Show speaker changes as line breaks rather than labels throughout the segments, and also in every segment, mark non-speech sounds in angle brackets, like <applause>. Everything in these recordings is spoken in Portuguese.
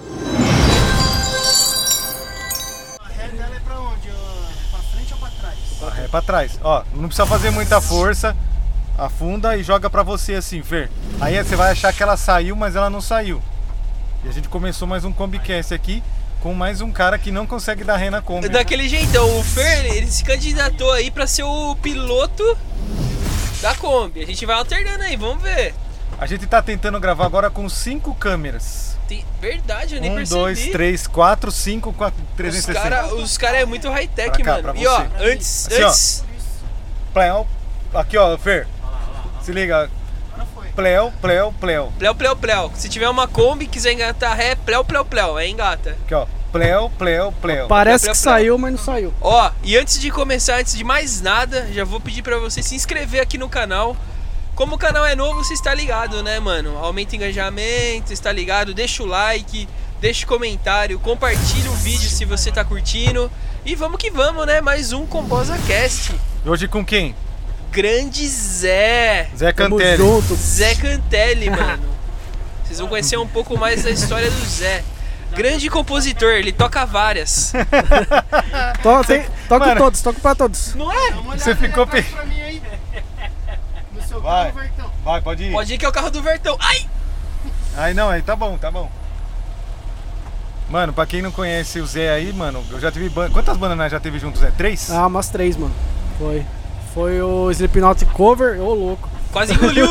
é
É, pra trás. Ó, não precisa fazer muita força. Afunda e joga pra você assim, Fer. Aí você vai achar que ela saiu, mas ela não saiu. E a gente começou mais um Combicast aqui com mais um cara que não consegue dar ré na Kombi.
Daquele jeitão, o Fer, ele se candidatou aí pra ser o piloto da Kombi. A gente vai alternando aí, vamos ver.
A gente tá tentando gravar agora com cinco câmeras.
Tem- Verdade, eu nem
Um,
percebi.
dois, três, quatro, cinco, quatro,
Os
360.
caras os cara é muito high-tech,
Pra cá,
mano.
pra
E ó,
você.
antes.
Assim, ó.
antes
Pleo. Aqui, ó, Fer. Se liga. Pleo, pleo, pleo.
Pleu, pleu, pleu. Se tiver uma Kombi e quiser engatar ré, pleu, pleu, pleu. Aí engata.
Aqui, ó. Pleo, pleo, pleo.
Parece
Pra-
que
pra-
saiu, mas não saiu.
Ó, e antes de começar, antes de mais nada, já vou pedir pra você se inscrever aqui no canal. Como o canal é novo, você está ligado, né, mano? Aumenta o engajamento, está ligado? Deixa o like, deixa o comentário, compartilha o vídeo se você tá curtindo. E vamos que vamos, né? Mais um Composa Cast.
E hoje com quem?
Grande Zé.
Zé
Tamo
Cantelli.
junto.
Zé <laughs> Cantelli, mano. Vocês vão conhecer um pouco mais da história do Zé. Grande compositor, ele toca várias.
To, tem, toca
Mano.
todos, toca pra todos.
Não é?
Você ficou pe...
pra mim aí. No seu carro,
Vai.
então. Vertão.
Vai, pode ir.
Pode ir que é o carro do Vertão. Ai!
Aí não, aí tá bom, tá bom. Mano, pra quem não conhece o Zé aí, mano, eu já tive ban... Quantas bandas nós já teve junto, Zé? Três?
Ah, umas três, mano. Foi. Foi o Slipknot Cover, ô louco.
Quase
<laughs>
engoliu!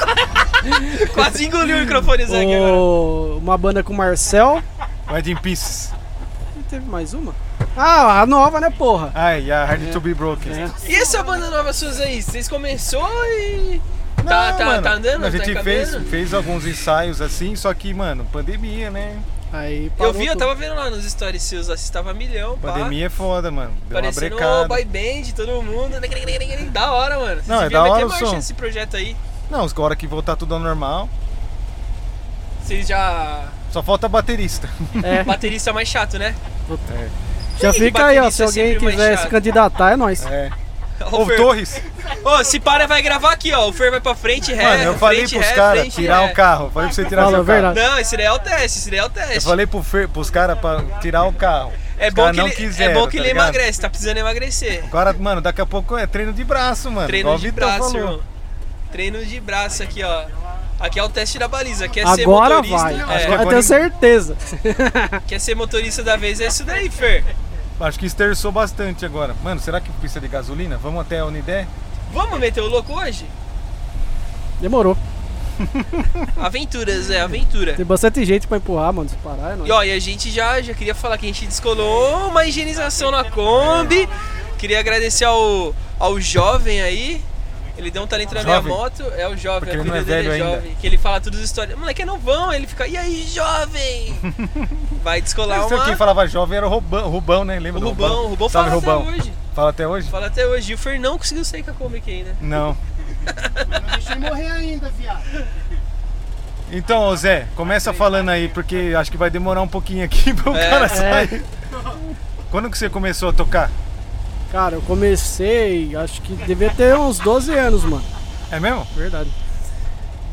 o- Quase engoliu o microfone, Zé. aqui agora.
O, uma banda com o Marcel.
Red in Pieces.
E teve mais uma? Ah, a nova, né, porra?
Ai, a Hard to Be Broken.
É.
E essa banda nova sua aí? Vocês começou e. Tá,
Não,
tá,
mano,
tá andando?
A gente
tá
fez,
caminhando?
fez alguns ensaios assim, só que, mano, pandemia, né?
Aí
Eu
parou
vi, eu
tudo.
tava vendo lá nos stories seus, lá, vocês tava milhão, pá.
Pandemia é foda, mano. Deu uma
Parecendo o
brecada.
boy band, todo mundo. Da hora, mano. Vocês
Não, é
deviam
da
meter
hora o
marcha
som.
nesse projeto aí.
Não, agora que voltar tudo ao normal,
Vocês já.
só falta baterista.
Baterista é mais chato, né?
Já
Ih,
fica aí, ó.
baterista
Se
é
alguém
sempre mais
quiser se
chato.
candidatar, é nós.
É.
Ô,
<laughs> Ô,
Fer,
Torres,
ô, se para, vai gravar aqui, ó. O Fer vai pra frente, ré.
mano, eu falei
é, frente,
pros
ré,
caras
frente,
tirar
ré.
o carro. Falei pra você tirar
Fala
seu
a
carro.
verdade.
Não, esse daí é o teste, esse daí é o teste.
Eu falei pro Fer, pros caras pra tirar o carro.
é
Os
bom
cara
que
não
ele,
quiseram,
é bom que
tá
ele
ligado?
emagrece, tá precisando emagrecer.
Agora, mano, daqui a pouco é treino de braço, mano.
Treino
igual o
de
Vitão
braço,
falou.
irmão. Treino de braço aqui, ó. Aqui é o teste da baliza. Quer ser
Agora
motorista?
vai.
é,
é-
que
Agora eu
agora-
tenho certeza. <laughs>
Quer ser motorista da vez, é isso daí, Fer.
Acho que esterçou bastante agora. Mano, será que precisa de gasolina? Vamos até a Unidé?
Vamos meter o louco hoje?
Demorou.
Aventuras, é, aventura.
Tem bastante jeito pra empurrar, mano. Se parar, é nóis.
E ó, e a gente já, já queria falar que a gente descolou uma higienização na Kombi. Queria agradecer ao, ao jovem aí. Ele deu um talento na minha
Jovem?
moto. É o jovem,
Porque
o
ele não é
apelido dele
velho ainda.
jovem. Que ele fala todas as histórias. Moleque, é novão. Ele fica, e aí,
<laughs>
jovem? Vai descolar
Não sei
Tá uma...
quem falava jovem era o Rubão, Rubão né?
O
Lembra do
Rubão, o Rubão
Sabe
fala
Rubão?
até hoje.
Fala até hoje?
Fala até hoje. E o Fer não conseguiu sair com a Kombi aqui ainda.
Não.
Mas não deixei morrer ainda, viado. É,
Então, ô Zé, começa falando aí, porque acho que vai demorar um pouquinho aqui <laughs> pra o
É,
cara
é.
sair. Quando que você começou a tocar?
Cara, eu comecei, acho que devia ter uns 12 anos, mano.
É mesmo?
Verdade.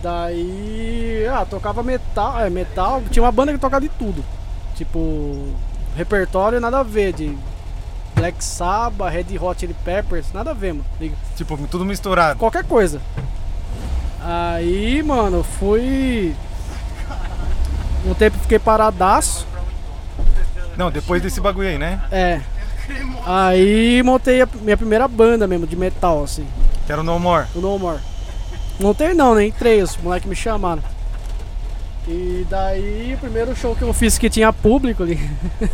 Daí, ah, tocava metal, é, metal, tinha uma banda que tocava de tudo. Tipo, repertório nada a ver, de Black Sabbath, Red Hot Chili Peppers, nada a ver, mano. Liga.
Tipo, tudo misturado.
Qualquer coisa. Aí, mano, eu fui um tempo fiquei paradaço.
Não, depois desse bagulho aí, né?
É. Aí montei a minha primeira banda mesmo de metal assim.
Que era o No More.
O No More. Não tem não, nem Entrei, os moleques me chamaram. E daí, o primeiro show que eu fiz que tinha público ali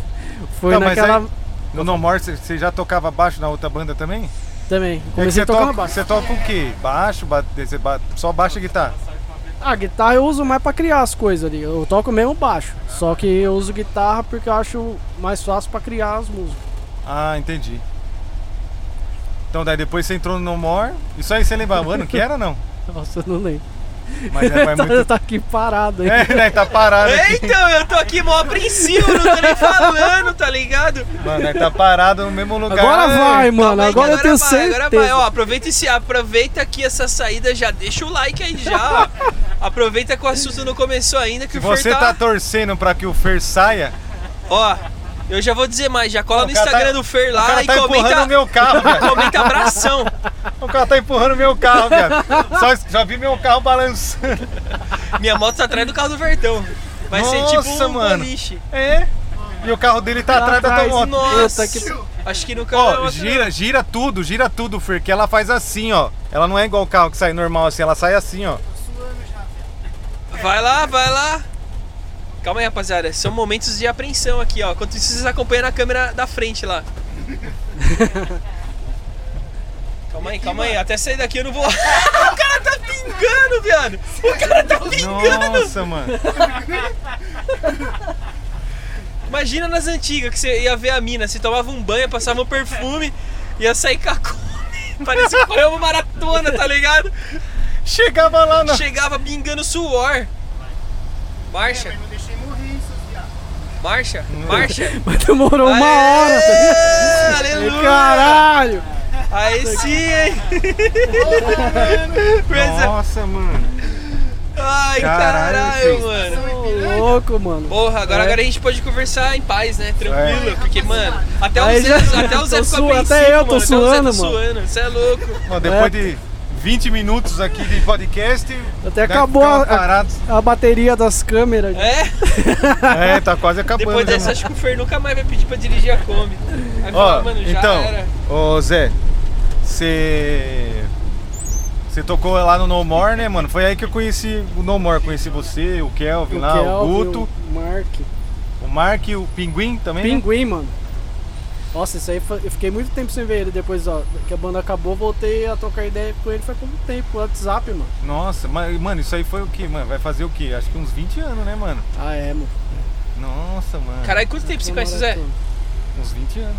<laughs> foi
Tá, mas
naquela.
aí- No No More, você- você já tocava baixo na outra banda também?
Também.
É que
Comecei
você
a tocar
toca,
na baixo.
Você toca o quê? Baixo, ba- você ba- só baixo e guitarra.
Ah, guitarra eu uso mais pra criar as coisas ali. Eu toco mesmo baixo. Só que eu uso guitarra porque eu acho mais fácil pra criar as músicas. <laughs>
Ah, entendi. Então daí depois você entrou no No More. Isso aí você lembra, mano, que era ou não?
Nossa, eu não lembro.
Mas já vai
<laughs> tá,
muito.
tá aqui parado aí.
É, né? Tá parado aqui.
Então, eu tô aqui mó apreensivo, não tô nem falando, tá ligado?
Mano, ele tá parado no mesmo lugar.
Agora
Ai,
vai, mano.
Calma aí,
Agora eu tenho
vai,
certeza.
Agora vai, ó, aproveita, esse, aproveita aqui essa saída, já deixa o like aí já, ó.
tá-
Aproveita que o assunto não começou ainda, que
Se
o Fer
você tá torcendo pra que o Fer saia,
Ó, Eu já vou dizer mais, já cola
Não,
no
o cara tá-
Instagram do Fer
o
lá
cara
e
tá empurrando
comenta,
o meu carro, velho.
comenta abração.
O cara tá empurrando meu carro, cara. Só, já vi meu carro balançando.
Minha moto tá atrás do carro do Vertão. Vai ser tipo
Nossa,
um
mano.
boliche.
É. E o carro dele tá atrás da tua
atrás.
moto.
Nossa,
Puta que-
acho que no carro é
Ó,
outra-
gira, gira tudo, gira tudo, Fer, que ela faz assim, ó. Ela não é igual o carro que sai normal assim, ela sai assim, ó.
Tô suando já, viado.
Vai lá, vai lá. Calma aí, rapaziada. São momentos de apreensão aqui, ó. Enquanto isso, vocês acompanham na câmera da frente lá. calma aí, calma aí. Até sair daqui eu não vou. <laughs> o cara tá pingando, viado. O cara tá pingando.
Nossa, mano.
Imagina nas antigas que você ia ver a mina. Você tomava um banho, passava um perfume, ia sair com a cone. <laughs> Parecia que correu uma maratona, tá ligado?
Chegava lá na.
Chegava pingando suor. Marcha,
Mas não deixei morrer, hein, seus viados.
marcha, marcha.
Mas <laughs> demorou uma hora, tá ligado?
Aê, Aleluia!
Caralho!
né? Aí
<laughs>
sim, hein? Coisa-
Nossa, mano.
Ai,
Caralho,
caralho,
sim.
mano.
São
Ô,
Então, Ipiranga?
louco, mano.
Porra, agora,
É.
agora a gente pode conversar em paz, né? Tranquilo,
É.
porque, mano, até o
Aí
Zé,
já- <laughs>
até o Zé
tô
ficou
suando,
apreensivo,
até eu tô
mano, até o Zé tá
suando, mano.
suando, você é louco.
Mano, depois
É.
de 20 minutos aqui de podcast.
Até
né,
acabou
ficamos
a- <laughs>
parados.
É A bateria das câmeras.
É?
É, tá quase acabando.
Depois
né,
dessa,
mano?
acho que o Fer nunca mais vai pedir pra dirigir a Kombi. Aí fala,
Ó,
mano, já
então,
era.
ô Zé, você. Você tocou lá no No More, né, mano? Foi aí que eu conheci o No More. Conheci você, o Kelvin lá,
Kelvin,
o Guto,
é o Mark.
o Mark, o Pinguim também. né?
Pinguim, mano. Nossa, isso aí foi- eu fiquei muito tempo sem ver ele depois, ó, que a banda acabou, voltei a trocar ideia com ele faz pouco tempo, por WhatsApp, mano.
Nossa, mas, mano, isso aí foi o que, mano? Vai fazer o quê? Acho que uns 20 anos, né, mano?
Ah, é, mano.
Nossa, mano.
Caralho, quanto tempo você conhece o Zé?
Uns 20 anos.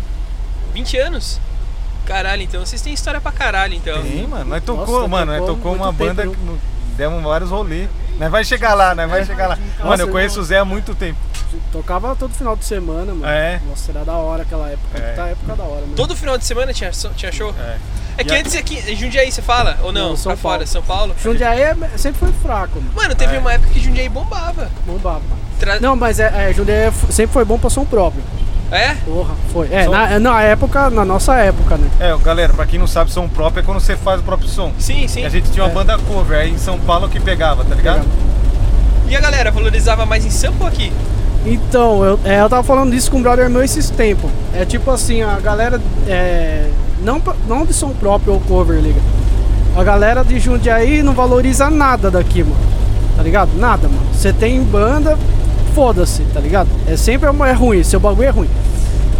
20 anos? Caralho, então vocês têm história pra caralho, então.
Tem, mano. Nós tocou,
Nossa,
mano, nós
tocou
tocou
muito
uma
tempo,
banda.
viu?
que no- Demos vários rolês. Nós vai chegar lá, nós vai chegar lá. Mano, eu
eu
conheço o Zé há muito tempo.
Tocava todo final de semana, mano.
É.
Nossa, era da hora aquela época.
É.
Tá época da hora, mano.
Todo final de semana tinha, so- tinha show?
É.
É que
E a-
antes aqui, Jundiaí, você fala? Ou não?
Não, São
pra fora,
Paulo.
São Paulo?
Jundiaí é- sempre foi fraco, mano.
Mano, teve
É.
uma época que Jundiaí bombava.
Bombava.
Tra-
Não, mas é, é, Jundiaí f- sempre foi bom pra som próprio.
É?
Porra, foi. É,
Som-
na, na época, na nossa época, né?
É, galera, pra quem não sabe, som próprio é quando você faz o próprio som.
Sim, sim.
E a gente tinha uma
É.
banda cover aí em São Paulo que pegava, tá ligado?
E a galera valorizava mais em Sampa ou aqui?
Então, eu, é, eu tava falando disso com um brother meu esses tempos. É tipo assim, a galera. é, não, pa- não de som próprio ou cover, liga. A galera de Jundiaí não valoriza nada daqui, mano. Tá ligado? Nada, mano. Você tem banda, foda-se, tá ligado? É sempre uma- é ruim, seu bagulho é ruim.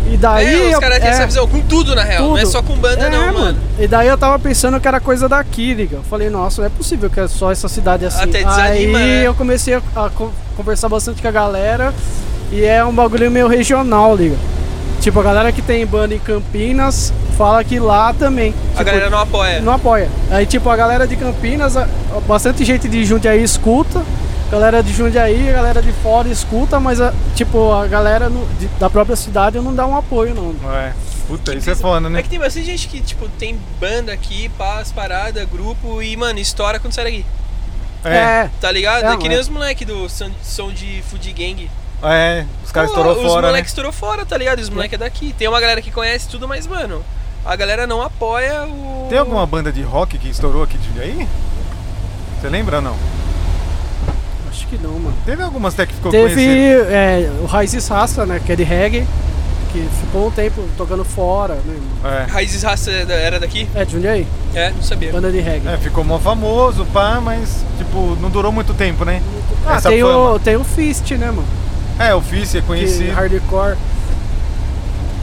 E daí.
é, os
eu-
caras têm
é,
essa visão com tudo, na real. Não é
tudo.
só com banda,
É,
não, mano.
E daí eu tava pensando que era coisa daqui, liga. Eu falei, nossa, não é possível que é só essa cidade assim.
Até desanima,
Aí
né?
eu comecei a, a con- conversar bastante com a galera e é um bagulho meio regional, liga. Tipo, a galera que tem banda em Campinas fala que lá também.
A
Tipo,
galera não apoia.
não apoia. Aí, tipo, a galera de Campinas, a- a- bastante gente de Jundiaí escuta. Galera de Jundiaí, a galera de fora escuta, mas, a- tipo, a galera no- de- da própria cidade não dá um apoio, não.
É. Puta, isso é foda,
É
né?
que tem bastante gente que, tipo, tem banda aqui, paz, parada, grupo e, mano, estoura quando sai daqui.
É.
Tá ligado?
É,
É, que nem
mano.
os moleque do som, som de Food Gang.
É, os caras
Pô,
estourou
Os
fora,
moleque
né?
estourou fora, tá ligado? Os moleque é daqui. Tem uma galera que conhece tudo, mas, mano, a galera não apoia o.
Tem alguma banda de rock que estourou aqui de aí? Você lembra ou não?
Acho que não, mano.
Teve algumas até que ficou conhecida.
Teve é, o Raízes Rasta, né? Que é de reggae, que ficou um tempo tocando fora, né?
É.
Raízes Raça era da- era daqui?
É, de Jundiaí,
É, não sabia.
banda de reggae.
É, ficou mó famoso, pá, mas, tipo, não durou muito tempo, né?
ah,
essa
tem
fama.
o, tem o Fist, né, mano?
É, o Fizz é
Que
conhecido,
hardcore.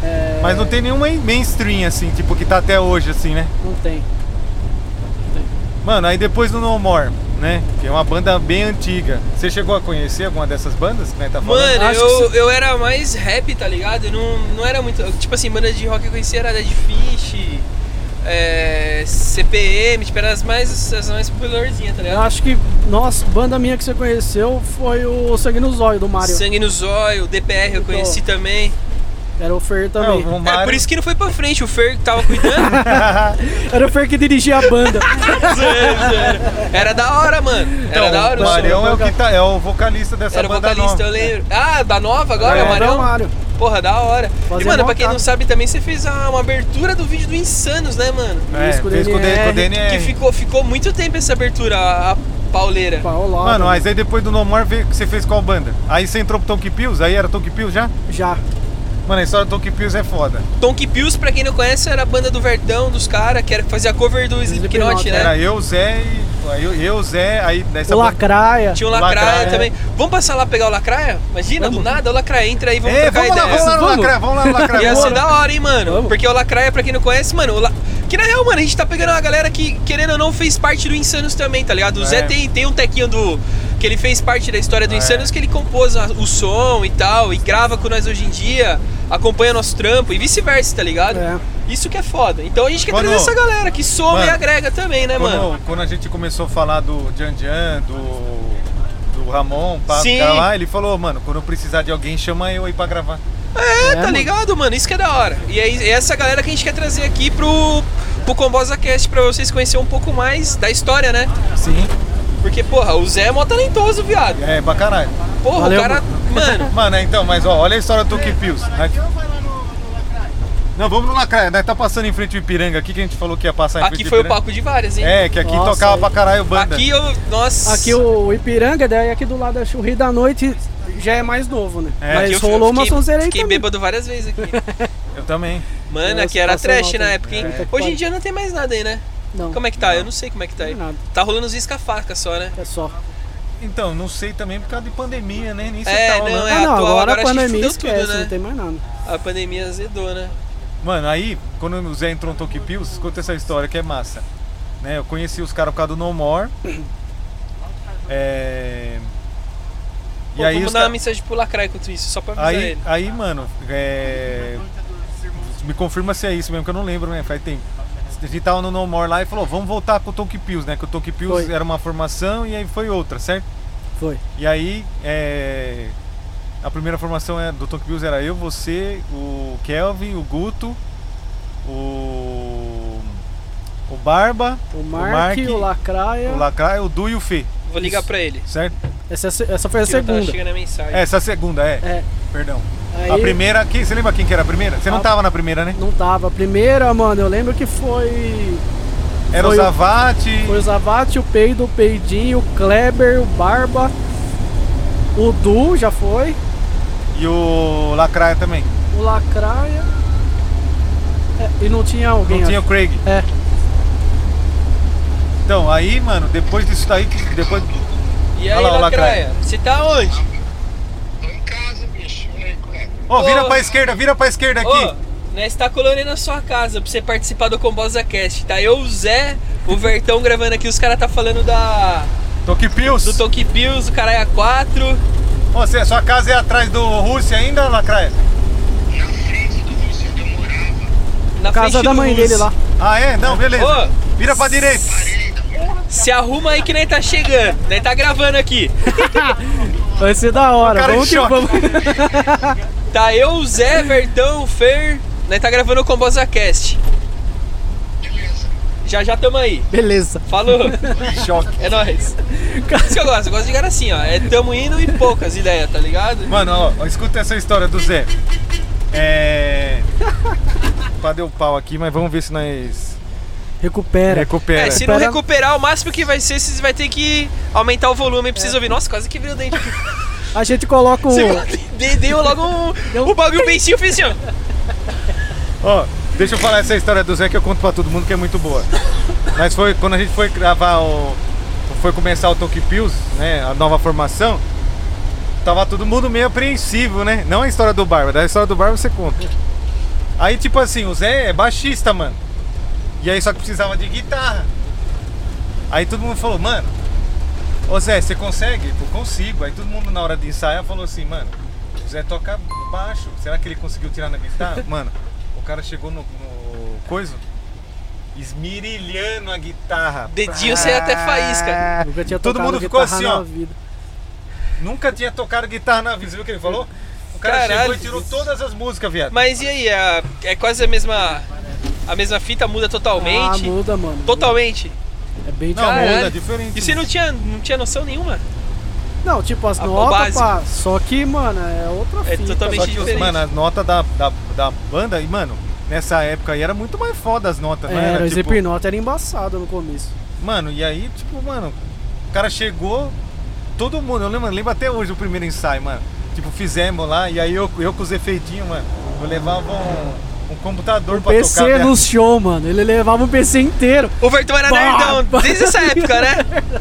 É,
mas não tem nenhuma mainstream, assim, tipo, que tá até hoje, assim, né?
Não tem.
Mano, aí depois do No More, né? Que é uma banda bem antiga. Você chegou a conhecer alguma dessas bandas que nós tá falando?
Mano,
Acho
eu,
que
eu era mais rap, tá ligado? Eu não, não era muito. Tipo assim, banda de rock que eu conhecia era Dead Fish, é, CPM, tipo, era as mais, as mais popularzinhas, tá
Eu
ligado?
acho que, nossa, banda minha que você conheceu foi o Sangue no Zóio, do Mario.
Sangue no Zóio, DPR eu
Então,
conheci também.
Era o Fer
É,
também.
o
É,
Mário-
por isso que não foi pra frente, o Fer que tava cuidando.
Era o Fer que dirigia a
<laughs>
banda.
era da hora, mano. Era
Então,
da hora
o
o som.
Marião é o, que tá, é o vocalista dessa
Era o
banda
vocalista, eu
nova.
lembro. Ah, da nova agora,
É,
o
Era o
Marião?
Mário.
Porra, da hora.
Fazer
e, mano, pra
mocap.
quem não sabe também, você fez a- uma abertura do vídeo do Insanos, né, mano?
É,
Fez com o
fez com o D- com o é. DNR.
Que ficou, ficou muito tempo essa abertura, a, a pauleira.
Paulada.
Mano, mas aí depois do No More veio que você fez qual banda? Aí você entrou pro Tonk Pills, aí era Tonk Pills já?
Já.
Mano, a história do Tonk Pills é foda.
Tonk Pills, pra quem não conhece, era a banda do Verdão, dos caras, que era que fazia a cover do Slipknot,
Slipknot,
né?
Era eu, Zé e. aí Eu, eu Zé, aí nessa
O Lacraia.
Tinha o Lacraia,
Lacraia. é.
também. Vamos passar lá pegar o Lacraia? Imagina,
Vamos.
do nada, o Lacraia entra aí, vamos
É,
trocar
vamos lá,
ideia.
vamos lá no
Vamos.
Lacraia, vamos lá no Lacraia.
Ia ser
Bora.
assim, da hora, hein, mano?
Vamos.
Porque o Lacraia, pra quem não conhece, mano, o La- que na real, mano, a gente tá pegando uma galera que, querendo ou não, fez parte do Insanos também, tá ligado? O Zé
É.
tem, tem um tequinho do. que ele fez parte da história do
É.
Insanos, que ele compôs a- o som e tal, e grava com nós hoje em dia, acompanha nosso trampo e vice-versa, tá ligado?
É.
Isso que é foda. Então a gente quer
Quando-
trazer essa galera que soma
Mano,
e agrega também, né,
quando,
mano?
quando a gente começou a falar do Jan Jan, do, do Ramon, pra
Sim.
pra lá, ele falou, mano, quando eu precisar de alguém, chama eu aí pra gravar.
É, tá
mano.
ligado, mano? Isso que é da hora. E é, é essa galera que a gente quer trazer aqui pro, pro Combosa Cast pra vocês conhecerem um pouco mais da história, né?
Sim.
Porque, porra, o Zé é mó talentoso, viado.
É, pra caralho.
Porra,
Valeu,
o cara. <laughs> Mano,
Mano, é, então, mas ó, olha a história do Tuki Pills. Nós-
Aqui ou vai lá no, no Lacraia?
Não, vamos no Lacraia. Nós tá passando em frente ao Ipiranga aqui, que a gente falou que ia passar em
aqui
frente
foi
ao
o
Ipiranga.
palco de várias, hein?
É, que aqui
Nossa,
tocava
aí.
pra caralho banda.
Aqui eu. Nossa.
Aqui o Ipiranga, daí aqui do lado da Churri da Noite já é mais novo, né?
É.
Aqui
Mas
eu fi-
rolou uma
fiquei,
sonzeira aí
Fiquei
também.
bêbado várias vezes
<laughs>
aqui.
Eu também.
Mano,
Nossa,
aqui era
passou mal
trash na
também.
época, hein?
É. Puta que
Hoje em
pariu.
dia não tem mais nada aí, né?
Não,
Como é que tá? Eu não sei como é que tá aí.
Não tem nada.
Tá rolando os isca-faca só, né?
é só.
Então, não sei também por causa de pandemia, né? Nem sei
É,
se tá rolando.
não, é.
ah, não,
atual,
agora,
agora
a
acho que
pandemia
fudeu tudo,
esquece,
né?
não tem mais nada.
A pandemia azedou, né?
Mano, aí, quando o Zé entrou no Toque Pills, conta essa história que é massa. Né, eu conheci os caras por causa do No More. É...
Pô,
E aí,
vamos
os
dar
ca-
uma mensagem pro Lacraia quanto isso, só pra avisar
aí,
ele.
aí, mano, é... me confirma se é isso mesmo, que eu não lembro, né? Faz tempo. A gente tava no No More lá e falou, vamos voltar com o Toque Pills, né? Que o Toque Pills
Foi.
era uma formação e aí foi outra, certo?
Foi.
E aí, é, a primeira formação é- do Tonk Bills era eu, você, o Kelvin, o Guto, o, o Barba,
O Mark, o, Lacraia.
o Lacraia, o Du e o Fê,
Vou ligar pra ele.
certo?
Essa, essa foi a
Tio, Tava
segunda.
chegando a mensagem.
Essa é a segunda, é,
É.
perdão.
Aí, Ah,
A primeira, quem, você lembra quem que era a primeira? Você não
A-
tava na primeira, né?
Não tava. A primeira, mano, eu lembro que foi.
Era o
foi o-
Zavate,
Foi o Zavate, o Peido, o Peidinho, o Kleber, o Barba, o Du já foi,
e o Lacraia também.
o Lacraia. É, e não tinha alguém.
Não tinha o
acho.
Craig.
É,
Então, aí, mano, depois disso daí, que- depois...
E
Olha
aí,
lá, o
Lacraia, você tá onde?
Tô em casa, bicho. E aí, correto?
Ó, vira
Ô.
pra esquerda, vira pra esquerda aqui.
Ô, nós tá colorindo a sua casa pra você participar do Combosa Cast, tá? Eu, o Zé, o Vertão gravando aqui, os caras tá falando da
Toque Pills.
do Toque Pills, o Caralho 4.
Você, a sua casa é atrás do Rússia ainda, Lacraia?
Na frente do Rússio onde eu morava,
Na
casa
frente
da
do
mãe
Russo.
dele lá.
Ah, é? Não, beleza.
Ô.
Vira pra direita.
<laughs> Se arruma aí que nós tá chegando, nós tá gravando aqui.
Vai ser da hora.
cara em
Vamos que
choque.
vamos. <laughs>
Tá eu, o Zé, Vertão, o Fer, nós tá gravando o Combosa Cast.
beleza.
Já já tamo aí.
Beleza.
Falou,
Choque.
é nóis. Isso que eu gosto, eu gosto de cara assim, ó. É tamo indo e poucas ideias, tá ligado?
Mano, ó, ó, escuta essa história do Zé. É. Pá, deu pau aqui, mas vamos ver se nós
Recupera.
recupera.
É, se não
Pera-
recuperar, o máximo que vai ser, vocês vai ter que aumentar o volume pra
É.
vocês ouvir. Nossa, quase quebrei o dente.
A gente coloca o.
<laughs> Você de- deu logo um,
Deu-
um bagulho bem sim, eu fiz assim, ó.
Ó, deixa eu falar essa história do Zé que eu conto pra todo mundo que é muito boa. Mas foi quando a gente foi gravar o. Foi começar o Toque Pills, né? A nova formação. Tava todo mundo meio apreensivo, né? Não a história do Barba, da história do Barba você conta. Aí, tipo assim, o Zé é baixista, mano. E aí só que precisava de guitarra. Aí todo mundo falou, mano, ô Zé, você consegue? Eu consigo. Aí todo mundo na hora de ensaiar falou assim, mano, o Zé toca baixo. Será que ele conseguiu tirar na
<laughs>
guitarra? mano, o cara chegou no, no coisa, esmirilhando a guitarra.
Dedinho saiu é até faísca.
Nunca tinha
Todo
tocado
mundo ficou
guitarra
assim,
na
ó.
vida.
Nunca tinha tocado guitarra na vida, Você viu o que ele falou? O cara
Caralho.
chegou e tirou todas as músicas, viado.
Mas e aí, a- é quase a mesma. A mesma fita muda
Ah,
totalmente.
muda, mano.
totalmente.
É bem
Não,
diferente.
Caralho.
muda, é diferente.
E você não tinha, não tinha noção nenhuma?
é.
Não, tipo, as
Ah, o
notas,
básico.
pá. Só que, mano, é outra
É
fita.
totalmente
só
Só
que-
que,
diferente.
mano, a nota da, da, da banda, e, mano, nessa época aí era muito mais foda as notas, né?
É, Era, o
tipo,
Slipknot era embaçado no começo.
Mano, e aí, tipo, mano, o cara chegou, todo mundo, eu lembro, lembro até hoje o primeiro ensaio, mano. Tipo, fizemos lá, e aí eu, eu com os efeitinhos, mano, eu levava um, um computador
O é
pra tocar.
PC
minha-
no show, mano. Ele levava o PC inteiro. <laughs>
O Vertão era
Bah,
nerdão
bah.
desde essa época,
<laughs>
né?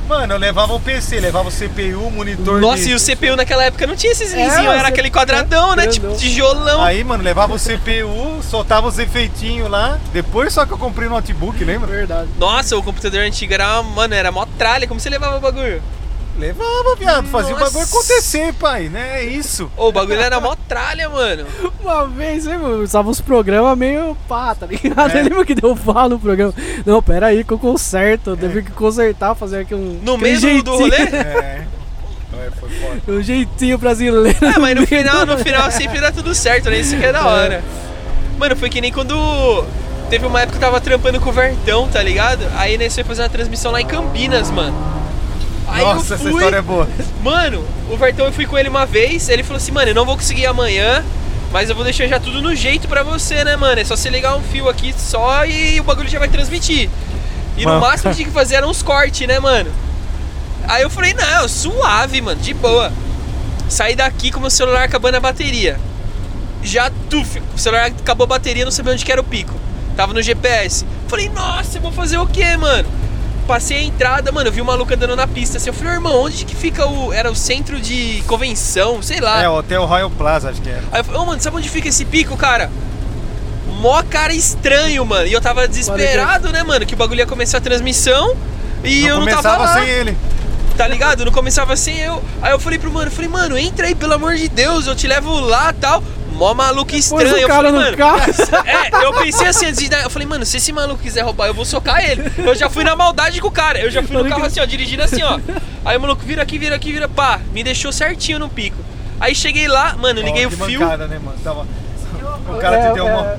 Mano, eu levava o PC, levava o CPU, monitor.
Nossa,
de-
e o CPU naquela época não tinha esses
Era,
lisinhos, era
você-
aquele quadradão, né?
Eu
Tipo
não.
tijolão.
Aí, mano, levava o CPU, soltava os efeitinhos lá. Depois só que eu comprei o notebook, lembra?
Verdade.
Nossa, o computador antigo era, uma- mano, era mó tralha, como você levava o bagulho?
Levava, viado, fazia o
Nossa.
bagulho acontecer, pai, né? É
<laughs>
isso.
Ô, o bagulho era mó tralha, mano.
Uma vez, hein, mano, usava uns programas meio pá, tá ligado?
É.
<laughs> Eu lembro que deu pau no programa. Não, pera aí que eu conserto. Eu tive que consertar, fazer aqui um.
No
aquele
meio do- do
<laughs>
rolê?
É. É, foi foda.
Um jeitinho brasileiro.
Ah, mas
<laughs>
no
meio
final,
do-
no final sempre dá tudo certo, né? Isso que é da hora. Mano, foi que nem quando. Teve uma época que eu tava trampando com o Vertão, tá ligado? Aí nós foi fazer uma transmissão lá em Campinas, mano. Aí eu
Nossa, essa
fui-
história é boa.
Mano, o Vertão eu fui com ele uma vez, ele falou assim, mano, eu não vou conseguir ir amanhã, mas eu vou deixar já tudo no jeito pra você, né, mano? É só você ligar um fio aqui só e o bagulho já vai transmitir. E no
Mano.
máximo que tinha que fazer era uns cortes, né, mano? Aí eu falei, não, suave, mano, de boa. Saí daqui com o meu celular acabando a bateria. Já, tuf, o celular acabou a bateria, não sabia onde que era o pico. Tava no GPS. Falei, nossa, eu vou fazer o quê, mano? Passei a entrada, mano, eu vi um maluco andando na pista. Assim, eu falei, irmão, onde que fica o... Era o centro de convenção, sei lá.
É, o Hotel Royal Plaza, acho que era.
Aí eu falei, ô, mano, sabe onde fica esse pico, cara? Mó cara estranho, mano. E eu
é
tava desesperado, né, mano? Que o bagulho ia começar a transmissão e eu não tava
começava assim,
lá
sem ele.
tá ligado? Não começava assim, eu. Aí eu falei pro mano, eu falei, mano, entra aí, pelo amor de Deus, eu te levo lá tal. Mó maluco
Pôs
estranho.
o
Eu
cara
falei,
no
mano.
carro.
<laughs> É, eu pensei assim antes de dar. Eu falei, mano, se esse maluco quiser roubar, eu vou socar ele. Eu já fui na maldade com o cara. Eu já fui no carro assim, ó, dirigindo assim, ó. Aí o maluco vira aqui, vira aqui, vira, pá. Me deixou certinho no pico. Aí cheguei lá, mano, liguei
Ó,
o
que
fio.
Mancada, né, mano? Tava... O cara
É,
te deu uma.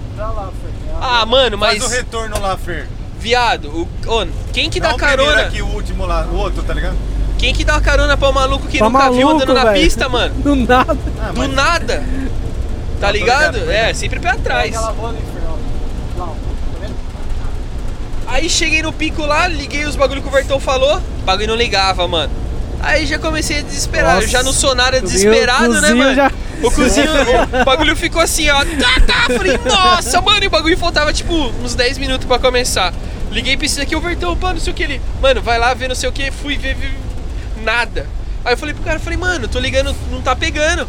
Ah, mano, mas.
Faz o retorno lá, Fer.
Viado, o... ô, quem que
Não é
dá
o primeiro
carona?
um aqui, o último lá, o outro, tá ligado? <laughs>
Quem que dá carona pra um maluco que
Tá
nunca viu
maluco,
andando na
velho.
pista, mano?
<laughs> Do nada.
Ah,
Do nada. Tá ligado?
ligado,
É, sempre pra trás.
um.
Aí cheguei no pico lá, liguei os bagulho que o Vertão falou, o bagulho não ligava, mano. Aí já comecei a desesperar,
Nossa,
eu já não sou nada
meu
desesperado, né,
cozinho
mano?
já-
O
<laughs>
cozinho, o bagulho ficou assim, ó, tá, tá, falei, nossa, mano, e o bagulho faltava, tipo, uns 10 minutos pra começar. Liguei pra esse aqui, o Vertão, pá, não sei o que, ele, mano, vai lá ver não sei o que, fui ver, ver, nada. Aí eu falei pro cara, falei, mano, tô ligando, não tá pegando.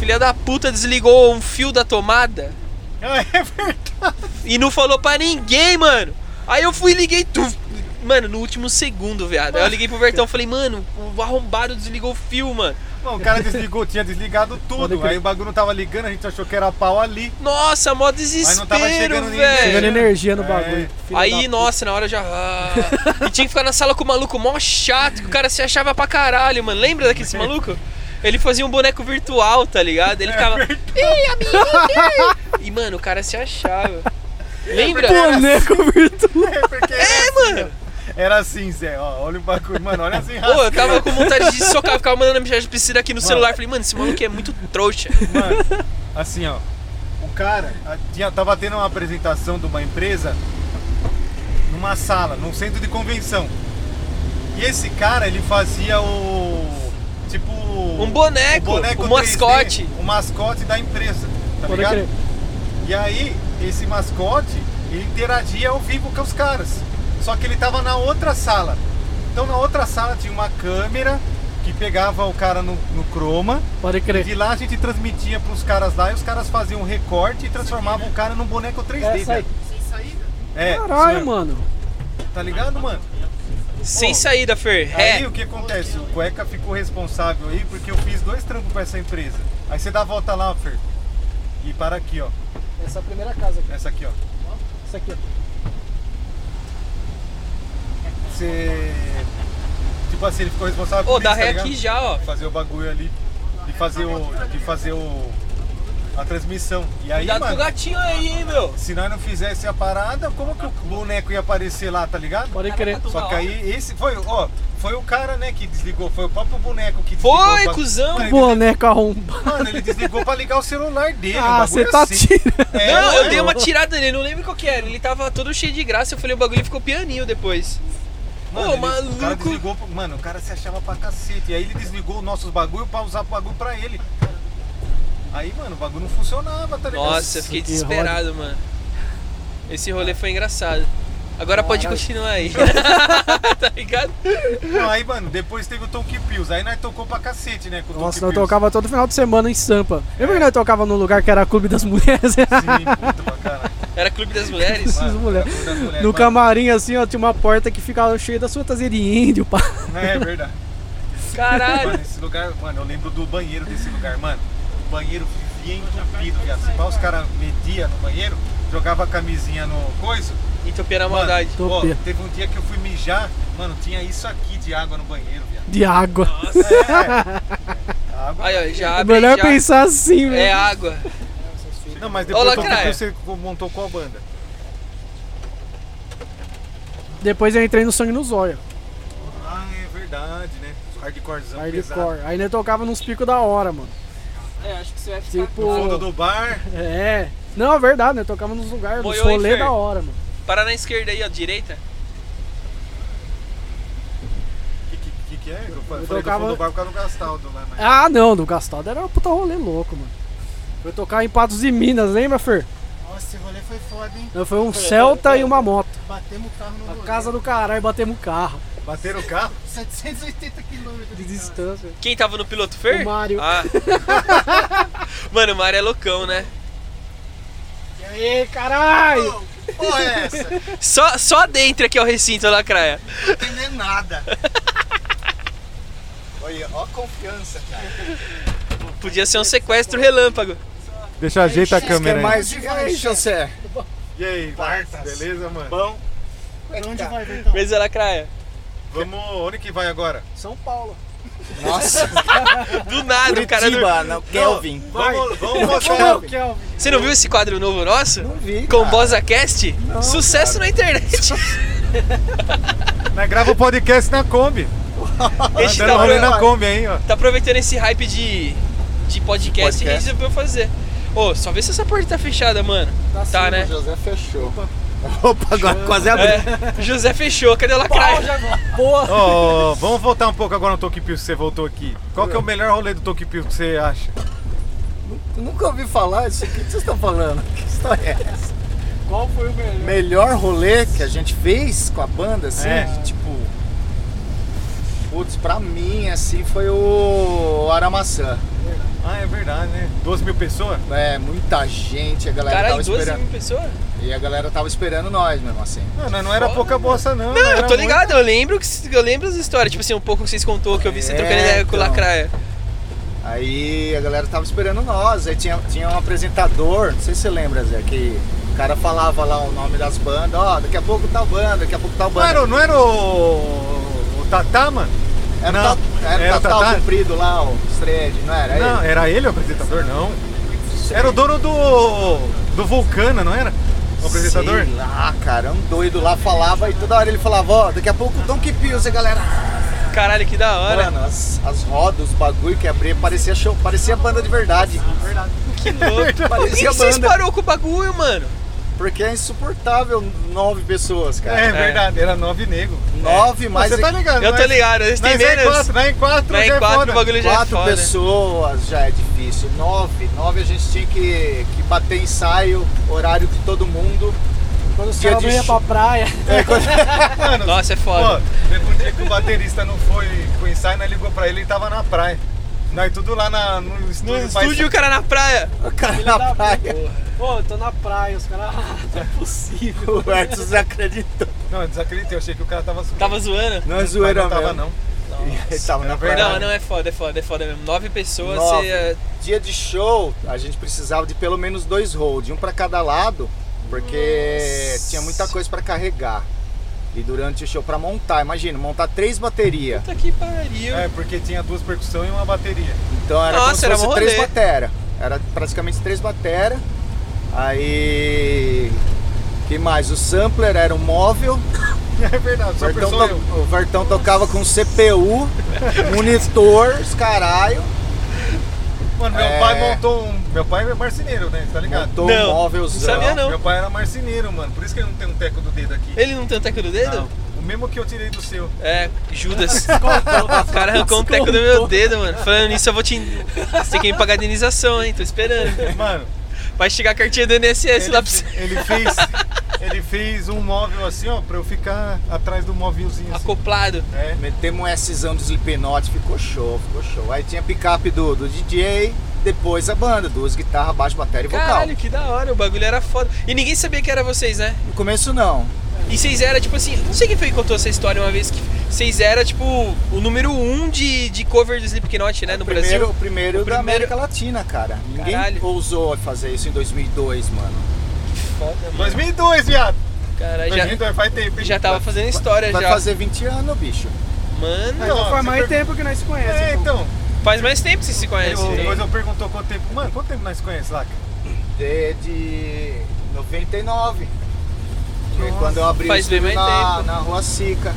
Filha da puta desligou um fio da tomada
Ah, É verdade.
e não falou pra ninguém, mano. Aí eu fui e liguei tu. Mano, no último segundo, viado. Aí eu liguei pro Bertão falei, mano, o arrombado desligou o fio, mano.
Bom, o cara desligou, tinha desligado
Pode
tudo.
crer.
Aí o bagulho não tava ligando, a gente achou que era pau ali.
Nossa, mó
Mas não tava
desespero,
chegando ninguém.
Pegando
velho.
energia no
É.
bagulho. filho da
Aí,
puta.
nossa, na hora eu já. ah. E tinha que ficar na sala com o maluco mó chato, que o cara se achava pra caralho, mano. Lembra daquele maluco? Ele fazia um boneco virtual, tá ligado?
É
Ele ficava. Ih, amigo! ih." E, mano, o cara
<laughs>
se achava. Lembra?
é assim. Boneco virtual.
É, porque
É,
era,
mano!
era assim, Zé. Ó, olha o bagulho, mano, olha assim.
Pô, eu tava com vontade de socar, eu ficava mandando mensagem de piscina aqui no celular. Falei, mano, esse maluco é muito trouxa.
Mano, assim, ó. O cara a- tinha, tava tendo uma apresentação de uma empresa numa sala, num centro de convenção. E esse cara, ele fazia o. Tipo. Um
boneco, um mascote.
O mascote da empresa, tá
Pode
ligado?
crer.
E aí, esse mascote, ele interagia ao vivo com os caras. Só que ele tava na outra sala. Então, na outra sala tinha uma câmera que pegava o cara no, no croma.
Pode crer.
De lá a gente transmitia pros caras lá e os caras faziam um recorte e transformavam o cara num boneco 3D,
Essa aí.
velho. É,
Caralho,
sim,
mano.
Tá ligado, mano?
Sem saída, Fer.
Aí
É.
o que acontece? O Cueca ficou responsável aí porque eu fiz dois trampos pra essa empresa. Aí você dá a volta lá, Fer. E para aqui, ó.
Essa primeira casa aqui.
Essa aqui, ó.
Essa aqui.
Você. Tipo assim, ele ficou responsável
Ô,
por
dá
isso, tá
ré
ligado?
aqui já, ó.
Fazer o bagulho ali. De fazer o. De fazer o. a transmissão. E aí,
Cuidado com o
mano,
gatinho aí, hein, meu.
se nós não fizesse a parada, como que o boneco ia aparecer lá, tá ligado?
Pode
é
crer.
Só que aí, esse foi, ó, foi o cara, né, que desligou, foi o próprio boneco que desligou.
Foi,
pra-
cuzão.
Ele-
Boneco arrombado.
Mano, ele desligou pra ligar o celular dele. um
Ah,
bagulho
você tá
assim.
tirando.
É,
não, eu
é.
dei uma tirada nele, não lembro qual que era. Ele tava todo cheio de graça, eu falei o bagulho ficou pianinho depois.
Mano,
Ô,
ele- O cara
maluco.
desligou, pro- mano, o cara se achava pra cacete. E aí ele desligou os nossos bagulho pra usar o bagulho pra ele. Aí, mano, o bagulho não funcionava, tá ligado?
Nossa, eu fiquei
que
desesperado, mano. Esse rolê foi engraçado. Agora pode continuar aí. <laughs> tá ligado?
Não, aí, mano, depois teve o Tonky Pills. Aí nós tocou pra cacete, né? Com o
Nossa,
Tonky
nós
Pills.
tocava todo final de semana em Sampa. Lembra que nós tocava num lugar que era Clube das Mulheres? né?
Sim, puta pra
<laughs>
caralho.
Era Clube das Mulheres?
Essas
Mano, é
mulheres.
era das mulheres,
No
mano.
camarim, assim, ó, tinha uma porta que ficava cheia das fantasias de índio, pá.
É verdade. Mano,
Caralho.
esse lugar, mano, eu lembro do banheiro desse lugar, mano. O banheiro vivia entupido, viado. Se pá, os caras media no banheiro, jogava a camisinha no coiso.
E topeira a
Mano,
maldade.
ó,
Topia.
teve um dia que eu fui mijar, mano, tinha isso aqui de água no banheiro, viado.
De água.
É. A água.
Aí, ó, já
É
abre,
melhor
Ah, já-
pensar assim,
É
velho.
água.
Não, mas
Ô,
depois eu tô
Lacraia.
porque você montou qual banda?
Depois eu entrei no Sangue no Zóio,
Ah, é verdade, né? Hardcorezão pesado.
hardcore. Aí nós tocava nos picos da hora, mano.
É, acho que você vai
ficar Tipo-
No fundo do bar.
É. Não, é verdade, né? Tocava nos lugares, nos
Boiou, hein,
rolê
Fer?
da hora, mano.
Para na esquerda aí, ó, direita.
O que, que- que que é? Eu falei
tocava-
do fundo do bar por causa do Gastaldo lá, mas...
Ah, não, do Gastaldo era um puta rolê louco, mano. Foi tocar em Patos de Minas, lembra, Fer?
Nossa, esse rolê foi foda, hein?
Não, Foi um Celta e uma moto.
Batemos o carro no
A
rolê.
casa do caralho, batemos o carro.
Bateram o carro?
780 quilômetros.
De distância.
Quem tava no piloto Fer?
O Mário.
Ah. <laughs> Mano, o Mário é loucão, né?
E aí, caralho!
Porra, é essa? Não
Só, só dentro aqui é o recinto, Lacraia.
entender nada. Olha, ó a confiança, cara.
Podia ser um sequestro relâmpago.
Deixa eu ajeitar a câmera
E aí, José?
é E aí, Bartas? Beleza, mano? Bom.
Pra onde vai,
então?
Bertão?
Beleza, é Lacraia?
Vamos, onde que vai agora?
São Paulo.
Nossa,
Do nada, o cara...
Curitiba, não, Kelvin.
Vamos, vamos
Não,
mostrar.
Kelvin.
Você não viu esse quadro novo nosso?
Não vi.
Com
cara.
BosaCast? Sucesso na <laughs> internet.
Nós grava o podcast na Kombi.
Esse
Dando
tá,
rolê
apro-
na Kombi, hein, ó.
tá aproveitando esse hype de, de podcast,
Podcast.
e resolveu fazer. Ô, só vê se essa porta tá fechada, mano. Tá, né?
O José fechou. Opa, agora quase abriu. <laughs>
É, José fechou, cadê o Lacraia?
Boa.
Ó, vamos voltar um pouco agora no Toque Pills que você voltou aqui. Qual que é o melhor rolê do Toque Pills que você acha?
Eu Nunca ouvi falar disso. O que vocês estão falando? <laughs> Que história é essa?
Qual foi o melhor?
Melhor rolê que a gente fez com a banda, assim,
É.
que, tipo. Putz, pra mim, assim, foi o Aramaçã.
Ah, é verdade, né? 12 mil pessoas?
É, muita gente, a galera
Caralho,
tava
12
esperando.
mil pessoas?
E a galera tava esperando nós mesmo, assim.
Não, não, não era
Foda,
pouca bosta, não.
Não, eu tô ligado, eu lembro que eu lembro as histórias, tipo assim, um pouco que vocês contou que eu vi você
É,
trocando ideia com o
então.
Lacraia.
Aí a galera tava esperando nós, aí tinha, tinha um apresentador, não sei se você lembra, Zé, que o cara falava lá o nome das bandas, ó, daqui a pouco tal banda, daqui a pouco tal
Não
banda.
era, não era o, o Tatá, mano?
era,
não,
o tal, era,
era
o tal,
Tatá?
comprido lá, o thread, não era?
Não,
É ele?
era ele o apresentador, não. Era o dono do. do Vulcana, não era? é O apresentador?
Sei lá, cara, um doido lá falava e toda hora ele falava, ó, daqui a pouco Donkey Pills, a galera.
Caralho, que da hora.
Mano, as, as rodas, os bagulho que abria, parecia show, parecia banda
<laughs>
de verdade. Verdade.
que louco. Por que
Parecia
que vocês
é banda.
parou com o bagulho, mano?
Porque é insuportável nove pessoas,
<laughs> É,
cara.
verdade, era nove nego.
Nove mais
Você tá ligado?
eu
nós-
tô ligado, eles têm
Nós é em
menos.
quatro, nós é em quatro,
Não é
já
em
é
quatro,
foda.
o bagulho já é
Quatro
foda.
pessoas já é difícil. Nove. Nove a gente tinha que, que bater ensaio, horário de todo mundo.
Quando os
Dia
caras
de
iam pra
chu-
praia.
Mano,
Nossa, é
ó,
foda.
teve um dia que o baterista não foi pro ensaio, nós ligou pra ele, ele tava na praia. Nós tudo lá na, no
No
estúdio. faz-
estúdio, o cara é na praia.
O cara na praia.
Pô, eu tô na praia, os caras. Ah, não é possível.
<laughs> O Arthur acreditou.
Não, eu desacreditei, eu achei que o cara tava zoando.
Tava zoando.
Não <laughs> é
Mas
zoeira
não tava,
mesmo.
não.
Ele tava
é
na praia.
verdade.
Não, não é foda, é foda, é foda mesmo. Nove pessoas,
Nove.
você é-
Dia de show, a gente precisava de pelo menos dois hold, um pra cada lado, porque tinha muita coisa pra carregar. E durante o show pra montar, imagina, montar três baterias.
Puta que pariu.
É, porque tinha duas percussões e uma bateria.
Então era
Nossa, era
como se
mó
fosse três
rolê.
batera. Era pra basicamente três bateras. Aí. que mais? O sampler era um móvel.
É verdade,
O
só
Vertão,
sou
to-
eu.
o Vertão tocava com CPU, <laughs> monitor, os caralho.
Mano, meu
É.
pai montou um. Meu pai é marceneiro, né? Tá ligado?
Montou
Não,
um móvelzão.
não sabia não.
Meu pai era marceneiro, mano. Por isso que ele não tem um teco do dedo aqui.
Ele não tem o teco do dedo?
Não, o mesmo que eu tirei do seu.
É, Judas.
<laughs>
o cara arrancou um teco do meu dedo, mano. Falando nisso, eu vou te. Você tem que me pagar a indenização, hein? Tô esperando.
Mano,
Vai chegar a cartinha do INSS lá pra você.
ele fez. Ele fez um móvel assim, ó, pra eu ficar atrás do móvelzinho assim.
Acoplado.
É.
Metemos um Szão do Slipknot, ficou show, ficou show. Aí tinha picape do, do DJ, depois a banda, duas guitarras, baixo, bateria e vocal.
Caralho, que da hora, o bagulho era foda. E ninguém sabia que era vocês, né?
No começo não.
E vocês eram, tipo assim, não sei quem foi que contou essa história uma vez que vocês eram, tipo, o número um de, de cover do Slipknot, né, no
primeiro,
Brasil.
o primeiro
O
da
primeiro-
América Latina, cara. Ninguém
Caralho.
ousou fazer isso em 2002, mano.
Foda, mano.
2002, viado.
Cara, já,
2002, faz tempo. hein? É,
já tava fazendo história
Vai
já.
fazer 20 anos, bicho.
Mano,
Não,
Então
você
faz mais
per-
tempo que nós se conhecemos.
É, então.
faz mais tempo que vocês se
Ele-
conhecem.
O
né?
Goizel perguntou quanto tempo. Mano, quanto tempo nós conhecemos lá? É, cara?
É Desde 99. Foi quando eu abri
Faz
o estúdio
bem mais
na,
tempo.
na Rua Sica.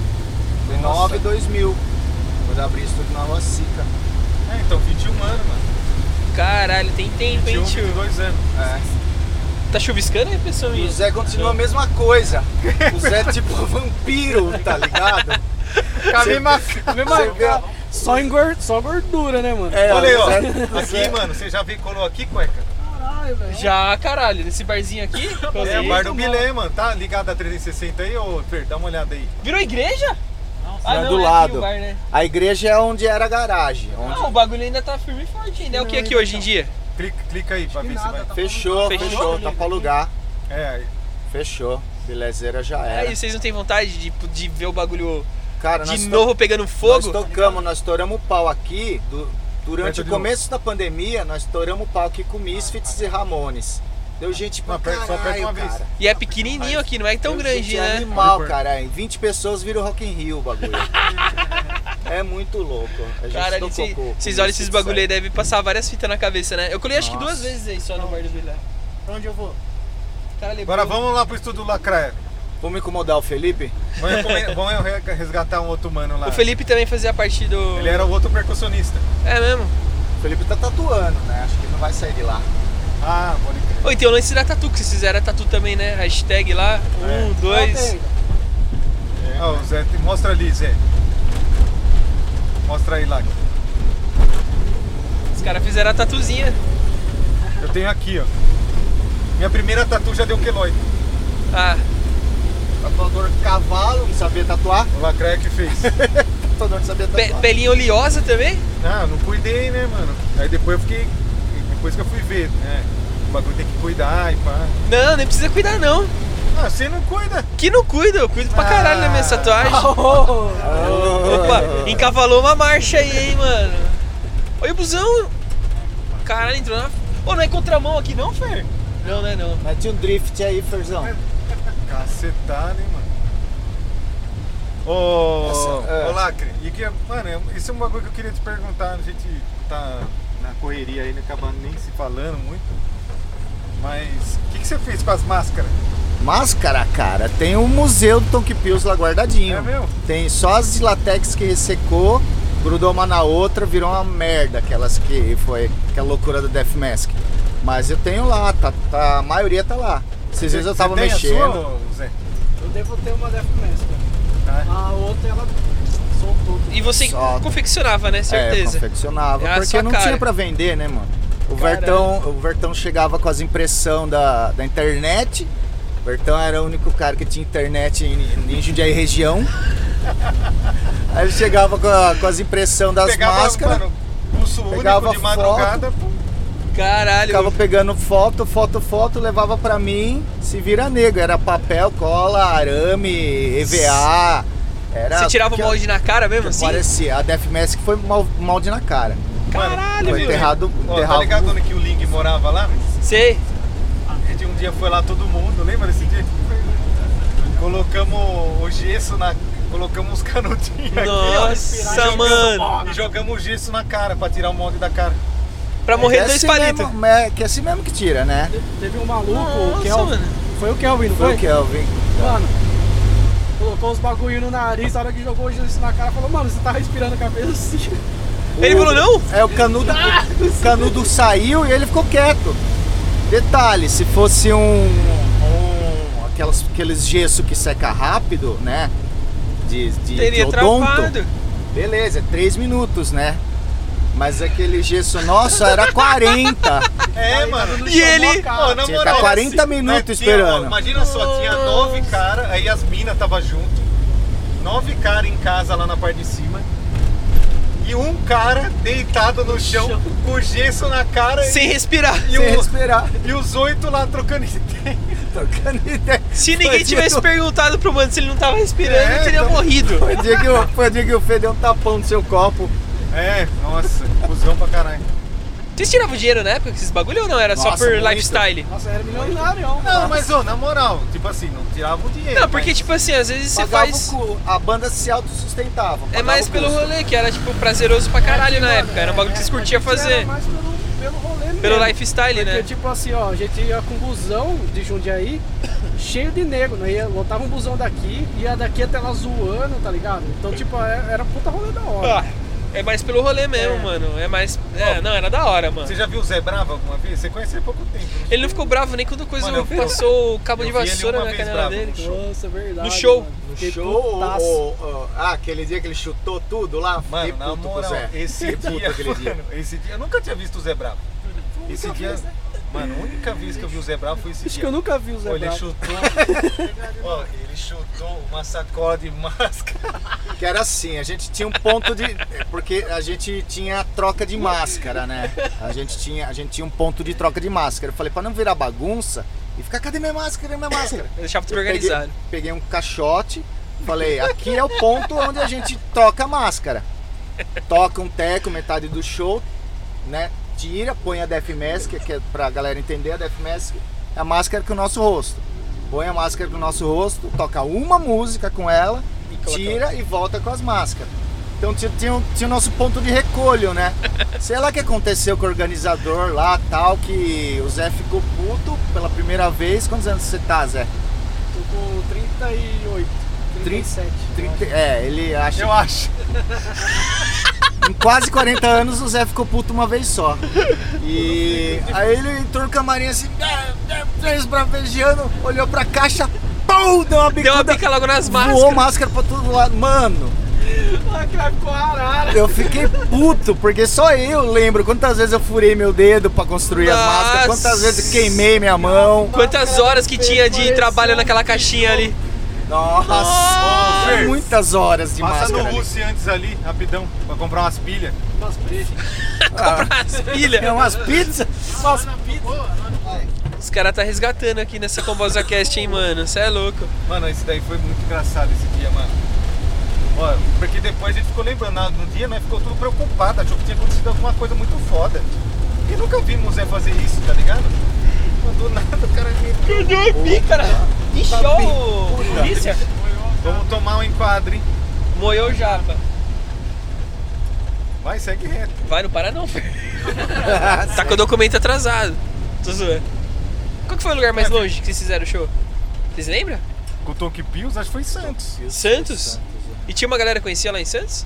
99 e 2000. Quando eu abri o estúdio na Rua Sica.
É, então, 21 anos, mano.
Caralho, tem tempo, hein,
21,
tio?
22 anos.
É.
Tá chuviscando aí, pessoal?
E o Zé continua a mesma coisa. O Zé é tipo <laughs> vampiro, tá ligado?
Com a mesma- a mesma
Você vê a-
Só, engor... Só gordura, né, mano?
É,
Olha aí,
o
ó.
Zé- o
Aqui,
Zé-
mano, você já vinculou aqui, cueca?
Caralho,
<laughs>
velho.
Já, caralho, nesse barzinho aqui?
É, o bar do Milê, mano. Tá ligado a 360 aí, ô Fer? Dá uma olhada aí.
Virou igreja? ah,
Não,
não,
do
é
lado.
aqui o bar, né?
A igreja é onde era a garagem. Onde
Ah, o bagulho ainda tá firme e forte ainda. É o que aqui hoje em dia?
Então.
Clica, clica aí pra ver se vai.
Fechou,
Fechou?
fechou, tá pra alugar.
É,
Fechou. Belezeira já
É,
era.
e vocês não têm vontade de, de ver o bagulho
Cara,
de
nós to-
novo pegando fogo?
Nós tocamos, nós estouramos o pau aqui. du-
Aperta
durante o
de
começo da pandemia, nós estouramos o pau aqui com Misfits e Ramones. Deu gente pra
Não, aperta-
caralho,
só aperta uma vez.
cara.
E é pequenininho aqui, não é tão
Deu
grande,
gente
né?
animal,
Olha,
cara. Em 20 pessoas vira o Rock in Rio o bagulho. é muito louco. A gente
Cara,
tocou
vocês-
com- com
vocês olham esses
Misfits
bagulho aí,
aí.
deve passar várias fitas na cabeça, né? Eu colhei acho que
Nossa.
duas vezes aí só no bar do Bilé.
Pra onde eu vou?
Caralho, é
agora
bom.
vamos lá pro estudo do Lacraia.
Vamos incomodar o Felipe?
Vamos recome- <laughs> vamos re- resgatar um outro mano lá.
O Felipe também fazia parte do.
é-
Ele era o outro percussionista.
É mesmo?
O Felipe tá tatuando, né? Acho que não vai sair de lá.
Ah, pode crer.
Ou então o lance da tatu, que vocês fizeram a tatu também, né? Hashtag lá,
É.
um,
Tá
dois.
Ó, o Zé, mostra ali, Zé. Mostra aí, Lac.
Os caras fizeram a tatuzinha.
Eu tenho aqui, ó. Minha primeira tatu já deu queloide.
Ah,
Tatuador cavalo, não sabia tatuar.
O Lacraia que fez.
Tatuador não sabia
pe-
tatuar.
pelinha oleosa também?
<laughs> Ah, eu não cuidei, né, mano? Aí depois eu fiquei. Depois que eu fui ver, né? O bagulho tem que cuidar e pá.
Não, nem precisa cuidar não.
Ah, você não cuida.
Que não cuida, eu cuido pra caralho da minha tatuagem.
Ah.
Opa, encavalou uma marcha aí, hein, mano. Oi, busão. Caralho, entrou na. Ô, não é contramão aqui não, Fer? Não, não é não.
Mete um drift aí, Ferzão.
Cacetada, hein, mano. Ô,
Essa- é.
ô Lacre, e que, mano, é- isso é um bagulho que eu queria te perguntar. A gente tá na correria aí, não acaba nem se falando muito. Mas o que, que você fez com as máscaras?
Máscara, cara, tem um museu do Tom que Pius lá guardadinho.
É mesmo?
Tem só as de latex que ressecou, grudou uma na outra, virou uma merda, aquelas que foi aquela loucura do Death Mask. Mas eu tenho lá, tá, tá- a maioria tá lá. Esses vezes eu
Você
tava
tem a
mexendo. é,
sua, ô, Zé?
Eu devo ter uma Death Mask. né?
Tá.
A outra, ela soltou.
E você
Só-
confeccionava, né?
É,
Certeza.
confeccionava,
É a
porque
sua
não
cara.
tinha pra vender, né, mano? O
Caramba.
Vertão, o Vertão chegava com as impressão da, da internet. O Vertão era o único cara que tinha internet em, em Jundiaí região. Aí ele chegava com, a- com as impressão das
Pegava,
máscaras,
mano, pulso único
pegava
de madrugada.
Caralho.
ficava pegando foto, foto, foto, levava pra mim, se vira nego. Era papel, cola, arame, EVA. Era
Você tirava o
que-
molde na cara mesmo
que
assim?
Parecia, a Death Mask foi mal- molde na cara.
Caralho,
Foi
velho.
enterrado,
Ó, tá
enterrado
ligado onde que o Ling morava lá?
<laughs>
Sei.
A gente um dia foi lá todo mundo, lembra desse dia? Colocamos o gesso na. Colocamos uns canudinhos aqui, ó,
Nossa,
e jogamos-
mano.
E jogamos o gesso na cara pra tirar o molde da cara.
Pra morrer
é
dois
assim
palitos.
mesmo- é que é assim mesmo que tira, né?
Teve um maluco,
Nossa,
o Kelvin.
mano.
Foi o Kelvin, não
Foi
foi?
o Kelvin.
Mano, colocou os bagulho no nariz, na hora que jogou o gesso na cara, falou, mano, você tá respirando a cabeça assim.
Ele falou, não? Ah!
É, o canudo, o canudo saiu e ele ficou quieto. Detalhe, se fosse um, um- aquelas, aqueles gesso que seca rápido, né? De, de, de
Teria
odonto.
travado.
Beleza, três minutos, né? Mas aquele gesso nosso era 40.
É, mano.
E ele.
<laughs> Ô, na moral, assim, né,
Tinha que ficar 40 minutos
tinha,
esperando.
ó, imagina só, tinha
Nossa.
nove caras, aí as minas tava junto. Nove caras em casa lá na parte de cima. E um cara deitado no chão, com gesso na cara e-
Sem respirar.
e,
Sem
o-
respirar.
e os oito lá trocando
<laughs>
ideia.
Tocando ideia.
Se ninguém
Foi
tivesse
dia
perguntado pro mano se ele não tava respirando,
É,
ele teria
então-
do-
morrido.
Foi o dia que o, foi o dia que o Fê deu um tapão no seu copo.
É, nossa, cuzão pra caralho.
Vocês tiravam dinheiro na época com esses bagulho ou não? Era só
Nossa,
por
muito.
lifestyle?
Nossa, era milionário, ó.
Não, mas ô, na moral, tipo assim, não tirava o dinheiro.
Não, porque
mas-
tipo assim, às vezes você
Pagava
faz.
o cu- a banda se autossustentava.
É
pagava
mais
o
pelo
custo.
rolê, que era tipo prazeroso pra caralho na época. Era um bagulho que vocês curtiam
Era
fazer.
mais pelo, pelo rolê mesmo.
Pelo lifestyle,
Porque,
né?
tipo assim, ó, a gente ia com busão de Jundiaí, cheio de negro, né? Ia, lotava um busão daqui, ia daqui até lá zoando, tá ligado? Então, tipo, é- era um puta rolê da hora.
Ah, É mais pelo rolê mesmo,
É.
mano. É mais. É, não, era da hora, mano.
Você já viu o Zé Bravo alguma vez? Você conheceu há pouco tempo. né?
Ele não ficou bravo nem quando coisa
Mano, eu vi-
passou o cabo
eu
de
vi ele
vassoura
uma
na
vez
canela
bravo.
dele.
Nossa, é verdade.
No show.
mano.
No
Fiquei
show,
putaço.
o- o- ah, aquele dia que ele chutou tudo lá,
Mano,
fiquei
na
puto com o
moral,
Zé.
esse
Fiquei puto
dia,
aquele dia.
mano, esse dia, eu nunca tinha visto o Zé Bravo. Esse dia, mano, a única vez que eu vi o Zé Bravo foi esse
Acho
dia.
que eu nunca vi o Zé
Ó, ele
Bravo.
chutou, <laughs> ó, ele chutou uma sacola de máscara.
Que era assim, a gente tinha um ponto de. é, Porque a gente tinha troca de máscara, né? A gente tinha, a gente tinha um ponto de troca de máscara. Eu falei, pra não virar bagunça e ficar, cadê minha máscara? Cadê Minha máscara?
Eu deixava tudo
Eu peguei-
organizado.
Peguei, um caixote, falei, aqui é o ponto onde a gente toca a máscara. Toca um teco, metade do show, né? Tira, põe a Def Mask, que é pra galera entender, a Def Mask é a máscara com o nosso rosto. Põe a máscara com o nosso rosto, toca uma música com ela, tira e volta com as máscaras. Então tinha, tinha, o- tinha o nosso ponto de recolho, né? Sei lá o que aconteceu com o organizador lá, tal, que o Zé ficou puto pela primeira vez. Quantos anos você tá, Zé?
Tô com 38, 37.
Trinta- é, ele acha.
Eu acho.
<laughs> Em quase 40 anos o Zé ficou puto uma vez só. E aí ele entrou no camarim assim, ah, ah, três bravejando, olhou pra caixa, pum, deu uma
Deu uma
bicuda.
pica logo nas
Voou
máscaras.
máscara pra todo lado. Mano,
Ah, que vai ficou arara.
eu fiquei puto, porque só eu lembro quantas vezes eu furei meu dedo pra construir as
Nossa.
máscaras, quantas vezes eu queimei minha mão.
Quantas horas que tinha de trabalho naquela caixinha ali?
Nossa,
Fer,
muitas horas de
Passa no
máscara. ali.
Russi antes ali, rapidão, pra comprar umas pilhas.
Umas brigas.
As pilhas.
É umas pizzas.
Umas pizzas.
Os caras tá resgatando aqui nessa Combosa Cast, hein, mano? Você é louco.
Mano, esse daí foi muito engraçado esse dia, mano. Ó, porque depois a gente ficou lembrando, na- no dia, né, ficou tudo preocupado, achou que tinha acontecido alguma coisa muito foda. Porque nunca vimos o Zé fazer isso, tá ligado? Mandou nada, o cara me
Pica, né?
Tá
Ixi, ó, o polícia.
Vamos tomar um enquadre, hein?
Moeu o japa.
Vai, segue reto.
Vai,
<laughs>
não para não, Fer. Tá com o documento atrasado. Tô zoando. Qual que foi o lugar mais longe que vocês fizeram o show? Vocês lembram?
Com o Tonk Pills, acho que foi em Santos. é.
Santos? E tinha uma galera que conhecia lá em Santos?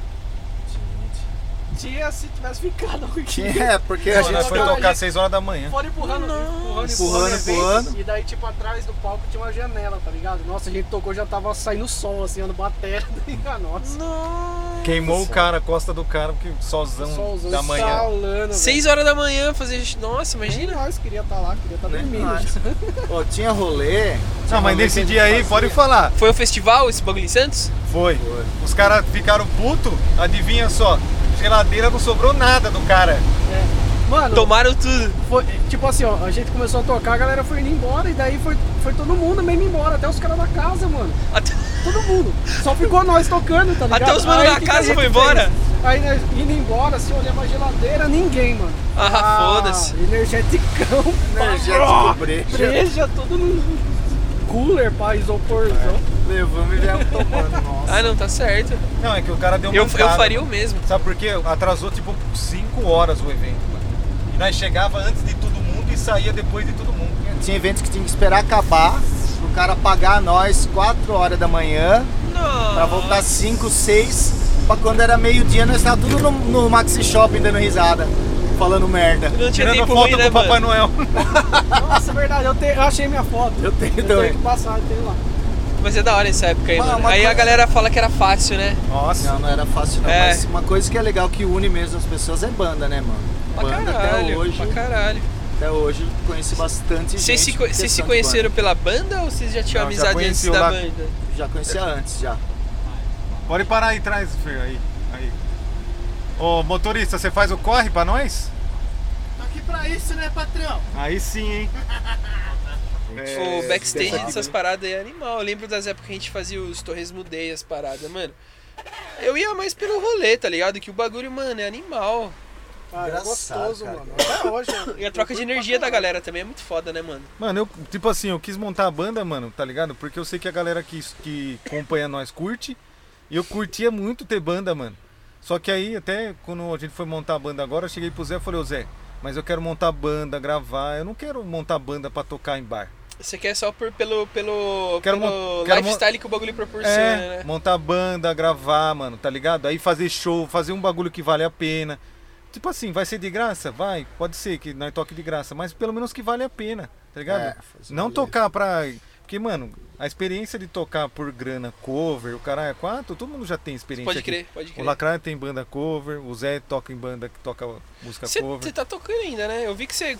Tinha se tivesse ficado aqui.
É, porque a
Não,
gente
nós foi
tava
tocar
ali.
às 6 horas da manhã.
Fora empurrando, empurrando,
Empurrando, empurrando.
E daí, tipo, atrás do palco tinha uma janela, tá ligado? Nossa, a gente tocou, já tava saindo sol, assim, andando bateria. <laughs> Ah, Nossa,
Não.
Queimou o cara, a costa do cara, porque solzão,
solzão né?
da manhã.
estalando.
Seis horas da manhã fazer. Nossa,
velho. Nem
imagina.
nós queria estar lá, queria estar
Nem
dormindo.
nós.
<laughs>
Pô, tinha rolê.
Não, mas nesse dia aí, pode
falar.
falar.
Foi o festival esse bagulho em Santos?
Foi. Os caras ficaram puto, adivinha só. Geladeira não sobrou nada do cara.
Mano,
Tomaram tudo.
foi- tipo assim, ó, a gente começou a tocar, a galera foi indo embora, e daí foi, foi todo mundo mesmo embora, até os caras da casa, mano.
Até, <laughs>
Todo mundo. Só ficou nós tocando, tá ligado?
até os manos
Aí,
da
o que que a
casa
gente
foi
fez?
embora.
Aí nós indo embora, assim, olhamos a geladeira, ninguém, mano.
Ah, foda-se.
Energeticão, <laughs>
Energético breja.
breja, todo no cooler, pá,
É.
isoporzão.
Levamos e viemos tomando, nossa.
Ah, não, tá certo.
Não, é que o cara deu uma
Eu, eu
mancada.
faria o mesmo.
Sabe por quê? Atrasou tipo 5 horas o evento, mano. E nós chegava antes de todo mundo e saía depois de todo mundo.
Tinha eventos que tinha que esperar acabar, o cara pagar nós 4 horas da manhã,
Não.
pra voltar 5, 6, pra quando era meio-dia nós tava tudo no, no Maxi Shopping dando risada, falando merda.
Não tinha
Tirando
tempo
foto
ruim,
com
né,
o Papai
mano?
Noel.
Nossa, é verdade, eu, te- eu achei minha foto.
Eu tenho
eu
também.
tenho que passar, eu tenho lá.
Mas é da hora essa época aí,
Uma-
mano.
uma
aí a
coisa-
galera fala que era fácil, né?
Nossa.
Não, não era fácil não,
É.
mas uma coisa que é legal que une mesmo as pessoas é banda, né, mano?
Pra
Banda
caralho,
até hoje,
pra caralho.
até hoje conheci bastante
Vocês
gente.
se, co-
por
vocês se
questão de
conheceram pela banda ou vocês já tinham
Não, já
amizade antes
conheci o
da
lá-
banda?
banda. Já
É.
conhecia antes já.
Pode parar aí atrás, Fer, aí. aí. Ô motorista, você faz o corre pra nós?
Tô aqui pra isso, né, patrão?
Aí sim, hein? É,
Tipo, o backstage
pesado,
dessas paradas é animal. Eu lembro das épocas que a gente fazia os Torres Mudei, as paradas, mano. Eu ia mais pelo rolê, tá ligado? Que o bagulho, mano, é animal.
Cara, é
Engraçado,
gostoso,
cara.
mano.
<laughs>
Até hoje, mano.
E a troca de energia da galera também é muito foda, né, mano?
Mano, eu, tipo assim, eu quis montar a banda, mano, tá ligado? Porque eu sei que a galera que, que acompanha nós curte. E eu curtia muito ter banda, mano. Só que aí, até quando a gente foi montar a banda agora, eu cheguei pro Zé e falei, ô Zé, mas eu quero montar banda, gravar. Eu não quero montar banda pra tocar em bar.
Você quer é só por, pelo, pelo,
Quero
pelo
mon- quero mon-
lifestyle que o bagulho proporciona,
É,
né?
montar banda, gravar, mano, tá ligado? Aí fazer show, fazer um bagulho que vale a pena. Tipo assim, vai ser de graça? Vai, pode ser que nós toque de graça, mas pelo menos que vale a pena, tá ligado?
É, faz um
Não
rolê.
tocar pra. Porque, mano, a experiência de tocar por grana cover, o caralho é quatro, todo mundo já tem experiência.
Pode
aqui.
crer, pode
O
crer.
Lacraia tem banda cover, o Zé toca em banda que toca música cover.
Você tá tocando ainda, né? Eu vi que você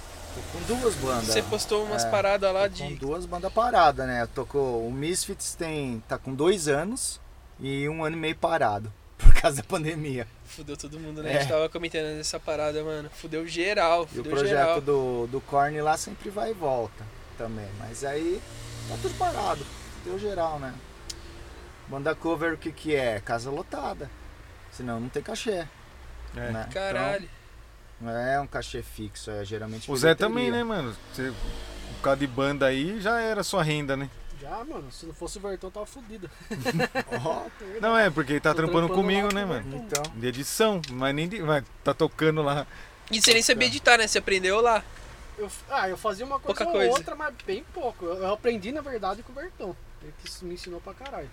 Com duas bandas.
Você postou umas
É,
paradas lá
Tô Com
de.
duas bandas paradas, né? Tocou, o Misfits tem, tá com dois anos e um ano e meio parado <laughs> por causa da pandemia.
Fudeu todo mundo, né?
É.
A gente tava comentando essa parada, mano. Fudeu geral,
E o
fudeu
projeto
geral.
do, do Korn lá sempre vai e volta também. Mas aí tá tudo parado. Deu geral, né? Banda cover o que que é? Casa lotada. Senão não tem cachê.
É.
Né?
Caralho.
Então, não é um cachê fixo, é geralmente.
O Zé
bilheteria.
também, né, mano? Você, por causa de banda aí, já era sua renda, né?
Já, mano, se não fosse o Vertão, tava fudido.
<laughs> Ó,
Não é, porque ele tá
Tô
trampando
trampando
comigo,
lá com
né,
o
mano?
então.
De edição, mas nem de, mas tá tocando lá.
E você nem sabia editar, né? Você aprendeu lá.
Eu, ah, eu fazia uma coisa
Pouca
ou
coisa.
outra, mas bem pouco. Eu, eu aprendi, na verdade, com o Bertão. Ele que me ensinou pra
<laughs>
caralho.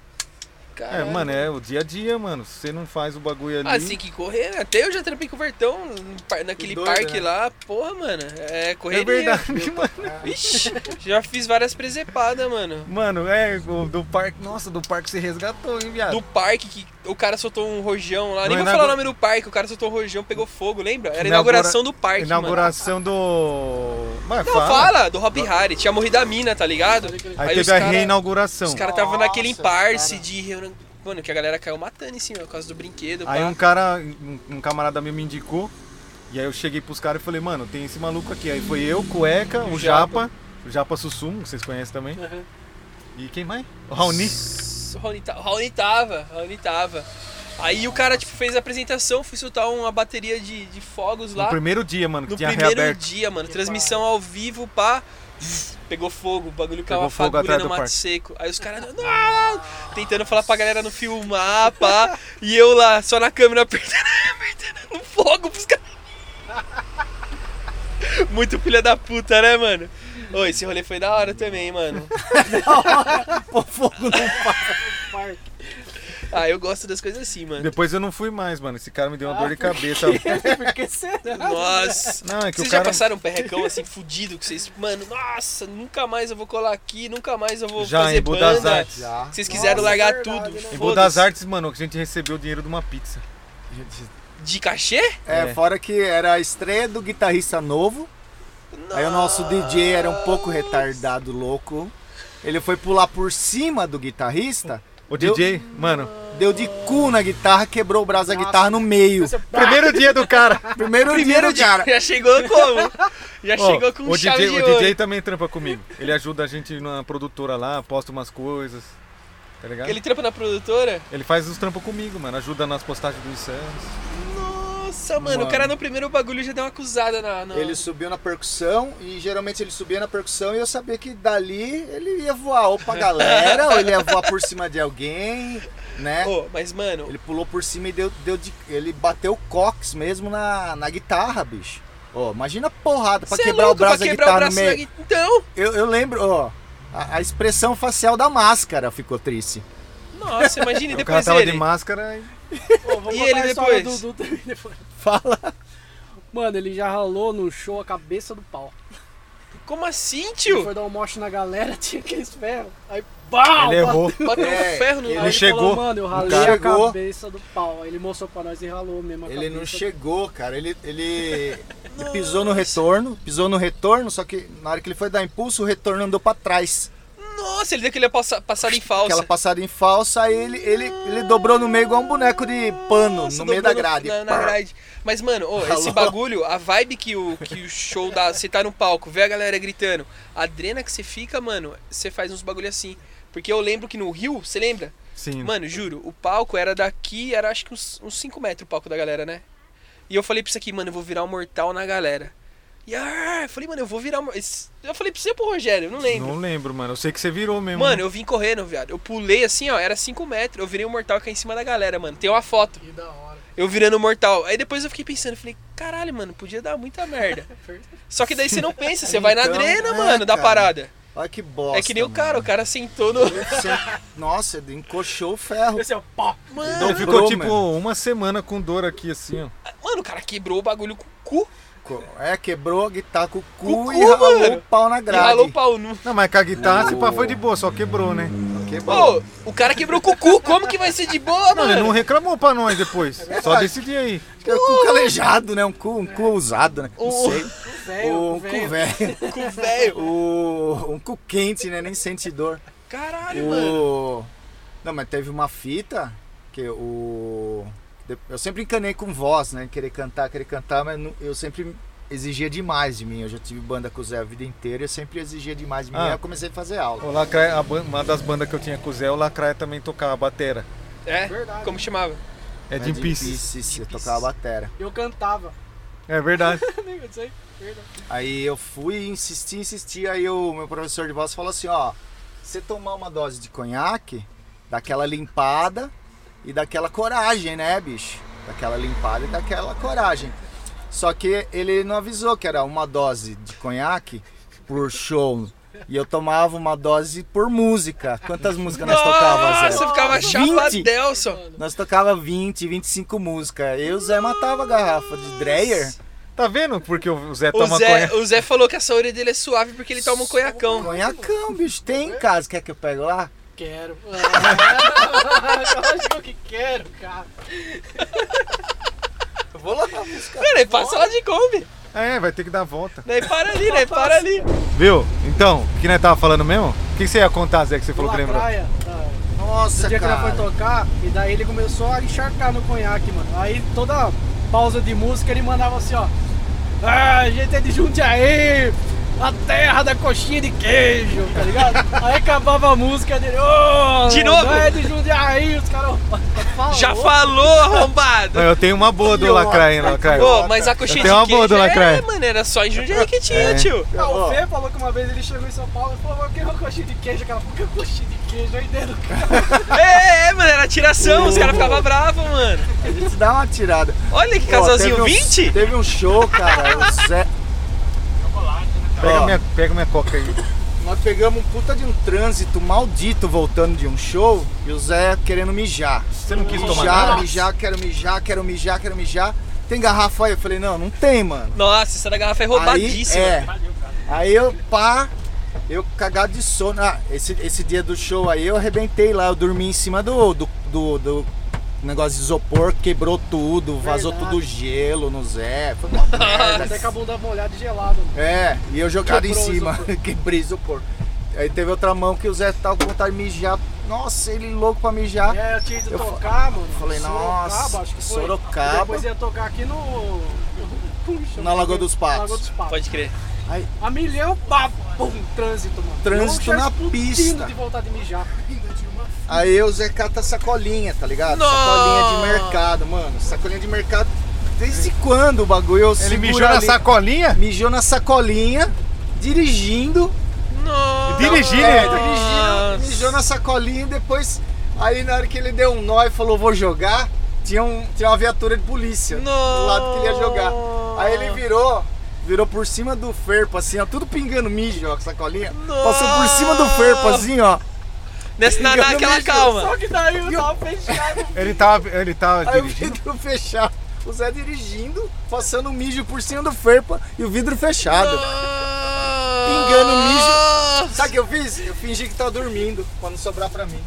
É,
Caralho.
mano, é o dia a dia, mano. Se você não faz o bagulho ali.
Ah, tem que correr, né? Até eu já trampei com o Vertão no par- naquele
Que doido,
parque
né?
lá. Porra, mano. É correria.
é verdade, <laughs> mano.
Ixi, já fiz várias presepadas, mano.
Mano, é, o do parque. Nossa, do parque você resgatou, hein, viado?
Do parque que o cara soltou um rojão lá.
Não,
Nem vou
inaugura-
falar o nome do parque, o cara soltou um rojão, pegou fogo, lembra? Era a
Inaugura-
inauguração do parque, mano.
Inauguração do. Mas
Não,
fala.
fala, do Hop Harry, tinha morrido a mina, tá ligado?
Aí,
os
teve a
cara-
reinauguração.
Os caras estavam naquele
Nossa,
imparse
cara.
de reunião. Mano, que a galera caiu matando em cima por causa do brinquedo.
Aí
pá.
um cara, um, um camarada meu me indicou. E aí eu cheguei pros caras e falei, mano, tem esse maluco aqui. Aí foi eu, Cueca,
E o
o Japa, o Japa Sussumo, que vocês conhecem também.
Uhum.
E quem mais? O Raoni.
O Raoni ta- o Raoni tava, o Raoni tava. Aí o cara, tipo, fez a apresentação, fui soltar uma bateria de, de fogos lá.
No primeiro dia, mano, que
No
tinha
primeiro
reaberto.
dia, mano. Transmissão ao vivo, pá. Pegou fogo, o bagulho caiu
Pegou
uma
fogo
fagulha
atrás
no
do
mato
parque.
seco. Aí os caras. "Não, não", Tentando falar pra galera não filmar, pá. E eu lá, só na câmera apertando, <laughs> apertando no fogo pros caras. Muito filha da puta, né, mano? Ô, esse rolê foi da hora também, mano.
<laughs> Pô, fogo no
Parque.
Ah, eu gosto das coisas assim, mano.
Depois eu não fui mais, mano. Esse cara me deu uma
Ah,
dor de cabeça.
Porque será?
<laughs>
Nossa.
Não, é que
vocês
o
já
cara.
passaram um perrecão assim, <laughs> fudido, que vocês. Mano, nossa, nunca mais eu vou colar aqui, nunca mais eu vou
Já,
fazer
em
banda.
Budas Artes.
já.
Vocês quiseram
Nossa,
é
largar
verdade,
tudo.
né?
Em
foda-se.
Budas Artes, mano, a gente recebeu o dinheiro de uma pizza.
De cachê? <laughs>
É.
É, fora que era a estreia do guitarrista novo. Aí o nosso DJ era um pouco retardado, louco. Ele foi pular por cima do guitarrista,
O
Deu-
DJ, mano,
deu de cu na guitarra, quebrou o braço da guitarra no meio.
primeiro dia do cara.
Primeiro,
é Primeiro
dinheiro,
dia.
cara.
Já chegou como? Já
Ó,
<laughs> chegou com
o
chave
DJ,
de
o
ouro.
DJ também trampa comigo. Ele ajuda a gente na produtora lá, posta umas coisas. Tá ligado?
Ele
Ele,
trampa na produtora?
faz os trampos comigo, mano. Ajuda nas postagens dos Santos.
Nossa, mano, o
Mano.
cara no primeiro bagulho já deu uma acusada na. na-
Ele subiu na percussão e geralmente ele subia na percussão e eu sabia que dali ele ia voar ou pra galera, ou ele ia voar por cima de alguém, né?
Ô, mas, mano,
Ele pulou por cima e deu, deu de, ele bateu o cox mesmo na, na guitarra, bicho. Ó, imagina a porrada pra
Cê é
quebrar o
louco,
braço
pra
da
quebrar
guitarra
o
no
braço da
meio.
guitarra. Então,
Eu, eu lembro, ó, a, a expressão facial da máscara ficou triste.
nossa,
<laughs>
imagine
o cara
depois
tava
ele.
de máscara e.
vou
E
contar
ele
a história
depois?
do- do Dudu depois.
Fala.
Mano, ele já ralou no show a cabeça do pau.
Como assim,
Ele
tio?
foi dar um moche na galera, <laughs> tinha aqueles ferros. Aí, BAU!
Ele errou.
Bateu um
É,
ferro no
Aí
ele
olho.
chegou.
falou, mano, eu ralei
cara
a
chegou.
cabeça do pau. Aí Ele mostrou pra nós e ralou mesmo a
Ele não
cabeça.
chegou, cara. Ele,
<laughs>
ele, ele pisou no retorno, pisou no retorno, só que na hora que ele foi dar impulso, o retorno andou pra trás.
Nossa, ele deu aquele passa- passada em falsa.
Aquela passada em falsa, aí ele, ele, ele dobrou no meio igual um boneco de pano,
Nossa,
no meio da
dobrou
grade.
Na, na grade. Mas, mano, ô, esse
Alô?
bagulho, a vibe que o, que o show dá, você tá no palco, vê a galera gritando, a drena que você fica, mano, você faz uns bagulho assim. Porque eu lembro que no Rio, você lembra?
Sim.
Mano, juro, o palco era daqui, era acho que uns, uns 5 metros o palco da galera, né? E eu falei pra isso aqui, mano, eu vou virar um mortal na galera. E ah, eu falei, mano, eu vou virar um. esse- Eu falei pra você ou pro Rogério, eu não lembro.
Não lembro, mano. Eu sei que você virou mesmo.
né?
Mano, eu vim correndo, viado. Eu pulei assim, ó, era 5 metros. Eu virei um mortal e caí em cima da galera, mano. Tem uma foto.
Que da hora.
Eu virando mortal. Aí depois eu fiquei pensando, falei, caralho, mano, podia dar muita merda. Só que daí você não pensa, você vai na
Então,
drena,
é,
mano, da
cara.
parada.
Olha que bosta.
é que nem o cara,
mano.
o cara sentou no. <laughs>
Você- Nossa, ele encoxou o ferro.
Esse é o pau.
Mano,
Então
ele
ficou
dobrou,
tipo
mano.
uma semana com dor aqui, assim, ó.
mano, o cara quebrou o bagulho com o cu
Co- É, quebrou a guitarra com o cu
Com o
e
cu,
ralou
mano.
o pau na
e
grade.
ralou o pau nu.
Não, mas com a guitarra, se pá,
Oh.
foi de boa, só quebrou, né?
Quebrou.
Pô, o cara quebrou com o cu, como que vai ser de boa,
Não, ele não
mano?
reclamou pra nós depois. Só desse dia aí.
É um cu calejado, né? Um cu, um cu usado, né? Não
O-
sei.
Velho,
um
velho.
cu velho.
Cu velho.
O, um cu quente, né? Nem sente dor.
Caralho, mano.
O... Não, mas teve uma fita que o. Eu sempre encanei com voz, né? Querer cantar, querer cantar, mas nu- eu sempre exigia demais de mim. Eu já tive banda com o Zé a vida inteira, eu sempre exigia demais de mim.
Ah.
Aí eu comecei a fazer aula.
O Lacraia, a ban- uma das bandas que eu tinha com o Zé, o Lacraia também tocava batera.
É,
Verdade.
como chamava?
É
Mas
de
em
Pieces.
Pieces, eu tocava batera.
Eu cantava.
É verdade.
Eu sei, verdade.
Aí eu fui insistir, insistir. Aí o meu professor de voz falou assim: ó, você tomar uma dose de conhaque, daquela limpada e daquela coragem, né, bicho? Daquela limpada e daquela coragem. Só que ele não avisou que era uma dose de conhaque por show. E eu tomava uma dose por música. Quantas músicas nós tocava,
Nossa,
Zé?
ficava
20?
chapadel só.
Nós tocava 20, 25 músicas. Eu, o Zé, matava a garrafa de Dreyer.
Tá vendo porque o Zé
O
toma
Zé,
conhaque?
o Zé falou que essa orelha dele é suave porque ele toma um conhacão.
Conhacão, bicho. Tem em casa. Quer que eu pegue lá?
Quero. <laughs> Ah, Lógico que quero, cara.
Vou lá buscar.
Cara, ele passa lá de Kombi.
É, vai ter que dar a volta.
Daí para ali, né? Para ali.
Viu? Então, o que nós tava falando mesmo? O que, que você ia contar, Zé, que você falou que
Lá
lembrou?
praia. ah,
Nossa,
No dia
cara.
que ele foi tocar, e daí ele começou a encharcar no conhaque, mano. Aí toda pausa de música ele mandava assim, ó. Ah, a gente é de Jundiaí, a terra da coxinha de queijo, tá ligado? Aí acabava a música dele, ô!
De novo?
Não é de Jundiaí, os caras falam.
Já falou, arrombado!
Não, eu tenho uma boa do
Eu-
Lacraia, hein, Lacraia.
Ô, mas a coxinha
Eu tenho uma
de
boa,
queijo
dona
é,
Craia.
mano, era só em Jundiaí que tinha,
É.
tio.
Ah, o
Ó,
Fê falou que uma vez ele chegou em São Paulo e falou, eu quero uma coxinha de queijo, cara. Por que coxinha de queijo? Eu entendo, cara.
É, é, mano, era tiração, os caras ficavam bravos, mano.
a gente dá uma tirada.
Olha que
Ó,
casalzinho,
teve um-
20?
Teve um show, cara.
<laughs>
O Zé...
Pega,
Ó,
minha, pega minha coca aí.
Nós pegamos um puta de um trânsito maldito voltando de um show e o Zé querendo mijar.
Você não quis tomar
Mijar,
nada?
mijar, quero mijar, quero mijar, quero mijar. Tem garrafa aí? Eu falei, não, não tem, mano.
Nossa, essa da garrafa é roubadíssima.
Aí, é. Aí eu, pá, eu cagado de sono. Ah, esse, esse dia do show aí eu arrebentei lá, eu dormi em cima do, do, do, do negócio de isopor, quebrou tudo, vazou
Verdade.
tudo o gelo no Zé. Foi uma merda.
Até com a bunda molhada e gelada, mano.
É, e eu jogado em
Quebrou o
cima,
isopor.
<laughs> quebrei o isopor. Aí teve outra mão que o Zé tava com vontade de mijar. Nossa, ele louco pra mijar.
É, eu tinha ido
Eu fa-
tocar, mano.
falei, nossa,
acho que foi.
Sorocaba.
Depois ia tocar aqui no. Puxa,
Na Lagoa dos Patos.
Lagoa dos Patos.
Pode crer.
A milhão, pá, pum, trânsito, mano.
Trânsito
Eu já
na
explodindo
pista.
um de vontade de mijar.
Aí o Zé cata sacolinha, tá ligado?
Nossa.
Sacolinha de mercado, mano. Sacolinha de mercado. Desde quando o bagulho? Eu
Ele
seguro
mijou na
ali-
sacolinha?
Mijou na sacolinha, dirigindo.
Nossa.
Dirigindo,
É,
Nossa.
dirigindo,
né?
mijou na sacolinha e depois. Aí na hora que ele deu um nó e falou, vou jogar, tinha, um, tinha uma viatura de polícia do lado que ele ia jogar. Aí ele virou, virou por cima do ferpo, assim, ó, tudo pingando mijo, ó, com sacolinha. Passou por cima do ferpo, assim, ó.
Nessa, na,
Eu não
naquela
mexo,
calma.
que daí eu tava fechado.
Ele tava, ele tava
Aí o
Tá dirigindo.
vidro fechado. O Zé dirigindo, passando mijo por cima do ferpa e o vidro fechado. Pingando mijo. Sabe o que eu fiz? Eu fingi que tava dormindo, pra não sobrar pra mim.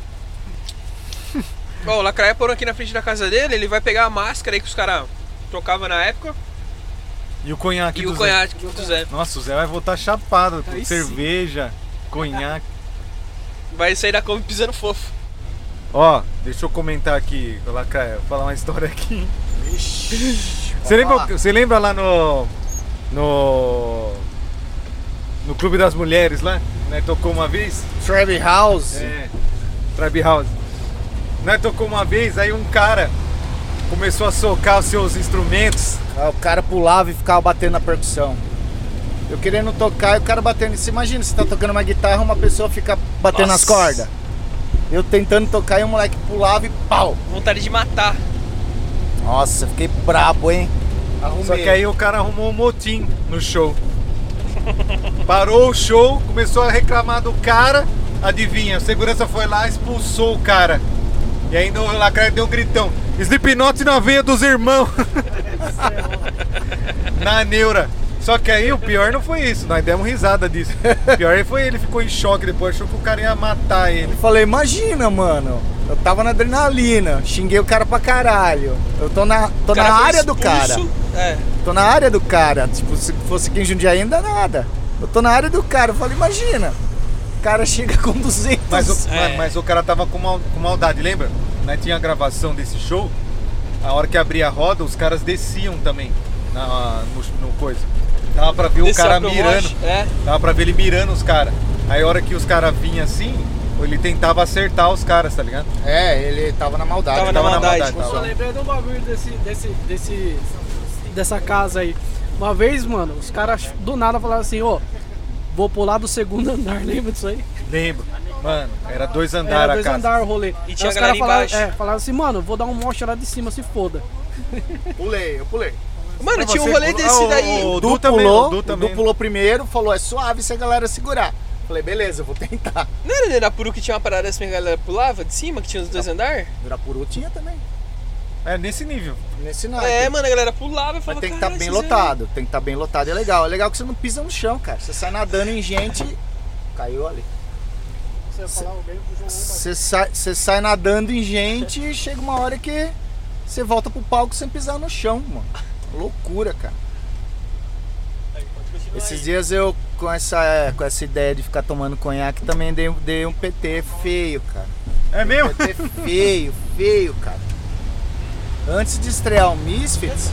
Ó, o Lacraia parou aqui na frente da casa dele, ele vai pegar a máscara aí que os caras trocavam na época
E o conhaque
e
do
o
Zé.
conhaque do Zé.
Nossa, o Zé vai voltar chapado. com
Aí sim.
cerveja, conhaque.
Vai sair da Kombi pisando fofo.
Ó, deixa eu comentar aqui, ô Lacraia, vou falar uma história aqui. Você
Pode
lembra,
falar.
você lembra lá no. No. No Clube das Mulheres lá? Né? Tocou uma vez?
Trevi House?
É. Tribe House. Nós tocou uma vez, aí um cara começou a socar os seus instrumentos.
Ah, O cara pulava e ficava batendo na percussão. Eu querendo tocar e o cara batendo. Você imagina, você tá tocando uma guitarra, uma pessoa fica batendo nas
Nossa.
cordas. Eu tentando tocar e o moleque pulava e pau!
Vontade de matar.
Nossa, fiquei brabo, hein? Arrumei.
Só que aí o cara arrumou um motim no show. <laughs> Parou o show, começou a reclamar do cara. Adivinha, o segurança foi lá, expulsou o cara. E ainda o Lacraia deu um gritão: Slipknot na veia dos irmãos! <laughs> na neura. Só que aí o pior não foi isso, nós demos risada disso. O pior aí foi ele, ficou em choque depois, achou que o cara ia matar ele.
Eu falei, imagina, mano. Eu tava na adrenalina, xinguei o cara pra caralho. Eu tô na, tô
O cara
na
foi
área do cara.
expulso. É.
Tô na área do cara. Tipo, se fosse aqui em Jundiaí, ainda nada. Eu tô na área do cara. Eu falei, imagina. O cara chega com 200.
Mas o,
É.
mas, mas o cara tava com, mal, com maldade, lembra? Nós tinha a gravação desse show, a hora que abria a roda, os caras desciam também na, no, no coisa. Dava pra ver o
Desceu
cara
a promote,
mirando. Ah,
É.
Dava pra ver ele mirando os caras. Aí a hora que os caras vinham assim, ele tentava acertar os caras, tá ligado?
É, ele tava na maldade.
Tava na
Tava na
maldade.
maldade,
Eu só
tava.
lembrei de um bagulho desse, desse, desse, dessa casa aí. Uma vez, mano, os caras do nada falaram assim, ô, vou pular do segundo <laughs> andar, lembra disso aí?
Lembro. Mano, era dois andares
Era
a
dois
casa.
andar o rolê. Aí
tinha
os
galera
caras falaram,
embaixo.
é, falaram assim, mano, vou dar um monstro lá de cima, se foda.
Pulei, eu pulei.
Mano,
Mas
tinha um
você
rolê
pulou-
desse
Ah,
daí.
o-
O
o
Du,
Du também,
pulou,
o Du
o Du
também.
pulou primeiro, falou, é suave se a galera segurar. Falei, beleza, eu vou tentar.
Não era no Irapuru que tinha uma parada assim que a galera pulava de cima, que tinha os dois andares?
Durapuru tinha também,
É nesse nível.
nesse naipe.
É, mano, a galera pulava e
Ah, Mas
falava.
tem que estar
"Caralho,
bem
esses
lotado, tem que estar bem lotado. É legal, é legal que você não pisa no chão, cara. Você sai nadando em gente, caiu ali. Você sai, você sai nadando em gente e chega uma hora que você volta pro palco sem pisar no chão, mano. Loucura, cara. Esses dias eu, com essa, com essa ideia de ficar tomando conhaque, também dei, dei um PT feio, cara.
É mesmo?
PT feio, feio, cara. Antes de estrear o Misfits,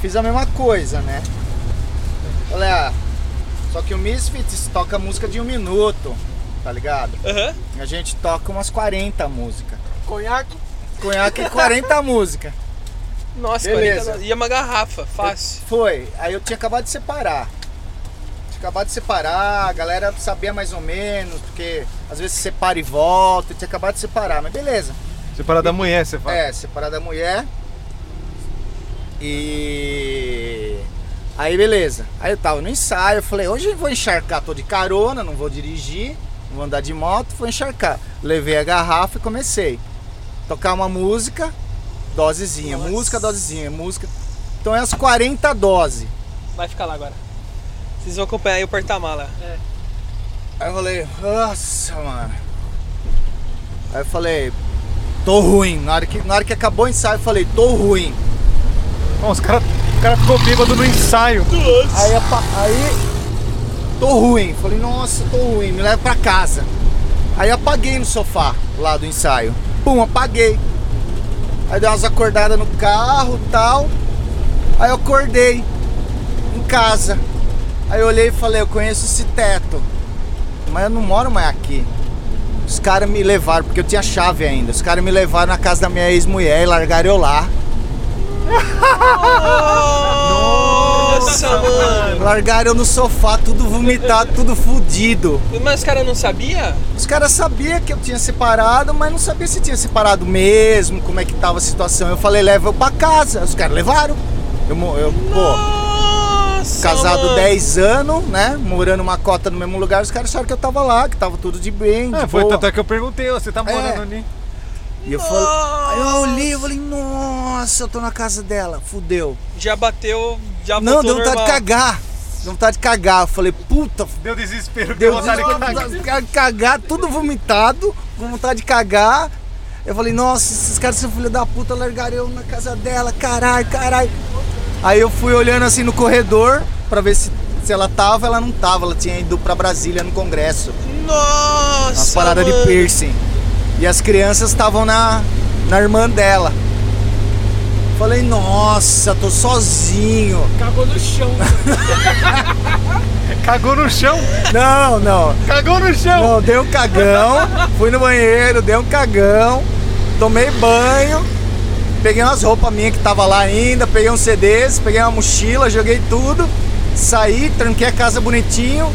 fiz a mesma coisa, né? Falei, ah, só que o Misfits toca música de um minuto, tá ligado?
Aham.
A gente toca umas 40 músicas.
Conhaque.
Conhaque é 40 músicas.
Nossa,
Beleza.
40 E é uma garrafa, fácil.
Foi. Aí eu tinha acabado de separar. Tinha acabado de separar, a galera sabia mais ou menos, porque às vezes separa e volta, eu tinha acabado de separar, mas beleza.
Separado da mulher, você fala.
É, separar da mulher. E. Aí beleza. Aí eu tava no ensaio, eu falei, hoje eu vou encharcar, tô de carona, não vou dirigir, não vou andar de moto, vou encharcar. Levei a garrafa e comecei. Tocar uma música, dosezinha, música, dosezinha, música. Então é as 40 doses.
Vai ficar lá agora. Vocês vão acompanhar aí o porta-mala.
Aí eu falei, nossa, mano. Aí eu falei, tô ruim. Na hora que, na hora que acabou o ensaio, eu falei, tô ruim.
Bom, os caras o cara ficou bêbado no ensaio.
Aí, a pa- aí tô ruim. Falei, nossa, tô ruim, me leva pra casa. Aí apaguei no sofá lá do ensaio. Pum, apaguei. Aí dei umas acordadas no carro tal. Aí eu acordei em casa. Aí eu olhei e falei, eu conheço esse teto. Mas eu não moro mais aqui. Os caras me levaram, porque eu tinha chave ainda. Os caras me levaram na casa da minha ex-mulher e largaram eu lá.
Nossa, mano.
Largaram eu no sofá, tudo vomitado, tudo fudido.
Mas os caras não sabia?
Os caras sabiam que eu tinha separado, mas não sabia se tinha separado mesmo, como é que tava a situação. Eu falei, leva eu pra casa. Os caras levaram. Eu, mo- eu pô,
Nossa,
casado
mano.
10 anos, né? Morando uma cota no mesmo lugar, os caras acharam que eu tava lá, que tava tudo de bem.
É,
de
foi
boa.
tanto é que eu perguntei, ó, você tá morando ali?
E eu falei. Aí eu olhei e falei, nossa, eu tô na casa dela, fudeu.
Já bateu, já
não,
voltou
deu vontade
normal.
de cagar. Deu vontade de cagar. Eu falei, puta,
Deu desespero, deu
deu
vontade de cagar.
vontade de cagar. cagar, tudo vomitado, com vontade de cagar. Eu falei, nossa, esses caras são filho da puta, largaram eu na casa dela, caralho, caralho. Aí eu fui olhando assim no corredor pra ver se, se ela tava, ela não tava, ela tinha ido pra Brasília no congresso. Uma
Nossa,
parada
mano.
de piercing. E as crianças estavam na, na irmã dela. Falei, nossa,
<laughs>
tô sozinho.
Cagou no chão.
Cagou no chão,
Não, não.
cagou no chão.
Não, dei um cagão, fui no banheiro, dei um cagão, tomei banho, peguei umas roupas minhas que tava lá ainda, peguei uns CDs, peguei uma mochila, joguei tudo, saí, tranquei a casa bonitinho,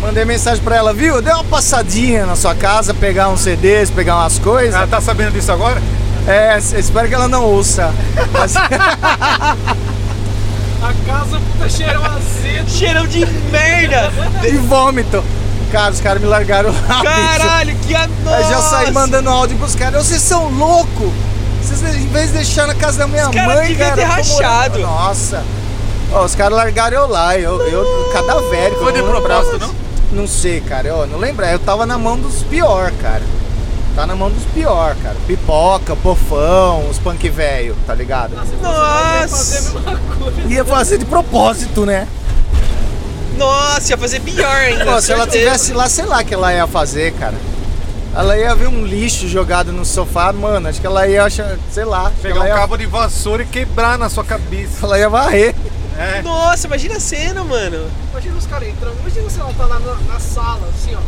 mandei mensagem pra ela, viu? Dei uma passadinha na sua casa, pegar uns CDs, pegar umas coisas.
Ela tá sabendo disso agora?
É, s- espero que ela não ouça. Mas-
A casa puta cheirou azedo.
Cheirão de
<laughs>
merda.
e vômito. Cara, os caras me largaram lá. bicho.
Caralho, que a...
Aí já
Nossa.
saí mandando áudio pros caras. Vocês são loucos! Vocês, em vez de deixar na casa da minha
Os caras
mãe,
deviam
cara.
ter
eu tô morando-
rachado.
Nossa! Ó, os caras largaram eu lá, eu, eu cadavérico.
Foi de
eu não lembrava.
propósito, não?
Não sei, cara. Eu não lembro. Eu tava na mão dos pior, cara. Tá na mão dos pior, cara. Pipoca, pofão, os punk velho, tá ligado?
Fazer a
Nossa.
mesma coisa.
Ia fazer de propósito, né?
Nossa, ia fazer pior ainda.
Pô, se ela
certeza.
tivesse lá, sei lá o que ela ia fazer, cara. Ela ia ver um lixo jogado no sofá, mano. Acho que ela ia achar, sei lá. acho que
Pegar
ela
um
ia,
cabo de vassoura e quebrar na sua cabeça.
Ela ia varrer.
É.
Nossa, imagina a cena, mano.
Imagina os caras entrando. Imagina se ela tá lá na, na sala, assim, ó.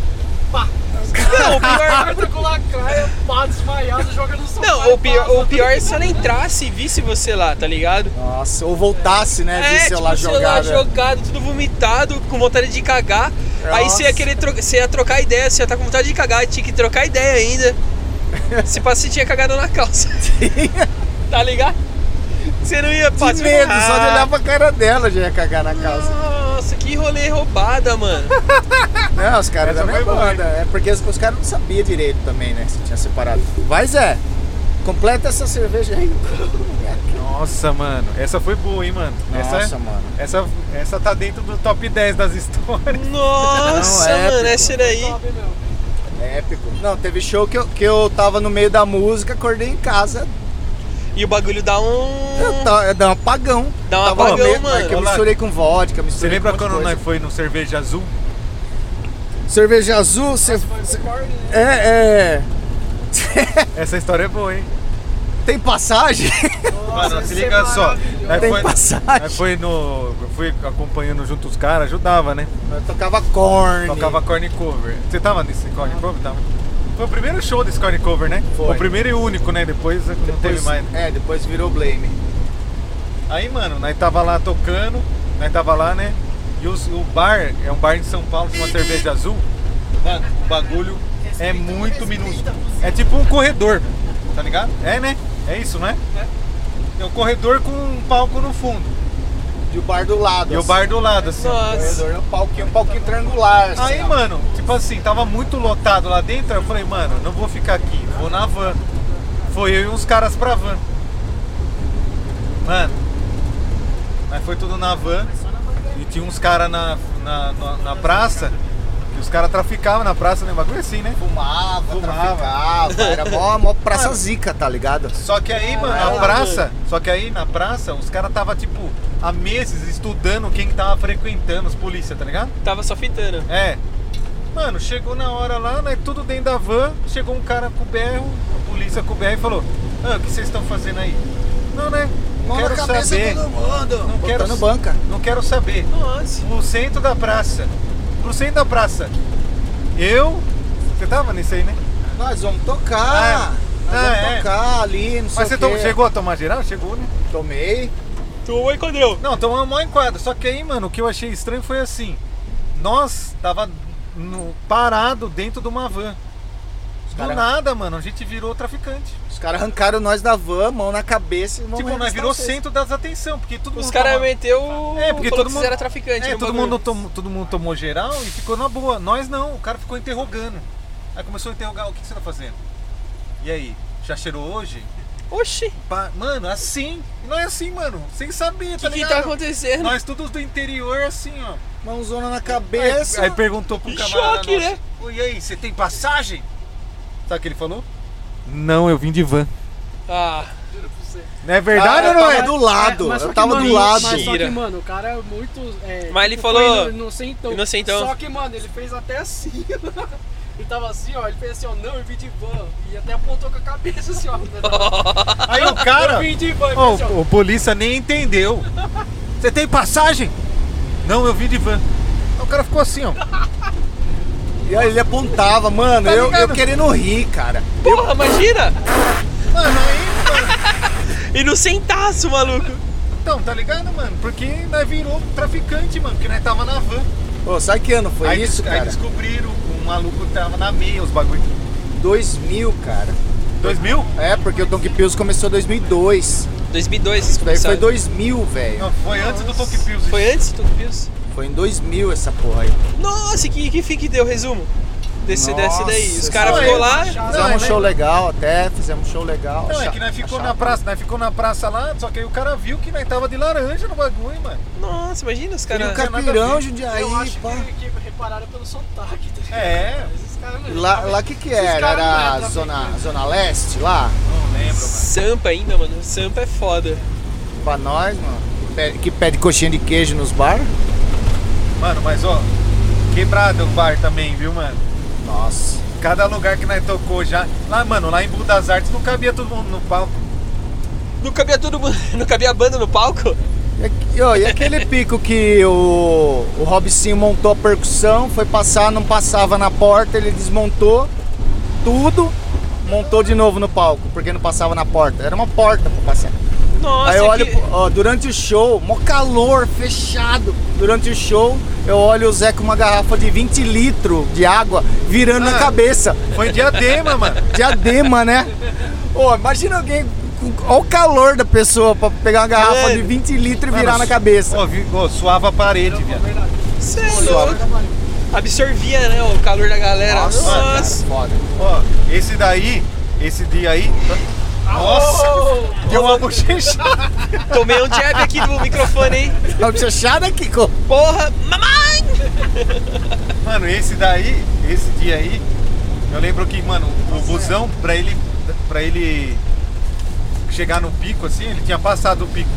Pá.
Ah, Não, o
<laughs>
pior...
Entra com lacraia, pá, desmaiado, joga no sofá.
Não,
e
o pior,
passa.
o pior é se ela entrasse e visse você lá, tá ligado?
Nossa, ou voltasse, né?
É,
Visse
tipo,
ela
celular
jogada.
jogado, tudo vomitado, com vontade de cagar. Aí você ia
Nossa.
querer tro- você ia trocar ideia, você ia estar com vontade de cagar, tinha que trocar ideia
<laughs>
ainda. Se passa, você tinha cagado na calça. tá ligado? Você não ia
De
passar.
medo, só de olhar pra cara dela já ia cagar na calça.
Nossa, que rolê roubada, mano.
Não, os caras
Essa
da minha
foi boa,
banda. É porque os, os caras não sabiam direito também, né? Se tinha separado. Mas é, completa essa cerveja aí. <laughs>
Nossa, mano. Essa foi boa, hein, mano.
Nossa,
Essa, é?
mano.
essa, essa tá dentro do top 10 das histórias.
Nossa,
Não, é, épico.
mano, essa daí.
Sabe, meu?
É épico. Não, teve show que eu, que eu tava no meio da música, acordei em casa,
E o bagulho dá
Eu
um.
tava- eu Dá um apagão.
Dá um
Tava
apagão,
meio-
mano.
Que eu
Olá.
misturei com vodka,
<laughs>
misturei
Você lembra
com um monte de
quando
coisa.
nós foi no Cerveja Azul?
Cerveja azul, você...
Party, né?
É, é...
Essa história é boa, hein?
Tem passagem?
Mano,
isso
se
é
liga só.
maravilhoso.
Aí
<laughs> Tem
foi, aí
passagem.
foi no. Eu fui acompanhando junto os caras, ajudava, né?
Eu tocava corn.
Tocava corn cover. Você tava nesse corn cover? Tava. Foi o primeiro show desse corn cover, né? O
Foi.
primeiro e único, né? Depois, não teve
Depois,
mais. né?
É, depois virou blame.
Aí, mano, nós tava lá tocando, nós tava lá, né? E os- o bar, é um bar de São Paulo com uma cerveja azul. Mano, o bagulho é muito minúsculo. É tipo um corredor, tá ligado? É, né? É isso, né? É. É um corredor com um palco no fundo.
E o bar do lado.
E o
assim.
bar do lado, assim.
O
Nossa.
corredor é um palquinho, um palquinho triangular. assim,
Aí,
ó.
mano, tipo assim, tava muito lotado lá dentro. Eu falei, mano, não vou ficar aqui, vou na van. Foi eu e uns caras pra van. Mano, mas foi tudo na van. E tinha uns caras na, na, na, na praça. E os caras traficavam na praça, né? Bagulho assim, né?
Fumava,
Fumava.
traficava. Era mó, mó praça zica, tá ligado?
Só que aí, mano, na
Caralho.
praça, só que aí na praça, os caras tava, tipo, há meses estudando quem que tava frequentando os polícia, tá ligado?
Tava só fitando.
É. Mano, chegou na hora lá, né? Tudo dentro da van. Chegou um cara com o berro, a polícia com o berro e falou: Ah, o que vocês estão fazendo aí? Não, né? Não
Mão na
quero
cabeça
saber.
todo mundo.
Não quero
Botando
s-
banca.
Não quero saber.
Nossa.
O centro da praça. Pro centro da praça. Eu. Você tava nisso aí, né?
Nós vamos tocar.
Ah,
Nós
ah,
vamos
é.
tocar ali, não sei
Mas
o
você
quê.
tom- chegou a tomar geral? Chegou, né?
Tomei.
Tu oi, Codreu.
Não, tomamos mó enquadro. Só que aí, mano, o que eu achei estranho foi assim. Nós tava no- parado dentro de uma van.
Os
Do
caras
nada, mano, a gente virou traficante.
cara arrancaram nós da van, mão na cabeça e vão
tipo, nós
arrestar
virou
vocês.
centro das atenções, porque todo
Os
mundo
caras
tava-
meteu.
É, porque todo
falou que
mundo-
vocês eram traficante.
É,
no
todo
bagulho.
mundo, tomou, todo mundo tomou geral e ficou na boa. Nós não, o cara ficou interrogando. Aí começou a interrogar, o que, que você tá fazendo? E aí, já cheirou hoje?
Oxi,
Pá, Mano, assim, não é assim, mano, sem saber,
o
tá
que, que
ligado?
tá acontecendo?
Nós todos do interior, assim, ó.
Mãozona na
Aí,
cabeça.
aí perguntou pro
Em
camarada
choque,
nosso,
né?
"Ô, E aí, você tem passagem? Sabe o que ele falou? Não, eu vim de van.
Ah,
Não é verdade ou não
eu
é?
Ah, tava do lado.
mas só
eu
que,
tava
mano,
do
Mas
lado.
só que,
Mentira.
mano, o cara é muito. É,
Mas ele
tipo,
falou,
foi Inocentão.
inocentão.
Só que, mano, ele fez até assim. <laughs> ele tava assim, ó. Ele fez assim, ó. Não, eu vim de van. E até apontou com a cabeça
<laughs>
assim, ó.
Aí o
Eu
cara.
vim de van. ele
Ô,
fez assim, ó.
o polícia nem entendeu. Você tem passagem? Não, eu vim de van. Aí O cara ficou assim, ó.
E aí ele apontava, mano.
Tá
eu, eu
ligado?
querendo rir, cara.
porra, imagina!
Mano, aí.
<laughs> E no centaço, maluco.
Então, tá ligado, mano? Porque nós virou traficante, mano, porque nós tava na van.
Pô, sabe que ano foi
aí,
isso,
des- aí
cara?
descobriram, o maluco tava na meia, os bagulho.
2000, cara.
2000?
É, porque o Donkey Pills começou em 2002.
2002,
Isso daí foi
expulsado.
2000, velho.
Não, foi antes do Toque Pills. isso.
Foi antes do Tudo Pius?
Foi em 2000 essa porra aí.
Nossa, que, que fim que deu, resumo? Desse, dessa daí. Os
Nossa,
caras
só
ficou
eu,
lá.
chato. Não,
Fizemos um
né?
show legal até, fizemos um show legal.
Não, é
Acha-
que nós ficou na
achava-
praça, nós ficou na praça lá, só que aí o cara viu que nós tava de laranja no bagulho, mano.
Nossa, imagina os
E o
caras.
cara- né? nada a
Capirão,
ver.
Jundiaí,
eu acho
pá.
que, que repararam pelo sotaque, tá ligado?
É.
Esses caras não-
Lá, lá que que
Esses
era?
caras não
Era
eram
zona, zona Leste lá?
Não lembro,
Sampa ainda, mano. Sampa é foda.
Pra nós, mano. Que pede, que pede coxinha de queijo nos bar?
Mano, mas ó, quebrado o bar também, viu, mano?
Nossa.
Cada lugar que nós tocou já. Lá, mano, lá em Budas das Artes não cabia todo mundo no palco.
Não cabia todo mundo. <laughs> Não cabia a banda no palco?
E, aqui- ó,
<laughs>
e aquele pico que o, o Robicinho montou a percussão, foi passar, não passava na porta, ele desmontou tudo, montou de novo no palco, porque não passava na porta. Era uma porta pra passar.
Nossa, é
Aí eu olho,
que-
pro- ó, durante o show, mó calor, fechado. Durante o show, eu olho o Zé com uma garrafa de 20 litros de água virando
Ah.
na cabeça.
Foi em diadema, mano.
Diadema, né? Ô, imagina alguém. com- Olha o calor da pessoa pra pegar uma garrafa
Mano.
de 20 litros e virar
Mano,
na cabeça.
Ó, vi- ó, suava a parede, viado.
Cê é louco. Absorvia, né, o calor da galera. Nossa.
cara, foda.
Ó, esse daí, esse dia aí. tá- Nossa! Deu uma bochechada.
Tomei um jab aqui no microfone, hein?
Tá bochechada, Kiko?
Porra! Mamãe!
Mano, esse daí, esse dia aí, eu lembro que, mano, o busão, pra ele. para ele chegar no pico, assim, ele tinha passado o pico.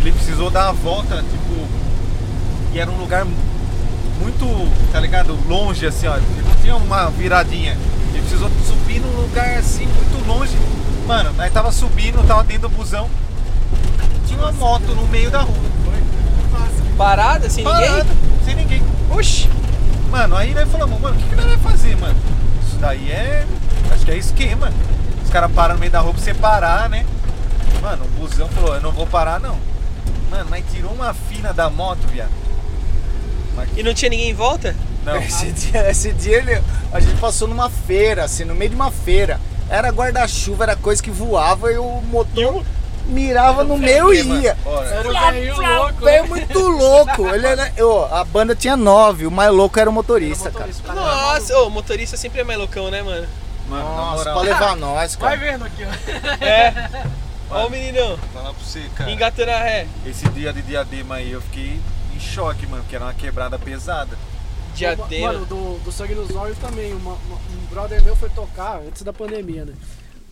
Ele precisou dar a volta, tipo. E era um lugar muito, tá ligado? Longe, assim, ó. Ele não tinha uma viradinha. Ele precisou subir num lugar assim, muito longe. Mano, aí tava subindo, tava dentro do busão. Tinha uma moto no meio da rua.
Parada, sem
Parada,
ninguém?
sem ninguém.
Oxi!
Mano, aí nós falamos, mano, o que, que nós vai fazer, mano? Isso daí é. Acho que é esquema. Os caras param no meio da rua pra você parar, né? Mano, o busão falou, eu não vou parar não. Mano, mas tirou uma fina da moto, viado. Mas
E não tinha ninguém em volta?
não.
Esse dia, esse dia ele- a gente passou numa feira, assim, no meio de uma feira. Era guarda-chuva, era coisa que voava e o motor mirava no meu e ia.
Bora.
Era o velho louco.
Foi muito louco. Ele era, ó, a banda tinha nove, o mais louco era o motorista, cara.
Motorista,
é
cara.
Nossa, ô, o motorista sempre é mais loucão, né, mano?
Mano, na
Nossa, pra
moral,
levar nós,
Vai
cara.
vendo aqui, ó.
É. Ó o meninão,
falar pra você, cara.
engatando a ré.
Esse dia de diadema aí eu fiquei em choque, mano, porque era uma quebrada pesada.
Diadema.
Mano, do, do Sangue nos Olhos também. uma- uma- um brother meu foi tocar antes da pandemia, né?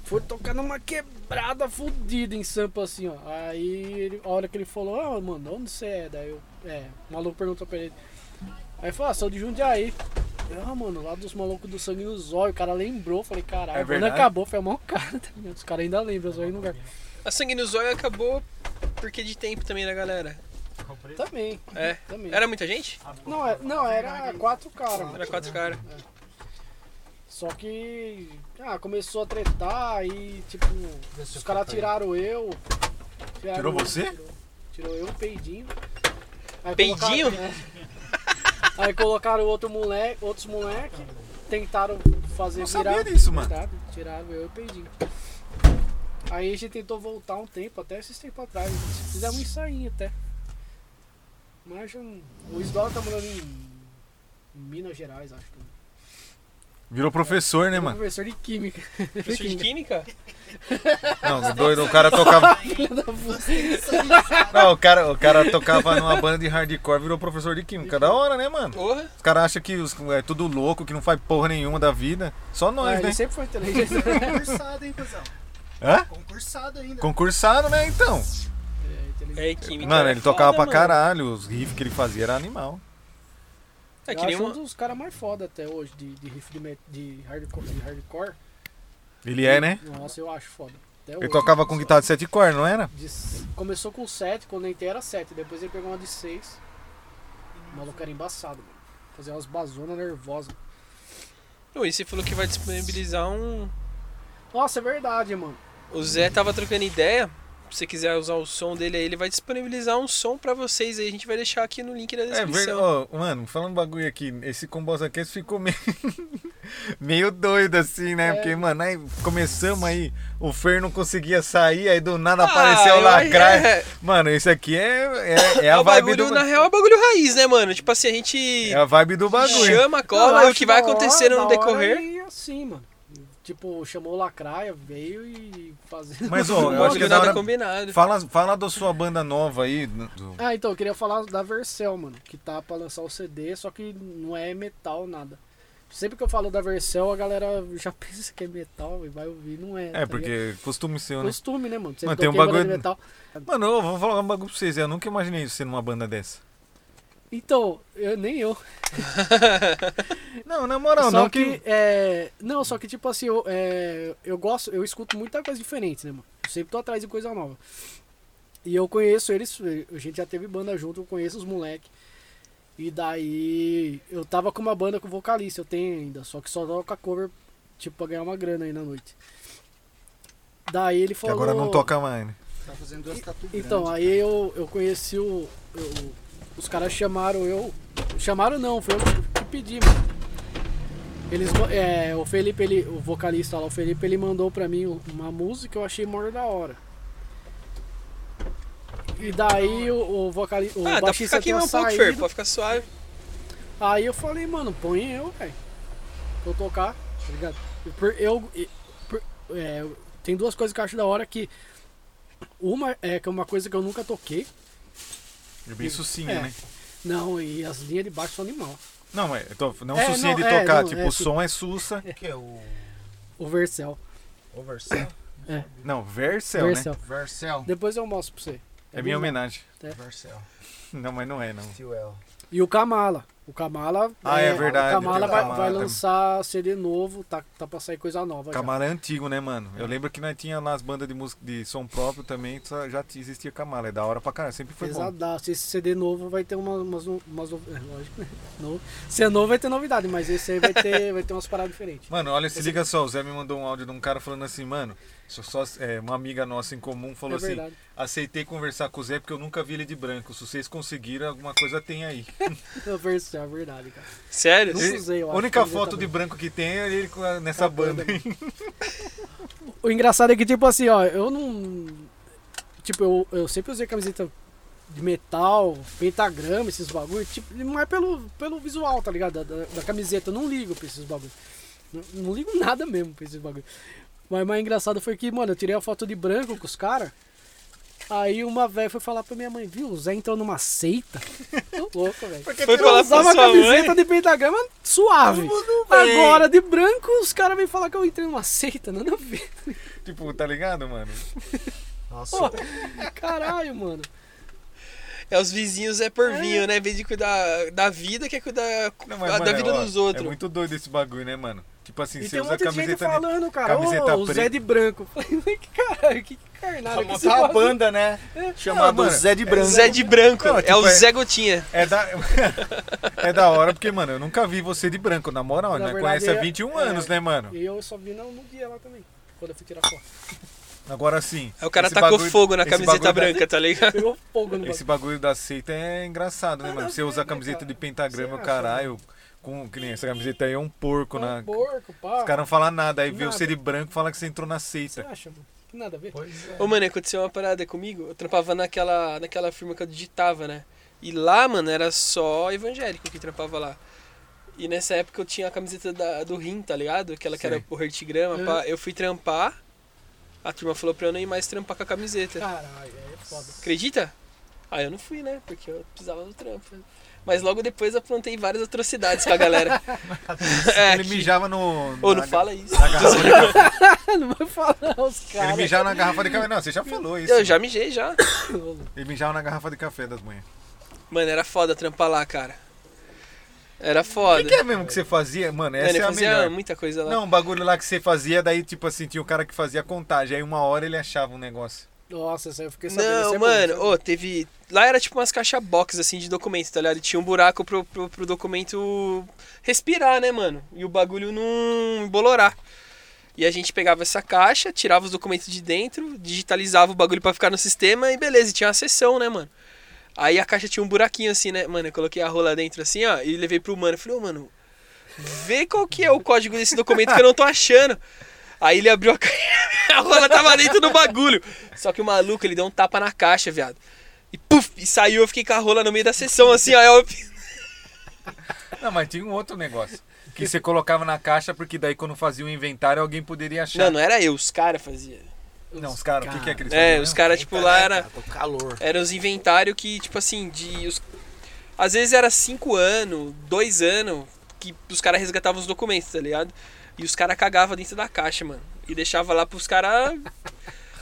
Foi tocar numa quebrada fodida em Sampa, assim, ó. Aí, ele- a hora que ele falou, ah, mano, onde você é? Daí eu, é, o maluco perguntou pra ele. Aí ele falou, ah, sou de Jundiaí. Eu, Ah, mano, lá dos malucos do sangue nos olhos, o cara lembrou, falei, caralho,
É
quando
verdade?
acabou, foi a maior cara, tá ligado? Os caras ainda lembram, só aí no lugar.
A sangue no zóio acabou porque é de tempo também da galera.
Também,
É.
também.
Era muita gente?
Não, é- não, era quatro caras, mano.
Era quatro caras.
Só que ah, começou a tretar e tipo, os caras tiraram eu. tiraram-
Tirou você?
Tirou, tirou eu, peidinho. Aí
Peidinho?
<laughs> colocaram- é. Aí colocaram outro moleque, outros moleque, tentaram fazer
Não
virar.
sabia disso, mano.
Verdade, tiraram eu e o Peidinho. Aí a gente tentou voltar um tempo, até esses tempos atrás. Fizemos um ensaio até. Mas hum, o Isdora tá morando em, em Minas Gerais, acho que.
Virou professor, né, mano?
Professor de química.
Professor de química?
Não, doido, o cara
<laughs>
tocava. Não, o cara, o cara tocava numa banda de hardcore, virou professor de química. Da hora, né, mano?
Porra.
Os caras acham que os, é tudo louco, que não faz porra nenhuma da vida. Só
é
Ah,
nós,
ele
né?
sempre foi inteligente.
<laughs>
Concursado, hein, cuzão?
Hã?
Concursado ainda.
Concursado, né, então?
É, inteligente.
É, química.
Mano,
é
ele tocava
foda,
pra
mano.
caralho, os riffs que ele fazia era animal.
É
Eu
que nem
acho um
uma...
dos caras mais foda até hoje de, de riff de, me- de hardcore, de hardcore.
Ele é, né?
Nossa, eu acho foda. Até
Ele
hoje.
tocava com guitarra de sete cordas, não era?
De- começou com 7, quando eu entrei era 7, depois ele pegou uma de 6. O maluco era embaçado, mano. Fazia umas bazonas nervosas.
Ô, E você falou que vai disponibilizar um...
Nossa, é verdade, mano.
O Zé tava trocando ideia. Se você quiser usar o som dele aí, ele vai disponibilizar um som pra vocês aí. A gente vai deixar aqui no link da
É verdade.
descrição.
Ô, mano, falando um bagulho aqui, esse Combosa Cast ficou meio, <laughs> meio doido assim,
É.
né? Porque, mano, aí começamos aí, o Fer não conseguia sair, aí do nada apareceu o
Ah, eu-
Lacraia.
é.
Mano, esse aqui é, é, é
É
a
o
vibe
bagulho,
do,
na real, é o bagulho raiz, né, mano? Tipo assim, a gente
é a vibe do bagulho.
chama, cola,
Eu
e é o
acho
que vai
da hora,
acontecendo
da
no
hora
decorrer.
E assim, mano. Tipo, chamou o Lacraia, veio e fazendo. <laughs>
Mas, ó, eu
Não
acho que é
viu
da
nada
hora...
combinado.
Fala, fala da sua banda nova aí. do-
Ah, então, eu queria falar da Vercel, mano, que tá pra lançar o CD, só que não é metal nada. Sempre que eu falo da Vercel, a galera já <laughs> pensa que é metal e vai ouvir, não é.
É,
tá ligado?
porque costume seu, né?
Costume, né, mano? Você
Mas tem um bagulho-
de metal.
Mano, eu vou falar um bagulho pra vocês. Eu nunca imaginei isso sendo uma banda dessa.
Então, eu, nem eu.
Não, na moral,
só
não
que,
que...
é, não, só que tipo assim, eu, é, eu gosto, eu escuto muita coisa diferente, né, mano? Eu sempre tô atrás de coisa nova. E eu conheço eles, a gente já teve banda junto, eu conheço os moleque. E daí eu tava com uma banda com vocalista, eu tenho ainda, só que só toca cover, tipo, pra ganhar uma grana aí na noite. Daí ele
que
falou.
agora não toca mais, né?
Tá fazendo duas tatu
Então,
Né,
aí eu, eu conheci o, eu- Os caras chamaram eu. Chamaram não, foi eu que pedi, mano. Eles, ma- é, o Felipe, ele, o vocalista lá, o Felipe, ele mandou pra mim uma música que eu achei maior da hora. E daí o, o vocalista. O
Ah, dá pra ficar
baixista
aqui
tinha
mais um pouco, Fer.
saído.
Pode ficar suave.
Aí eu falei, mano, põe eu, velho. Vou tocar, tá ligado? E por- eu, e- por- é, tem duas coisas que eu acho da hora que. Uma é que é uma coisa que eu nunca toquei.
bem sucinho,
É.
né?
Não, e as linhas de baixo são animal.
Não, é, eu tô- não
É,
sucinho
não,
de
é,
tocar.
não,
tipo,
é,
o som é <laughs> sussa.
O que é o
O Vercel.
Overcell?
Não, Vercel,
Vercel.
né?
Vercel.
Depois eu mostro pra você.
É minha homenagem. <laughs>
Vercel.
Não, mas não é, não.
Fuel.
E o Kamala. O Kamala.
Ah, é verdade,
O Kamala
tem o
vai,
Kamala
vai
também.
lançar CD novo, tá, tá pra sair coisa nova. já.
Camara é antigo, né, mano? Eu lembro que nós tinha lá as bandas de música de som próprio também, só- já t- existia Camara. É da hora pra caralho, sempre foi bom.
Pesadaço. Esse CD novo vai ter uma- umas. no- umas, no- <laughs> é, lógico, né? Novo. Se é novo vai ter novidade, mas esse aí vai ter, vai ter umas paradas diferentes.
Mano, olha, se liga só, o Zé me mandou um áudio de um cara falando assim, mano, só, só- é, uma amiga nossa em comum falou
É
assim,
verdade.
aceitei conversar com o Zé porque eu nunca vi ele de branco. Se vocês conseguiram, alguma coisa tem aí.
O Vercel, é verdade, cara.
Sério?
Não
Ele-
usei, <laughs> eu
a
acho
única
que
foto de
exatamente.
branco que tem é ele com a- nessa banda.
banda, O engraçado é que, tipo assim, ó, eu não. Tipo, eu, eu sempre usei camiseta de metal, pentagrama, esses bagulho. Tipo, não é pelo, pelo visual, tá ligado? Da, da, da camiseta. Eu não ligo pra esses bagulho. Não, não ligo nada mesmo pra esses bagulho. Mas o mais engraçado foi que, mano, eu tirei a foto de branco com os caras. Aí uma velha foi falar pra minha mãe, viu? O Zé entrou numa seita. Tô louco, velho.
Foi falar
Eu
pra
usava
sua
camiseta
mãe?
de pentagrama suave.
bem.
Agora, de branco, os caras vêm falar que eu entrei numa seita, nada a ver.
<laughs> tipo, tá ligado, mano?
Nossa,
Pô, caralho, mano.
É os vizinhos é porvinho, né? Em vez de cuidar da vida, quer cuidar
Não,
Ah, da
mano,
vida
ó,
dos outros.
É muito doido esse bagulho, né, mano? Tipo assim,
E
você
tem um
usa
monte de gente
camiseta de-
falando, cara,
camiseta
ô, o Zé
preta.
de branco. <laughs> Eu Falei, que caralho, que carnada que você
montar uma
faz?"
banda, né? Chamada
mano,
Zé de Branco.
Zé de branco.
Não,
é
tipo,
o
é-
Zé Gotinha.
É da... <laughs> é da hora, porque, mano, eu nunca vi você de branco, na moral.
Na
né?
verdade,
Conhece há
é-
21
é.
anos, né, mano?
E eu só vi no, no dia lá também, quando eu fui tirar foto.
Agora sim.
Aí É o cara
esse
tacou
bagulho-
fogo na
esse
camiseta
bagulho da-
branca, tá ligado?
Pegou fogo no
Esse
bagulho.
bagulho da seita é engraçado, né,
Nada
mano?
a
Você
ver,
usa a
né,
camiseta
cara?
de pentagrama,
Você acha, né?
caralho. com. Que nem essa camiseta aí é um porco, né?
Um porco, pá.
Os caras não falam nada. Aí vê
Nada.
o ser de branco e fala que você entrou na
Você
seita.
acha, mano? Que nada a ver.
Ô, mano, aconteceu uma parada comigo. Eu trampava naquela, naquela firma que eu digitava, né? E lá, mano, era só evangélico que trampava lá. E nessa época eu tinha a camiseta da- do rim, tá ligado? Aquela que era
Sei. Uhum.
o Hertigrama. pá. Eu fui trampar. A turma falou pra eu não ir mais trampar com a camiseta.
Ah.
Caralho, aí é foda.
Acredita? Ah, eu não fui, né? Porque eu precisava do trampo. Mas logo depois eu plantei várias atrocidades com
<laughs>
a galera. é,
Ele mijava no.
Ou
na
não
ga-
fala isso.
na garrafa de café.
<laughs> não vai falar os
Ele
caras.
mijava na garrafa de café. Não, você já falou isso.
Eu já mijei já.
Ele mijava na garrafa de café das manhãs.
Mano, era foda trampar lá, cara. Era
O
foda.
que, que é mesmo que você fazia? Mano, essa
Mano,
é
eu
a
fazia
melhor.
muita coisa lá.
Não, um bagulho lá que você fazia, daí tipo assim, tinha o cara que fazia contagem. Aí uma hora ele achava um negócio.
Nossa, essa eu fiquei sabendo.
Não,
essa é
mano,
boa.
ô, teve. Lá era tipo umas caixas box, assim, de documento, tá ligado? E tinha um buraco pro, pro, pro documento respirar, né, mano? E o bagulho não embolorar. E a gente pegava essa caixa, tirava os documentos de dentro, digitalizava o bagulho pra ficar no sistema e beleza, e tinha uma sessão, né, mano? Aí a caixa tinha um buraquinho assim, né, mano? Eu coloquei a rola dentro assim, ó, e levei pro mano. Eu falei, ô, mano, vê qual que é o código desse documento que eu não tô achando. Aí ele abriu a <laughs> caixa. A rola tava dentro do bagulho. Só que o maluco, ele deu um tapa na caixa, viado. E puf, e saiu, eu fiquei com a rola no meio da sessão, assim, ó. Eu...
Não, mas tinha um outro negócio. Que você colocava na caixa, porque daí quando fazia o inventário alguém poderia achar.
Não, não era eu, os caras faziam.
Não, os caras, o que, que é que eles
É,
faziam
os
mesmo?
caras, tipo, lá era,
é, Cara, tô com calor.
eram os inventários que, tipo assim, de. Os... Às vezes era 5 anos, 2 anos, que os caras resgatavam os documentos, tá ligado? E os caras cagavam dentro da caixa, mano. E deixava lá pros
<laughs>
caras.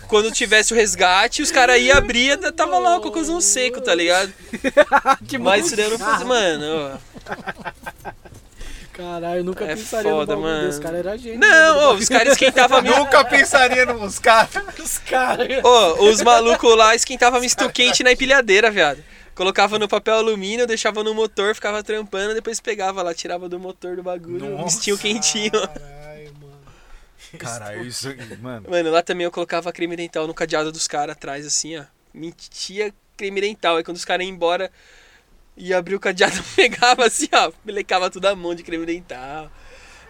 Quando tivesse o resgate, os caras iam abrir, tava lá o cocôzão seco, tá
<laughs>
ligado?
Que
Mas isso daí eu não fazia. Mano, ó.
Caralho, eu nunca
É
pensaria no
foda,
bagulho
mano.
desse cara. Era gente.
Não, ô, os caras
<laughs>
esquentavam meu.
Nunca pensaria nos caras.
Os caras.
Ô, os malucos lá esquentavam misto quente na empilhadeira, viado. Colocava no papel alumínio, deixava no motor, ficava trampando, depois pegava lá, tirava do motor do bagulho,
Nossa.
vestia o quentinho.
Caralho, mano.
Caralho, isso, aqui, mano.
Mano, lá também eu colocava creme dental no cadeado dos caras atrás, assim, ó. Mentia creme dental. Aí quando os caras iam embora e abria o cadeado, <laughs> pegava assim, ó. Melecava tudo a mão de creme dental.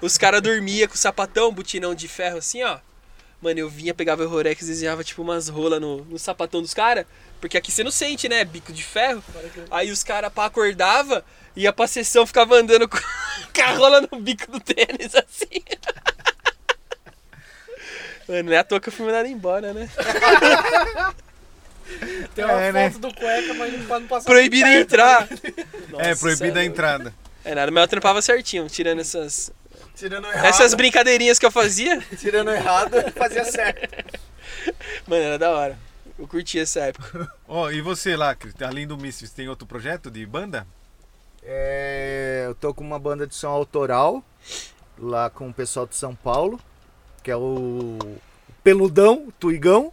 Os caras dormia com sapatão, botinão de ferro, assim, ó. Mano, eu vinha, pegava o Rorex e desenhava tipo umas rolas no, no sapatão dos caras. Porque aqui você não sente, né? Bico de ferro. Aí os caras pá, acordava, ia pra sessão, ficava andando com <laughs> com a rola no bico do tênis, assim. Mano, não é à toa que eu fui mandado embora, né?
Tem uma
É,
foto
né?
do cueca, mas não pode não passar.
Proibido entrar.
é, proibida a
entrar.
entrada.
É nada, mas eu trampava certinho, tirando essas,
Tirando errado.
essas brincadeirinhas que eu fazia.
Tirando errado, fazia certo.
Mano, era da hora. Eu curti essa época.
Ó, e você lá, Cris, além do Misfits, tem outro projeto de banda?
É, eu tô com uma banda de som autoral lá com o pessoal de São Paulo, que é o Peludão, o Tuigão,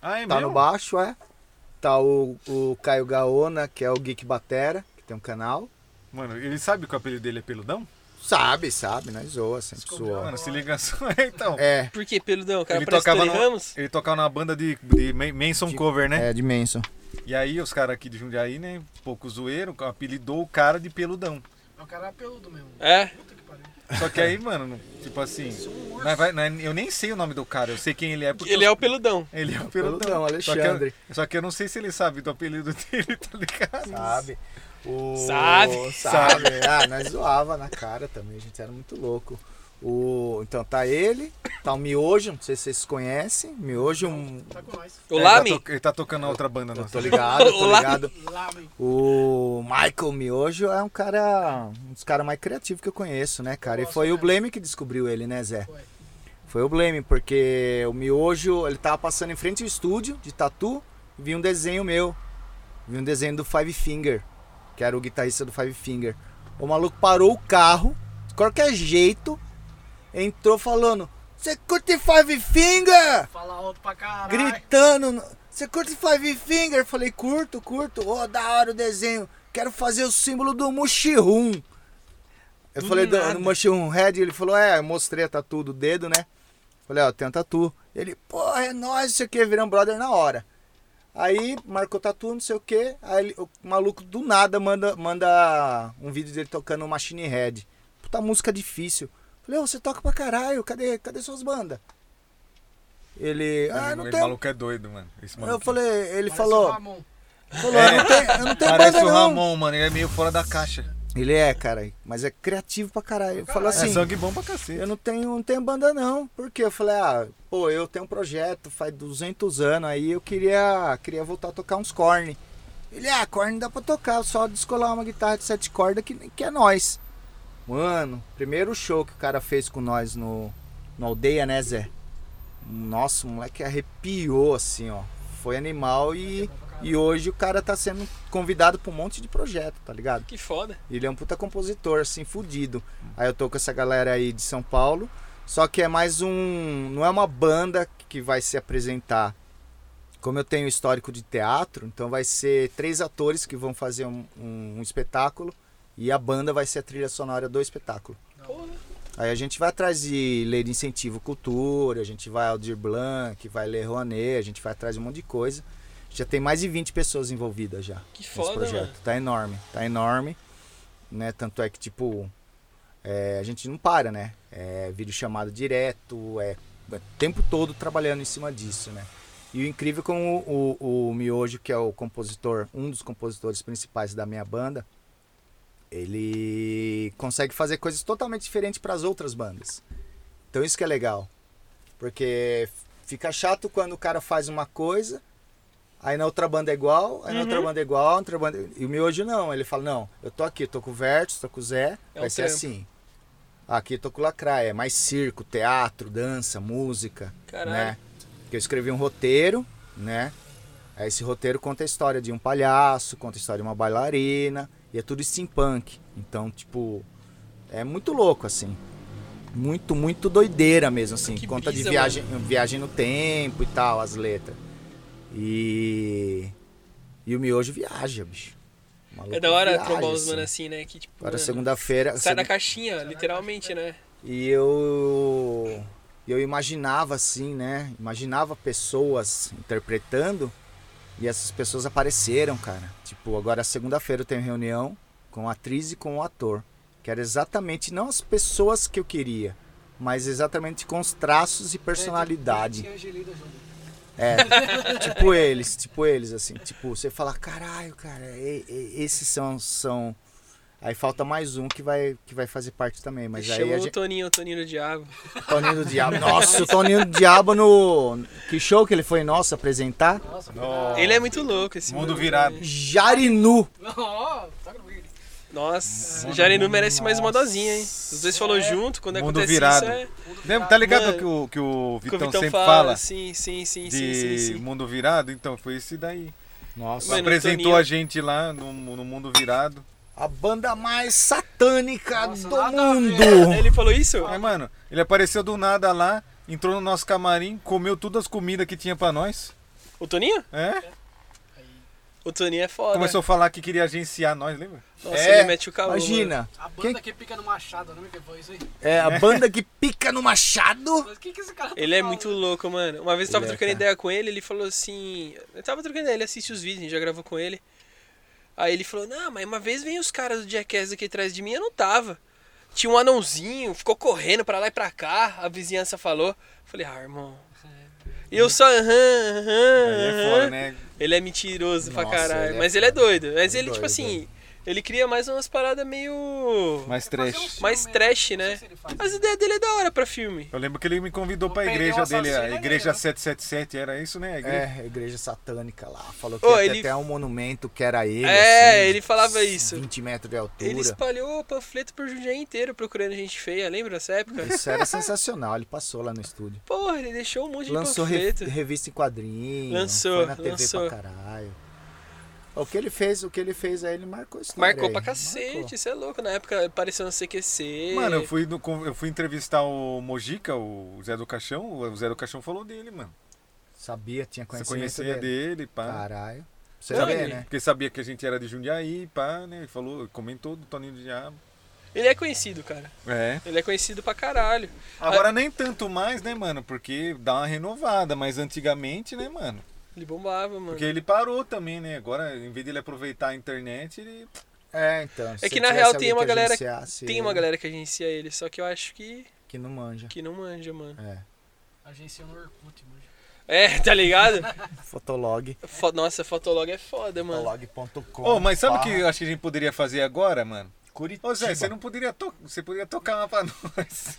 Ah, é
tá
mesmo?
no baixo, é. Tá o, o Caio Gaona, que é o Geek Batera, que tem um canal.
Mano, ele sabe que o apelido dele é Peludão?
Sabe, sabe, nós zoa, sempre zoa.
Mano, se liga só. <laughs> então.
Tá. É,
Por que, peludão? O cara
Ele
parece
tocava,
Tony
numa,
Ramos?
ele tocava numa banda de, de ma- Manson Cover, né?
é de Manson.
E aí os caras aqui de Jundiaí, né? Pouco zoeiro, apelidou o cara de peludão.
O cara é peludo mesmo.
É?
Puta que pariu.
Só que aí, <laughs> mano, tipo assim. nós vai- nós- eu nem sei o nome do cara, eu sei quem ele é porque.
Ele
eu-
é o peludão.
ele é o peludão.
Peludão,
Só que eu-
Alexandre.
Só que, eu, não sei se ele sabe do apelido <laughs> dele, tá ligado?
Sabe. O...
Sabe.
Sabe. Ah, nós zoava na cara também, a gente era muito louco. O... Então tá ele, tá o Miojo, não sei se vocês conhecem. Miojo, um...
Tá com nós.
O
É, ele tá
Lame?
to- Ele tá tocando na outra banda
eu
nossa.
tô ligado, eu tô
Olá.
ligado.
Lá, velho.
O Michael Miojo é um cara, um dos caras mais criativos que eu conheço, né, cara? E foi o Blame que descobriu ele, né, Zé?
Foi.
Foi o Blame, porque o Miojo, ele tava passando em frente ao estúdio de tatu e vi um desenho meu. Vi um desenho do Five Finger, que era o guitarrista do Five Finger. O maluco parou o carro, de qualquer jeito, entrou falando: Você curte Five Finger?
Fala alto pra caralho.
gritando. Você curte Five Finger? Falei, curto, curto. Ô, da hora o desenho. Quero fazer o símbolo do Mushroom. Eu
Do
falei do,
nada.
do Mushroom Head. Ele falou, é, eu mostrei a tatu do dedo, né? Falei, ó, tem um tatu. Ele, porra, é nóis, isso aqui. Viramos brother na hora. Aí marcou tatu, não sei o quê. Aí ele- o maluco do nada manda, manda um vídeo dele tocando Machine Head. Puta música difícil. Falei, ô, você toca pra caralho, cadê, cadê suas bandas? Ele. Ah, não
o
tem.
maluco é doido, mano. Esse
Eu
maluco. é
falei, ele
Parece
falou,
um
o Ramon.
falou, eu não tenho, eu não tenho
Parece
banda
o
não.
Ramon, mano. Ele é meio fora da caixa.
Ele é, cara, mas é criativo pra caralho. Eu falo assim,
é sangue bom pra cacete.
eu não tenho, não tenho banda não. Por quê? Eu falei, ah, pô, eu tenho um projeto faz 200 anos aí, eu queria, queria voltar a tocar uns corne. Ele, ah, corne dá pra tocar, só descolar uma guitarra de sete cordas que, que é nós. Mano, primeiro show que o cara fez com nós no, no Aldeia, né, Zé? Nossa, o moleque arrepiou assim, ó. Foi animal e, e hoje o cara tá sendo convidado pra um monte de projeto, tá ligado?
Que foda.
Ele é um puta compositor, assim, fudido. Aí eu tô com essa galera aí de São Paulo. Só que é mais um. Não é uma banda que vai se apresentar. Como eu tenho histórico de teatro, então vai ser três atores que vão fazer um, um- um espetáculo e a banda vai ser a trilha sonora do espetáculo.
Porra.
Aí a gente vai atrás de lei de incentivo cultura, a gente vai ao Dir Blanc, vai ler Rouanet, a gente vai atrás de um monte de coisa. Já tem mais de 20 pessoas envolvidas já.
Que
Esse
foda,
projeto
mano.
tá enorme, tá enorme, né? Tanto é que tipo é, a gente não para, né? É vídeo chamado direto, é, é o tempo todo trabalhando em cima disso, né? E o incrível é como o, o, o Miojo, que é o compositor, um dos compositores principais da minha banda, ele consegue fazer coisas totalmente diferentes para as outras bandas. Então isso que é legal, porque fica chato quando o cara faz uma coisa Aí na outra banda é igual, aí na outra banda é igual, na outra banda... E o Miojo não, ele fala, não, eu tô aqui, eu tô com o Vertus, tô com o Zé,
É
vai
um
ser
tempo.
assim. Aqui eu tô com o Lacraia, é mais circo, teatro, dança, música,
Caralho.
né? Porque eu escrevi um roteiro, né? Aí esse roteiro conta a história de um palhaço, conta a história de uma bailarina, e é tudo steampunk. Então, tipo, é muito louco, assim. Muito, muito doideira mesmo, assim.
Que
conta
brisa,
de viagem, viagem no tempo e tal, as letras. E. E o miojo viaja, bicho. O maluco
É da hora
viaja,
trombar os
assim.
manos assim, né? Que tipo.
Agora
mano,
segunda-feira.
Sai da
segu-
caixinha, literalmente, né?
E eu. Eu imaginava assim, né? Imaginava pessoas interpretando e essas pessoas apareceram, cara. Tipo, agora segunda-feira eu tenho reunião com a atriz e com o ator. Que era exatamente não as pessoas que eu queria, mas exatamente com os traços e personalidade.
Tinha Angelina Jolie.
É, tipo eles, tipo eles, assim. Tipo, você fala, caralho, cara, e- e- esses são, são. Aí falta mais um que vai, que vai fazer parte também. Mas aí
Chamou
a
o
gente.
Toninho, o Toninho do Diabo.
Toninho do Diabo. Nossa, o Toninho do Diabo no. Que show que ele foi nosso apresentar?
Nossa,
Nossa.
Ele é muito louco esse
Mundo
mano.
virado.
Jarinu.
<laughs> Ó, tá toca no Willy.
Nossa,
Mundo-
Jarenu merece mais uma
Nossa.
dosinha, hein? Os dois falou junto, quando
Mundo
acontece
virado.
isso é.
Lembra, tá ligado
Mano,
que o, que o
que o
Vitão, sempre fala?
Sim, sim, sim, sim, sim,
de
sim.
Mundo Virado? Então, foi esse daí.
Nossa.
Mano,
Apresentou
Toninho-
a gente lá no, no Mundo Virado.
A banda mais satânica
Nossa,
do
nada a ver.
mundo.
Né, Ele falou isso?
Aí, mano, ele apareceu do nada lá, entrou no nosso camarim, comeu todas as comidas que tinha pra nós.
O Toninho?
É?
O Toninho é foda.
Começou a falar que queria agenciar nós, lembra?
Nossa,
É,
ele mete o caô. mano.
Imagina.
A banda
Quem-
que pica no machado, eu não me lembro foi isso aí.
É a banda que pica no machado.
Mas o que que esse cara tá
Ele é
falando?
muito louco, mano. Uma vez eu tava
Ele é,
trocando
cara.
ideia com ele, ele falou assim. Eu tava trocando ideia, ele assiste os vídeos, a gente já gravou com ele. Aí ele falou: Não, mas uma vez vem os caras do Jackass aqui atrás de mim, eu não tava. Tinha um anãozinho, ficou correndo pra lá e pra cá, a vizinhança falou. Eu falei: Ah, irmão. E eu só, aham, aham.
Aí é
aham."
fora, né?
Ele é mentiroso pra
Nossa,
caralho.
ele é
mas ele é doido. Mas
É
ele, tipo
doido,
assim, ele cria mais umas paradas meio.
Mais
Fazer um
trash.
filme,
mais
né?
trash,
Não sei
né?
se ele faz.
Mas a ideia dele é da hora pra filme.
Eu lembro que ele me convidou
Vou
pra
perder
igreja
um
dele, a
assassino
igreja
ali, né?
777, era isso, né? A igreja?
É, a igreja satânica lá. Falou que
Ô,
ia ter
ele-
até um monumento que era ele.
É,
assim,
ele falava isso.
20 metros de
Ele
altura.
espalhou o panfleto pro Jundiaí inteiro procurando gente feia, lembra dessa época?
<laughs> Isso era sensacional. Ele passou lá no estúdio.
Porra, ele deixou um monte de
Lançou re-
panfleto.
revista em quadrinho.
Lançou,
Foi na TV
lançou.
pra caralho. O que ele fez, o que ele fez aí, ele marcou isso.
Marcou pra cacete, isso é louco. Na época apareceu no CQC.
Mano, eu fui, no- eu fui entrevistar o Mojica, o Zé do Caixão, o Zé do Caixão falou dele, mano.
Sabia, tinha
Você
conhecimento
conhecia
dele.
dele, né? pá.
Caralho. Você
Não,
vê,
ele-
né?
Porque sabia que a gente era de Jundiaí, pá, né? Ele falou, comentou do Toninho do Diabo.
Ele é conhecido, cara.
É.
Ele é conhecido pra caralho.
Agora nem tanto mais, né, mano? Porque dá uma renovada, mas antigamente, né, mano?
Ele bombava, mano.
Porque ele parou também, né? Agora, em vez dele aproveitar a internet, ele.
É, então.
É
se
que na
tivesse
real
alguém
tem uma
que
galera.
agenciasse
Tem uma
ele,
galera que agencia ele, só que eu acho que.
que não manja.
Que não manja, mano.
É,
Agência no Orkut, mano.
É, <laughs> tá ligado?
Fotolog.
Fo- Nossa, Fotolog é foda, mano.
Fotolog.com.
Ô, mas sabe o
barra
que eu acho que a gente poderia fazer agora, mano?
Curitiba.
Ô Zé, você não poderia to... Você poderia tocar uma pra <laughs> nós.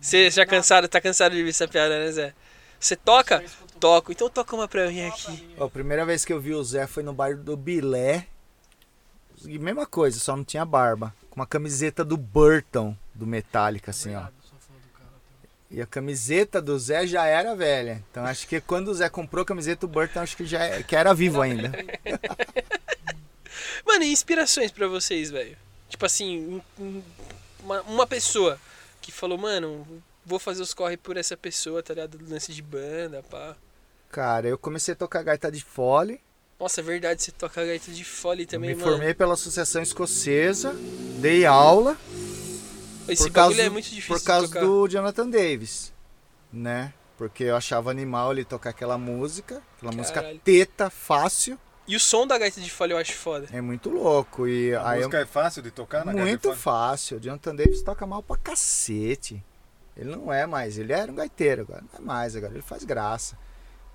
Você já cansado, tá cansado de ver essa piada, né, Zé? Você toca? Toco. Então toca uma pra mim aqui.
Ó, a primeira vez que eu vi o Zé foi no bar do Bilé. E mesma coisa, só não tinha barba. Com uma camiseta do Burton, do Metallica, assim, ó.
Sou fã do cara. até.
E a camiseta do Zé já era velha. Então acho que quando o Zé comprou a camiseta do Burton, acho que já é- que era vivo ainda.
Mano, e inspirações pra vocês, velho? Tipo assim, um- um- uma, uma pessoa que falou, mano, vou fazer os corre por essa pessoa, tá ligado? Lance de banda, pá.
Cara, eu comecei a tocar gaita de fole.
Nossa, é verdade, você toca gaita de fole
Eu
também,
me
mano.
formei pela Associação Escocesa, dei aula.
Esse
por
bagulho
causa,
é muito difícil
Por causa
de tocar.
do Jonathan Davis, né? Porque eu achava animal ele tocar aquela música, aquela música
Caralho.
teta, fácil.
E o som da gaita de fole eu acho foda.
É muito louco. E
A
aí Ah, eu-
música é fácil de tocar na
Muito
fácil.
fácil. O Jonathan Davis toca mal pra cacete. Ele não é mais. Ele era um gaiteiro agora. Não é mais agora. Ele faz graça.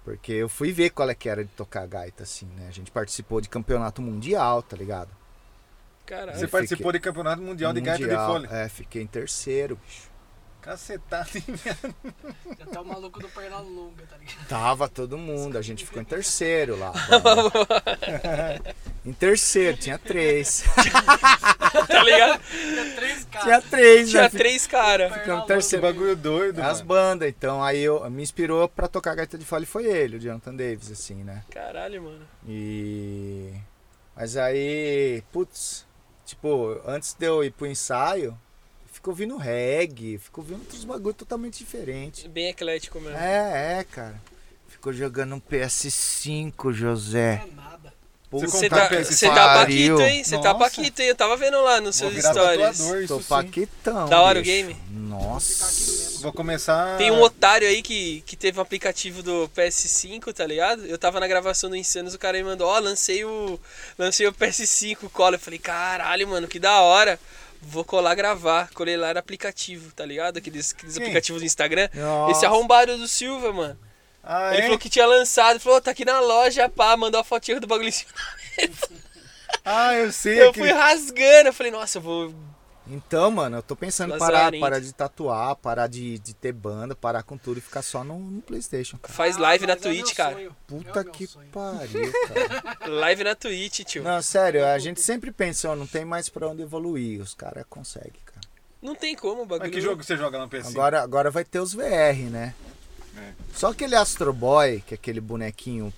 Porque eu fui ver qual é que era de tocar gaita, assim, né? A gente participou de campeonato mundial, tá ligado?
Caralho.
<laughs>
Você participou de campeonato mundial, de gaita de
Mundial.
fole.
É, fiquei em terceiro, bicho.
Cacetado, hein?
Tem até o maluco do Pernalonga, tá
<laughs>
ligado?
Tava todo mundo. A gente ficou em terceiro lá. né? em terceiro.
<laughs>
Tinha três.
Tá ligado?
Tinha três caras.
tinha três, né?
Tinha três cara.
Ficamos em
Esse
terceiro.
bagulho é doido,
As
mano.
bandas, então aí eu, me inspirou pra tocar gaita de fole foi ele, o Jonathan Davis, assim, né?
Caralho, mano.
E. Mas aí, putz, tipo, antes de eu ir pro ensaio, ficou vindo reggae, ficou vindo outros bagulho totalmente diferente.
Bem eclético mesmo.
É, é, cara. Ficou jogando um PS5, José.
Não é nada.
Puta
Você
Contar
tá,
pra
que
esse
você tá
pariu.
paquito, hein? Você tá
Nossa.
paquito, hein? Eu tava vendo lá nos
Vou
seus
virar
stories.
tatuador,
Tô
isso sim.
paquitão.
Da hora o
bicho.
game.
Nossa.
Vou começar...
Tem um otário aí que, que teve um aplicativo do PS5, tá ligado? Eu tava na gravação do Insanos, o cara me mandou, ó, lancei o. Lancei o PS5, cola. Eu falei, caralho, mano, que da hora. Vou colar gravar. Colei lá era aplicativo, tá ligado? Aqueles, aqueles
Quem?
aplicativos do Instagram.
Nossa.
Esse arrombado do Silva, mano.
Ah,
Ele
é?
falou que tinha lançado, falou, ó, tá aqui na loja, pá, mandou a fotinha do bagulho. em cima.
Ah, eu sei.
Eu
aquele-
fui rasgando, eu falei, nossa, eu vou.
Então, mano, eu tô pensando em parar,
Lazarento.
parar de tatuar, parar de, de ter banda, parar com tudo e ficar só no, no Playstation, cara.
Faz
Ah,
live na
mas é o meu
Twitch, cara.
sonho.
Puta
É o meu
que
sonho.
pariu, cara.
Live na Twitch, tio. Não,
Não, sério, a gente sempre pensou, não tem mais pra onde evoluir. Os caras conseguem, cara.
tem como o bagulho.
Mas que jogo você joga no PC?
Agora, agora vai ter os VR, né? Só aquele Astro Boy, que é aquele bonequinho,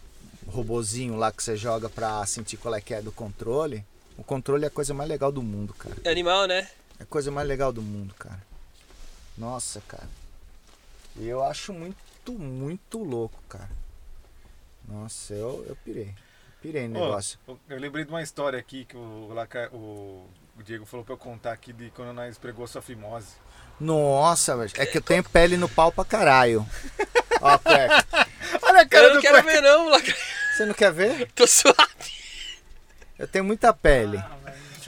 robozinho lá que você joga pra sentir qual é que é do controle. O controle é a coisa mais legal do mundo, cara.
É Animal, né?
É a coisa mais legal do mundo, cara. Nossa, cara. E eu acho muito, muito louco, cara. Nossa, eu, eu pirei. Pirei no
Ô,
é negócio.
Eu lembrei de uma história aqui que o, Laca- o- o Diego falou pra eu contar aqui de quando nós pregou sua fimose.
Nossa, velho. É que eu tenho pele no pau pra caralho. Ó, Cleco,
Olha a
eu não quero ver, não, Lacan.
você não quer ver?
Tô suave.
Eu tenho muita pele.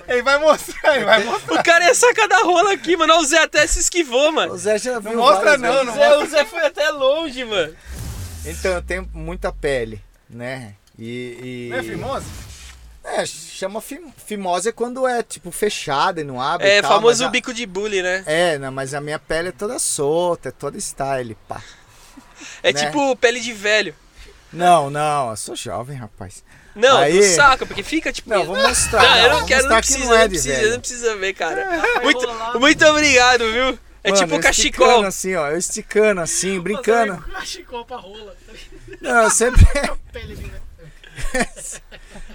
Ele vai mostrar, ele vai mostrar.
O cara ia sacar da rola aqui, mano. Ó, O Zé até se esquivou,
O
mano.
Zé já viu
mostra
várias
não,
vezes.
O
não
Zé,
mostra.
o Zé foi até longe, mano.
Então, eu tenho muita pele, né? E. e-
Não é fimose?
É, chama fim, fimose quando é, tipo, fechada e não abre. e
É,
tal,
famoso
mas a-
bico de bully, né?
É, não, mas a minha pele é toda solta, é toda style, pá.
É
Né?
tipo pele de velho.
Não, não, eu sou jovem, rapaz.
Não,
Aí-
tu saca, porque fica tipo.
Não, vou mostrar.
Não, eu
não,
não
vou
quero,
mostrar
não
que
precisa,
não é
não
de
precisa,
velho. É.
não precisa ver, cara.
Vai rolar,
Muito, muito obrigado, viu? É
Mano,
tipo
eu
o cachecol.
Esticando assim, ó, eu esticando assim, brincando.
Mas é Chicopa rola. tá ligado?
Não, eu sempre.
Pele de
<laughs>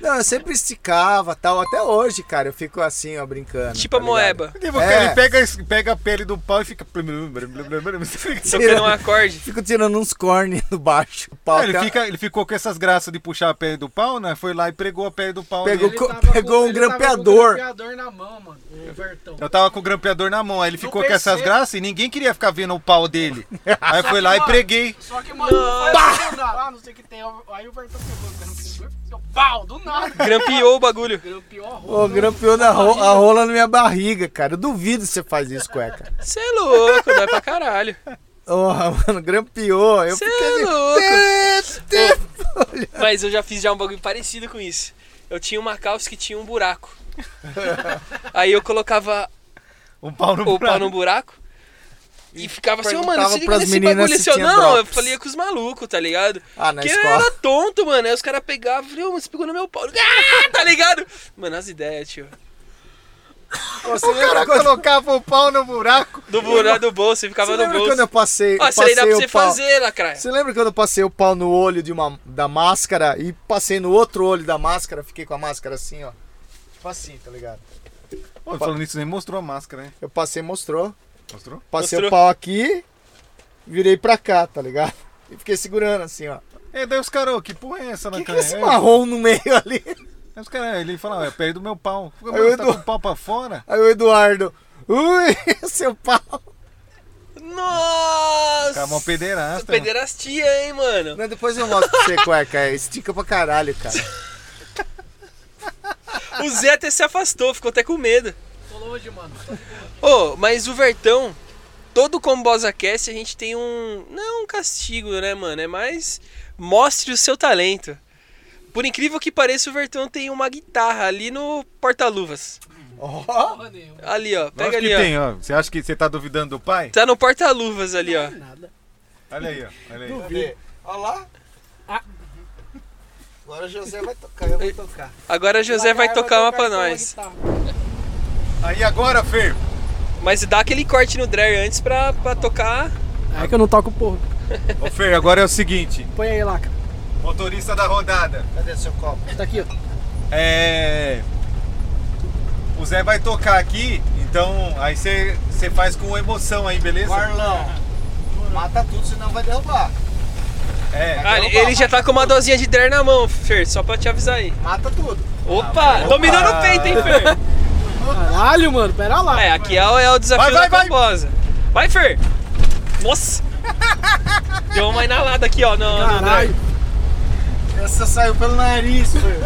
Não, eu sempre esticava tal. Até hoje, cara, eu fico assim, ó, brincando.
Tipo a
tá ligado?
moeba.
Tipo, cara,
É.
Ele pega, es- pega a pele do pau e fica. Você fica-
Tocando um
<laughs>
acorde.
Fico tirando uns cornes <laughs> do baixo. O pau
Ah, ele,
ca-
fica- ele ficou com essas graças de puxar a pele do pau, né? Foi lá e pregou a pele do pau.
Pegou
nele.
Co-
tava
pegou um
ele tava
grampeador.
Com um grampeador na mão, mano. O Bertão.
Eu tava com o grampeador na mão, aí ele ficou com essas
percebo.
graças e ninguém queria ficar vendo o pau dele. Aí foi lá e
mano,
preguei.
Só que, mano, não faz do nada. Ah, não sei o que tem. Aí o Bertão pegou o grampeador e deu pau, do nada.
Grampeou o bagulho.
Grampeou a
Ô,
roupa.
grampeou na ro- a rola na minha barriga, cara. Eu duvido que você faz isso, cueca.
Você é louco, dói pra caralho.
Porra, mano, grampeou. Eu
Cê
fiquei assim,
é
ali-
louco.
Tê, tê. Olha.
Mas eu já fiz já um bagulho parecido com isso. Eu tinha uma calça que tinha um
<laughs>
buraco. Aí eu colocava
Um pau no
o pau
buraco.
num buraco. E ficava assim, ô mano,
Perguntava
você liga
pras
nesse
meninas
bagulho
se
assim, ó.
tinha
Não, eu
drops.
falei com os malucos, tá ligado?
Ah, na
Porque eu
escola.
era tonto, mano. Aí os caras pegavam e falavam, ô, você pegou no meu pau. <laughs> Ah, tá ligado? Mano, as ideias, tio.
Você
O cara
lembra quando,
colocava o pau no buraco.
Do buraco do bolso, você ficava
você
no
lembra
bolso.
quando eu passei,
Ó, isso aí
passei
dá pra
o
você
pau...
fazer, lacraia.
Você lembra quando eu passei o pau no olho de uma, da máscara e passei no outro olho da máscara, fiquei com a máscara assim, ó. Tipo assim, tá ligado?
Pô, falando isso, nem mostrou a máscara, né?
Eu passei, mostrou.
Mostrou?
Passei
Mostrou.
o pau aqui, virei pra cá, tá ligado? E fiquei segurando assim, ó.
É, daí os caras, ô, que porra é essa,
O
né,
que, que
cara?
é esse
É,
marrom no meio ali? <laughs>
Aí os caras, ele fala, é pele do meu pau. Fica,
Aí
mano,
o
você tá com
Edu-
o pau pra fora?
Aí o Eduardo, ui, <laughs> seu pau.
Nossa!
Cara,
um
mó Tá pederasta, mano.
Pederastia, hein, mano?
Não, depois eu mostro pra você, cueca. é Estica pra caralho, cara.
O Zé até se afastou, ficou até com medo.
Tô longe, mano.
Ô, mas o Vertão, todo Combosa Cast a gente tem um. Não um castigo, né, mano? É mais. Mostre o seu talento. Por incrível que pareça, o Vertão tem uma guitarra ali no porta-luvas.
Ó,
Porra nenhuma.
Ali, ó.
Lógico
Pega ali,
que
ó.
tem, ó. Você acha que você tá duvidando do pai?
Tá no porta-luvas ali, ó.
Nada.
Olha aí, ó. Olha aí.
cadê? Ó lá.
Ah.
Agora o
né?
José vai tocar, eu vou tocar.
Agora José vai tocar uma pra nós.
Tá.
Aí agora, Fer,
Mas dá aquele corte no Dre antes pra, pra tocar.
É que eu não toco porra.
Ô Fer, agora é o seguinte,
Põe aí, Laca.
motorista da rodada.
Cadê seu copo?
Tá aqui, ó.
É. O Zé vai tocar aqui, então aí você você faz com emoção aí, beleza?
Marlão, mata tudo, senão vai derrubar.
É.
Ah, ele ele já tá com uma dosinha de Dre na mão, Fer, só pra te avisar aí.
Mata tudo.
Opa! Dominou no peito, hein, Fer?
Caralho, mano, pera lá.
É, aqui é o, é o desafio
Vai, vai,
da
vai.
combosa. Vai, Fer! Nossa! Deu uma inalada aqui, ó. Não, não,
Caralho.
Essa saiu pelo nariz, filho.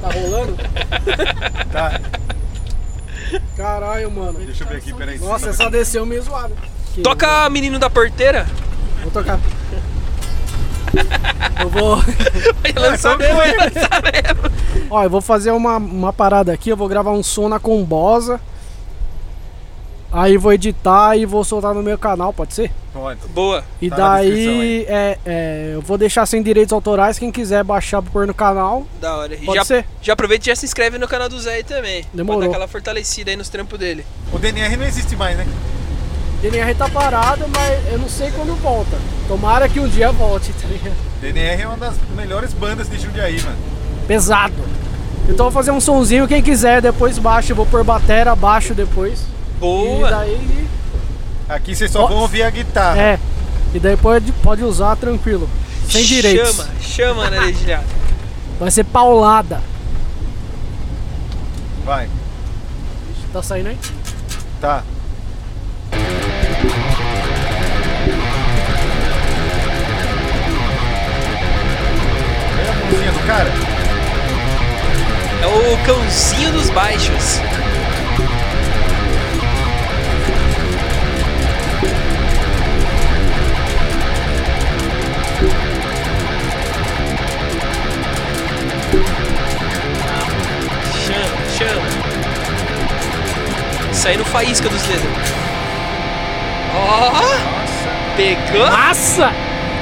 Tá
<laughs>
rolando?
Tá.
Caralho, mano.
Deixa eu ver aqui, peraí.
Nossa, essa desceu meio zoada. Que-
Toca menino da porteira. <laughs>
Vou tocar. Eu vou.
Vai
É,
É
<laughs>
lançar mesmo, vai lançar mesmo.
Ó, eu vou fazer uma, uma parada aqui. Eu vou gravar um som na combosa. Aí vou editar e vou soltar no meu canal, pode ser?
Pode.
é. Boa.
E
Tá na descrição aí.
daí, é, é, eu vou deixar sem direitos autorais. Quem quiser baixar pra pôr no canal,
Da hora. E
Pode
já,
ser.
já aproveita e já se inscreve no canal do Zé aí também.
Demorou.
Pra dar aquela fortalecida aí nos trampos dele.
O DNR não existe mais, né?
DNR tá parado, mas eu não sei quando volta. Tomara que um dia volte, tá ligado?
DNR é uma das melhores bandas de Jundiaí, mano.
Pesado. Então eu vou fazer um sonzinho, quem quiser, depois baixa. Eu vou pôr batera abaixo depois. E
Boa.
daí.
Aqui vocês só
Ó.
vão ouvir a guitarra.
É. E daí pode, pode usar tranquilo. Sem direitos.
Chama, chama, né, Dedilhado?
Vai ser paulada. É.
Vai.
Tá saindo aí?
Tá. Olha a mãozinha do cara.
É o cãozinho dos baixos. Chama, chama. Saindo faísca dos dedos. Ó! Pegou?
Massa!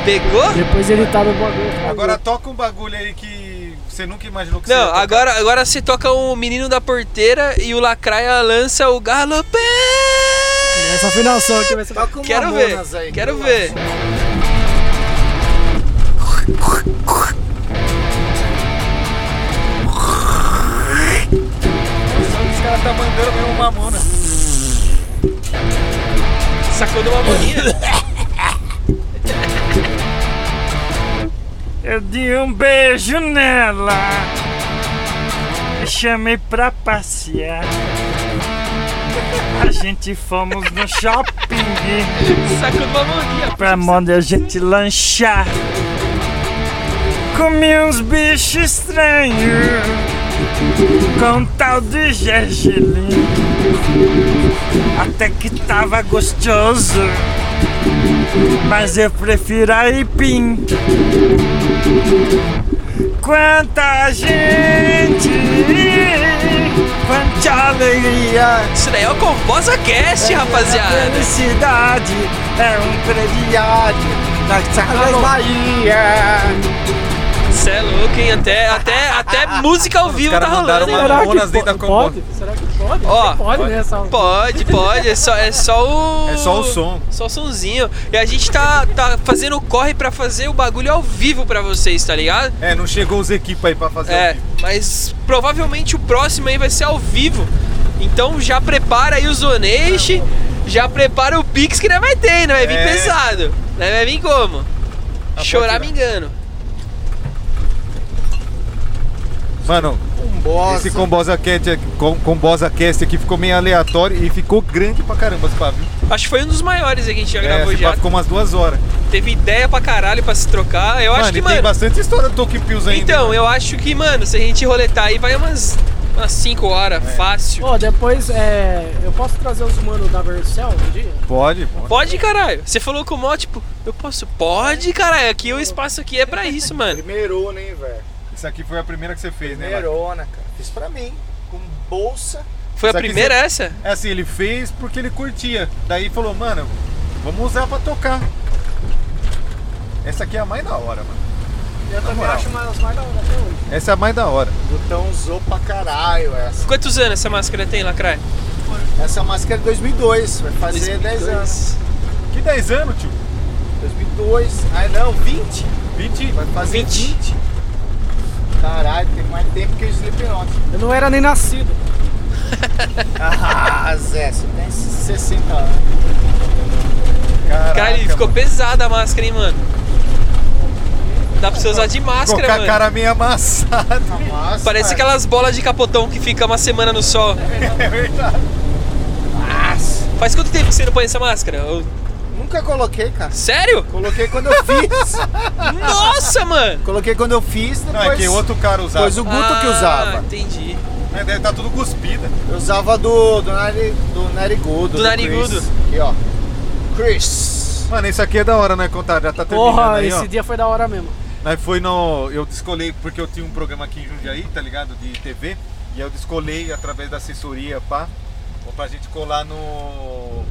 Pegou?
Depois ele tá no bagulho.
Agora toca um bagulho aí que você nunca imaginou que você ia
Não,
tocar.
agora, agora você toca o menino da porteira e o Lacraia lança o galopé.
Essa
Tá
afinação aqui vai ser.
Toca um
Quero ver,
Mamonas aí.
quero ver.
Os caras tá mandando mesmo mamona.
Sacou de uma mamoninha?
Eu dei um beijo nela. Eu chamei pra passear. A gente fomos no shopping
Sacou de uma mamoninha.
pra onde a gente lanchar. Comi uns bichos estranhos com tal de gergelim. Até que tava gostoso, mas eu prefiro aipim. Quanta gente, quanta alegria.
Isso daí é o Composa
É,
Cast,
A
rapaziada.
felicidade é um crediário da Carlos Bahia.
Cê é louco, hein? Até, até,
<laughs>
até música ao vivo
caras
tá rolando,
mandaram uma
hein?
Mamonas
mano?
Será que
dentro da
po- pode? Será que pode?
Ó,
pode, né? Essa...
Pode, pode. É só, é só o.
É só o som.
Só o somzinho. E a gente tá, tá fazendo o corre pra fazer o bagulho ao vivo pra vocês, tá ligado?
É, não chegou os equipes aí pra fazer
É,
o vídeo.
mas provavelmente o próximo aí vai ser ao vivo. Então já prepara aí o Zoneixe, já prepara o Pix que não vai ter, hein? não vai vir
É. Tá,
pesado. Não vai vir como?
pode
Chorar
tirar.
me engano.
Mano,
Bosta.
esse Combosa Cast, aqui- com, Combosa Cast aqui ficou meio aleatório e ficou grande pra caramba, esse pá, viu?
Acho que foi um dos maiores aí que a gente já
É,
gravou
esse
já.
pá ficou umas duas horas.
Teve ideia pra caralho pra se trocar. Eu acho
mano,
que,
e tem
mano.
bastante história do Tolkien Pills ainda.
Então, eu acho que, mano, se a gente roletar aí, vai umas 5 horas,
É.
fácil.
Ó, depois é, eu posso trazer os humanos da Vercel um dia?
Pode, pode.
Pode, caralho. Você falou com o Mó, tipo, eu posso? Pode, caralho. Aqui o espaço aqui é pra isso, mano.
Primeirona, hein, né, velho?
Isso aqui foi a primeira que você fez, né? Lara?
Primeirona, cara. Fiz pra mim, com bolsa.
Foi a
Isso aqui
primeira
você-
essa?
É assim, ele fez porque ele curtia. Daí falou, mano, vamos usar pra tocar. Essa aqui é a mais da hora, mano.
Eu também
moral.
acho mais, mais da hora até hoje.
Essa é a mais da hora.
Botão usou pra caralho essa.
Quantos anos essa máscara tem, Lacraia?
Essa máscara é de 2002, vai fazer 10 anos.
Que 10 anos, tio?
2002, ah não, 20.
20?
Vai fazer
20.
20. Caralho, tem mais tempo que o Slipknot.
Eu não era nem nascido.
Ah, <laughs> Zé, você tem 60 anos.
Caraca,
Caralho, ficou
mano.
pesada a máscara, hein, mano. Dá pra você usar de
Ficou
máscara,
com a
mano.
cara meio amassada.
Nossa,
Parece
cara.
aquelas bolas de capotão que fica uma semana no sol.
<laughs> É verdade.
Nossa.
Faz quanto tempo que você não põe essa máscara? Eu-
Nunca coloquei, cara.
<laughs>
Sério?
Coloquei quando eu <laughs> fiz.
Nossa, mano!
coloquei quando eu fiz, depois,
Não, é que outro cara usava.
depois o Guto que
Ah,
usava.
entendi.
Né, Deve estar tudo cuspida.
Eu usava do, do, nari, do narigudo.
Do narigudo.
Chris. Aqui, ó. Chris.
Mano, isso aqui é da hora, né, Contado? Já tá terminando
Porra,
aí, ó.
esse dia foi da hora mesmo.
Aí foi no. Eu descolei, porque eu tinha um programa aqui em Jundiaí, tá ligado? De TV. E eu descolei através da assessoria, pá. Pra gente colar no.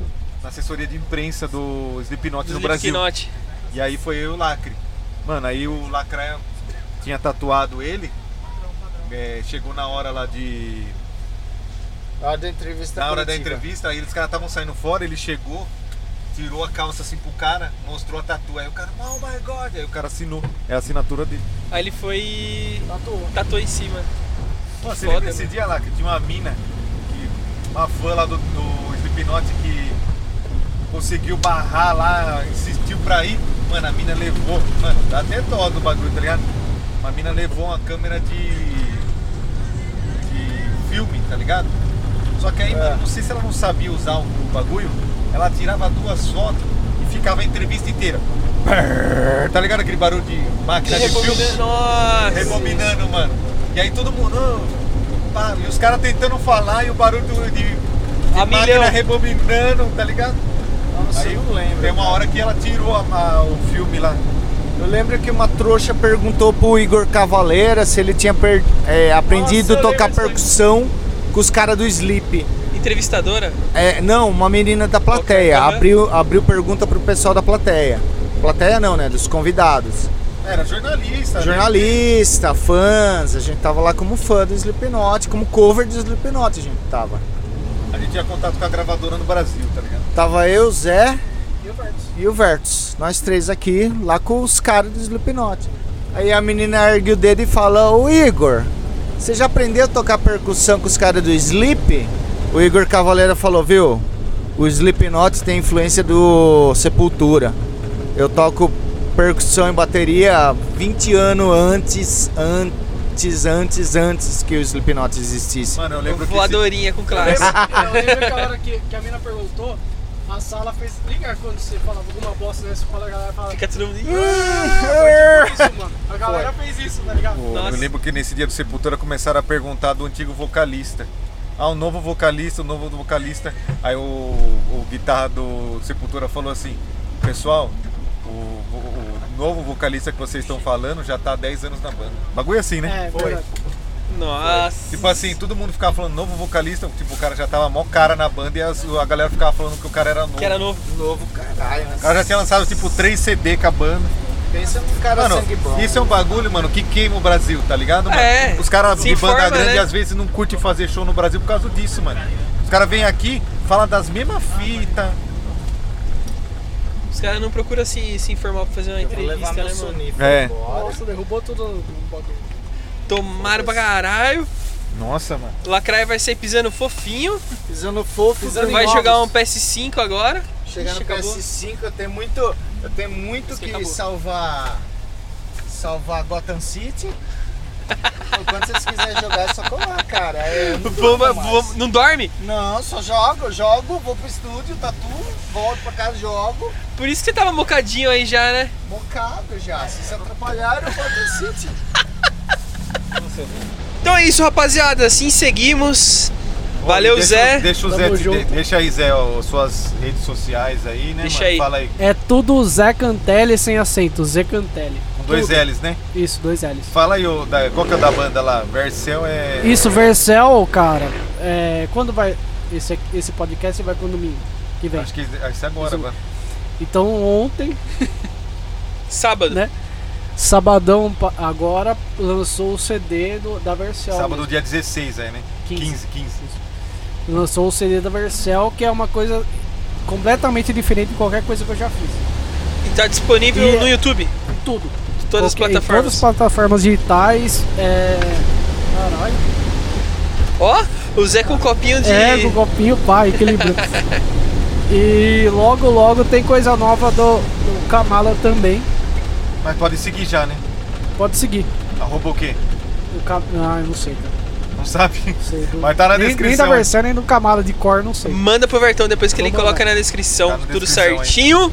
Na assessoria de imprensa do Slipknot no Brasil.
Slipknot.
E aí foi eu e o Lacre. Mano, aí o Lacraia tinha tatuado ele. É, chegou na hora lá de.
Na hora da entrevista.
Na hora da
coletiva.
entrevista, aí eles caras estavam saindo fora, ele chegou, tirou a calça assim pro cara, mostrou a tatu. Aí o cara, oh my god! Aí o cara assinou. É a assinatura dele.
Aí ele foi. Tatuou em cima.
Pô, você
Foda,
lembra esse
né?
dia lá que tinha uma mina, que, uma fã lá do, do Slipknot que conseguiu barrar lá, insistiu pra ir. Mano, a mina levou. Mano, dá até dó do bagulho, tá ligado? Uma mina levou uma câmera de. de filme, tá ligado? Só que aí, mano,
É.
não sei se ela não sabia usar o, o bagulho, ela tirava duas fotos e ficava a entrevista inteira. Tá ligado aquele barulho de máquina de filme?
Rebobinando. Nossa.
Rebobinando, mano. E aí todo mundo. "Não, pá", e os caras tentando falar e o barulho do- de, de
A é
máquina
milhão.
rebobinando, tá ligado?
Nossa, eu não lembro.
Tem uma hora que ela tirou a- a- o filme lá.
Eu lembro que uma trouxa perguntou pro Igor Cavaleira se ele tinha per- é,
Nossa,
aprendido
eu
a tocar
lembro disso
percussão com os caras do Sleep.
Entrevistadora?
É, não, uma menina da
Ok,
plateia.
aham.
Abriu, abriu pergunta pro pessoal da plateia. Plateia não, né? Dos convidados.
Era jornalista. né?
Jornalista, fãs. A gente tava lá como fã do Slipknot, como cover do Slipknot a gente tava.
A gente tinha contato com a gravadora no Brasil, tá ligado?
Tava eu, Zé e o Vertus. Nós três aqui, lá com os caras do Slipknot. Aí a menina ergue o dedo e fala: Ô Igor, você já aprendeu a tocar percussão com os caras do Sleep? O Igor Cavaleiro falou: Viu, o Slipknot tem influência do Sepultura. Eu toco percussão e bateria 20 anos antes, antes, antes, antes que o Slipknot existisse.
Mano, eu lembro que. esse-
Voadorinha com
Eu
<laughs> classe.
lembro, eu lembro que a hora que, que a mina perguntou, a sala fez. Liga quando você falava alguma bosta, né? Você fala, a galera fala.
Fica todo mundo.
"Foi tipo isso, mano. A galera fez isso, tá ligado?
Pô,
Nossa.
Eu lembro que nesse dia do Sepultura começaram a perguntar do antigo vocalista. Ah, um novo vocalista, um novo vocalista. Aí o, o guitarra do Sepultura falou assim, pessoal, o, o- o novo vocalista que vocês estão falando já tá há 10 anos na banda. Bagulho assim, né?
É, verdade.
Nossa.
Tipo assim, todo mundo ficava falando novo vocalista, tipo, o cara já tava mó cara na banda e as- a galera ficava falando que o cara era novo.
Que era novo.
O cara já tinha lançado tipo 3 CD com a banda.
Pensa num cara
Mano,
sangue bom.
isso é um bagulho, mano, que queima o Brasil, tá ligado, mano?
É,
Os caras
se
de banda
informa,
grande
né?
às vezes não curtem fazer show no Brasil por causa disso, mano. Os caras vêm aqui, falam das mesmas fitas.
Os caras não procuram se, se informar pra fazer uma
Vou levar
entrevista,
meu
né, mano?
sonífero
É.
embora.
Nossa, derrubou tudo no no bagulho.
Tomaram pra caralho.
Nossa, mano.
Lacraia vai sair pisando fofinho.
Pisando fofo, pisando
Vai
em
jogar
ovos.
um PS5 agora.
Chegar no
Ixi, acabou.
PS5 eu tenho muito, eu tenho muito
Esse
que
acabou.
salvar salvar Gotham City. Então, Quando vocês quiserem jogar é só colar, cara. É, eu não,
<laughs>
durmo
Vamos-
mais.
vamos- não dorme?
não, só jogo, jogo, vou pro estúdio, tatu, volto pra casa, jogo,
Por isso que você tava mocadinho aí já, né?
bocado já. Se se atrapalharam, Gotham City.
Então é isso, rapaziada. Assim seguimos. Valeu,
deixa,
Zé.
Deixa o
Tamo
Zé, te-
junto.
deixa aí, Zé, ó, suas redes sociais aí, né,
Deixa
mano?
aí.
Fala aí,
É tudo Zé Cantelli sem acento, Zé Cantelli.
com dois
Tudo.
L's, né?
Isso, dois L's.
Fala aí, ô, da, qual que é o da banda lá? Vercel é...
Isso, Vercel, cara, é, quando vai. Esse, esse podcast vai pro domingo que vem.
Acho que acho que é agora,
Isso.
mano.
Então ontem,
Sábado.
Né? sabadão pa- agora, lançou o CD do- da Vercel.
Sábado,
mesmo.
dia 16 aí, né?
15.
15, 15.
Lançou o CD da Vercel, que é uma coisa completamente diferente de qualquer coisa que eu já fiz.
E tá disponível
E é-
no YouTube.
Tudo.
Todas
Qualquer- em
as
Todas as
plataformas.
plataformas digitais. É... Caralho.
Ó, o Zé com um copinho de.
É, com o copinho,
<laughs>
pai, equilibrando. e logo, logo tem coisa nova do, do Kamala também.
Mas pode seguir já, né?
Pode seguir.
Arroba o quê?
O Ka- Ah, eu não sei, cara.
Não sabe?
Não sei. Do-
Vai tá na
nem,
descrição.
Nem da versão, nem do Kamala de cor, não sei.
Manda pro Vertão depois que ele
Vamos
coloca
lá.
na descrição
Tá na
tudo
descrição, hein?
certinho.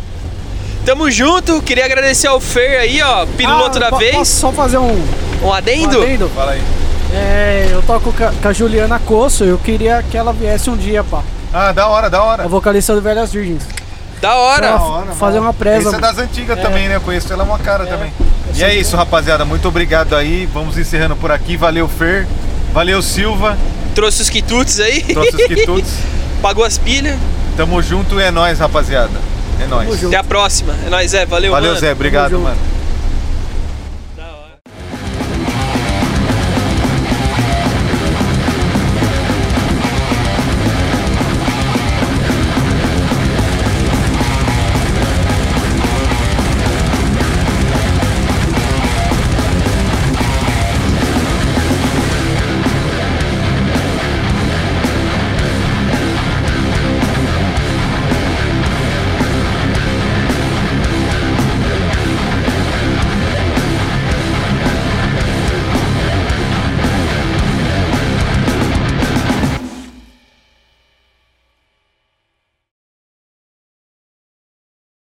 Tamo junto, queria agradecer ao Fer aí, ó, piloto
Ah,
da
po-
vez.
Posso só fazer um
Um adendo?
adendo?
Fala aí.
É, eu toco ca- com a Juliana Coço, eu queria que ela viesse um dia, pá.
Ah, da hora, da hora.
A vocalista do Velhas Virgens.
Da hora.
Pra
Da hora,
fazer
mano.
uma presa.
Essa é das antigas também, né? Eu conheço ela é uma cara também. E é
sei.
isso, rapaziada. Muito obrigado aí. Vamos encerrando por aqui. Valeu, Fer. Valeu, Silva.
Trouxe os quitutes aí,
Trouxe
<laughs>
os
<laughs>
quitutes.
pagou as pilhas.
Tamo junto. É nóis, rapaziada. É nóis.
junto.
Até a próxima. É nóis, Zé. Valeu,
Valeu,
mano.
Zé. Obrigado,
Tamo junto.
mano.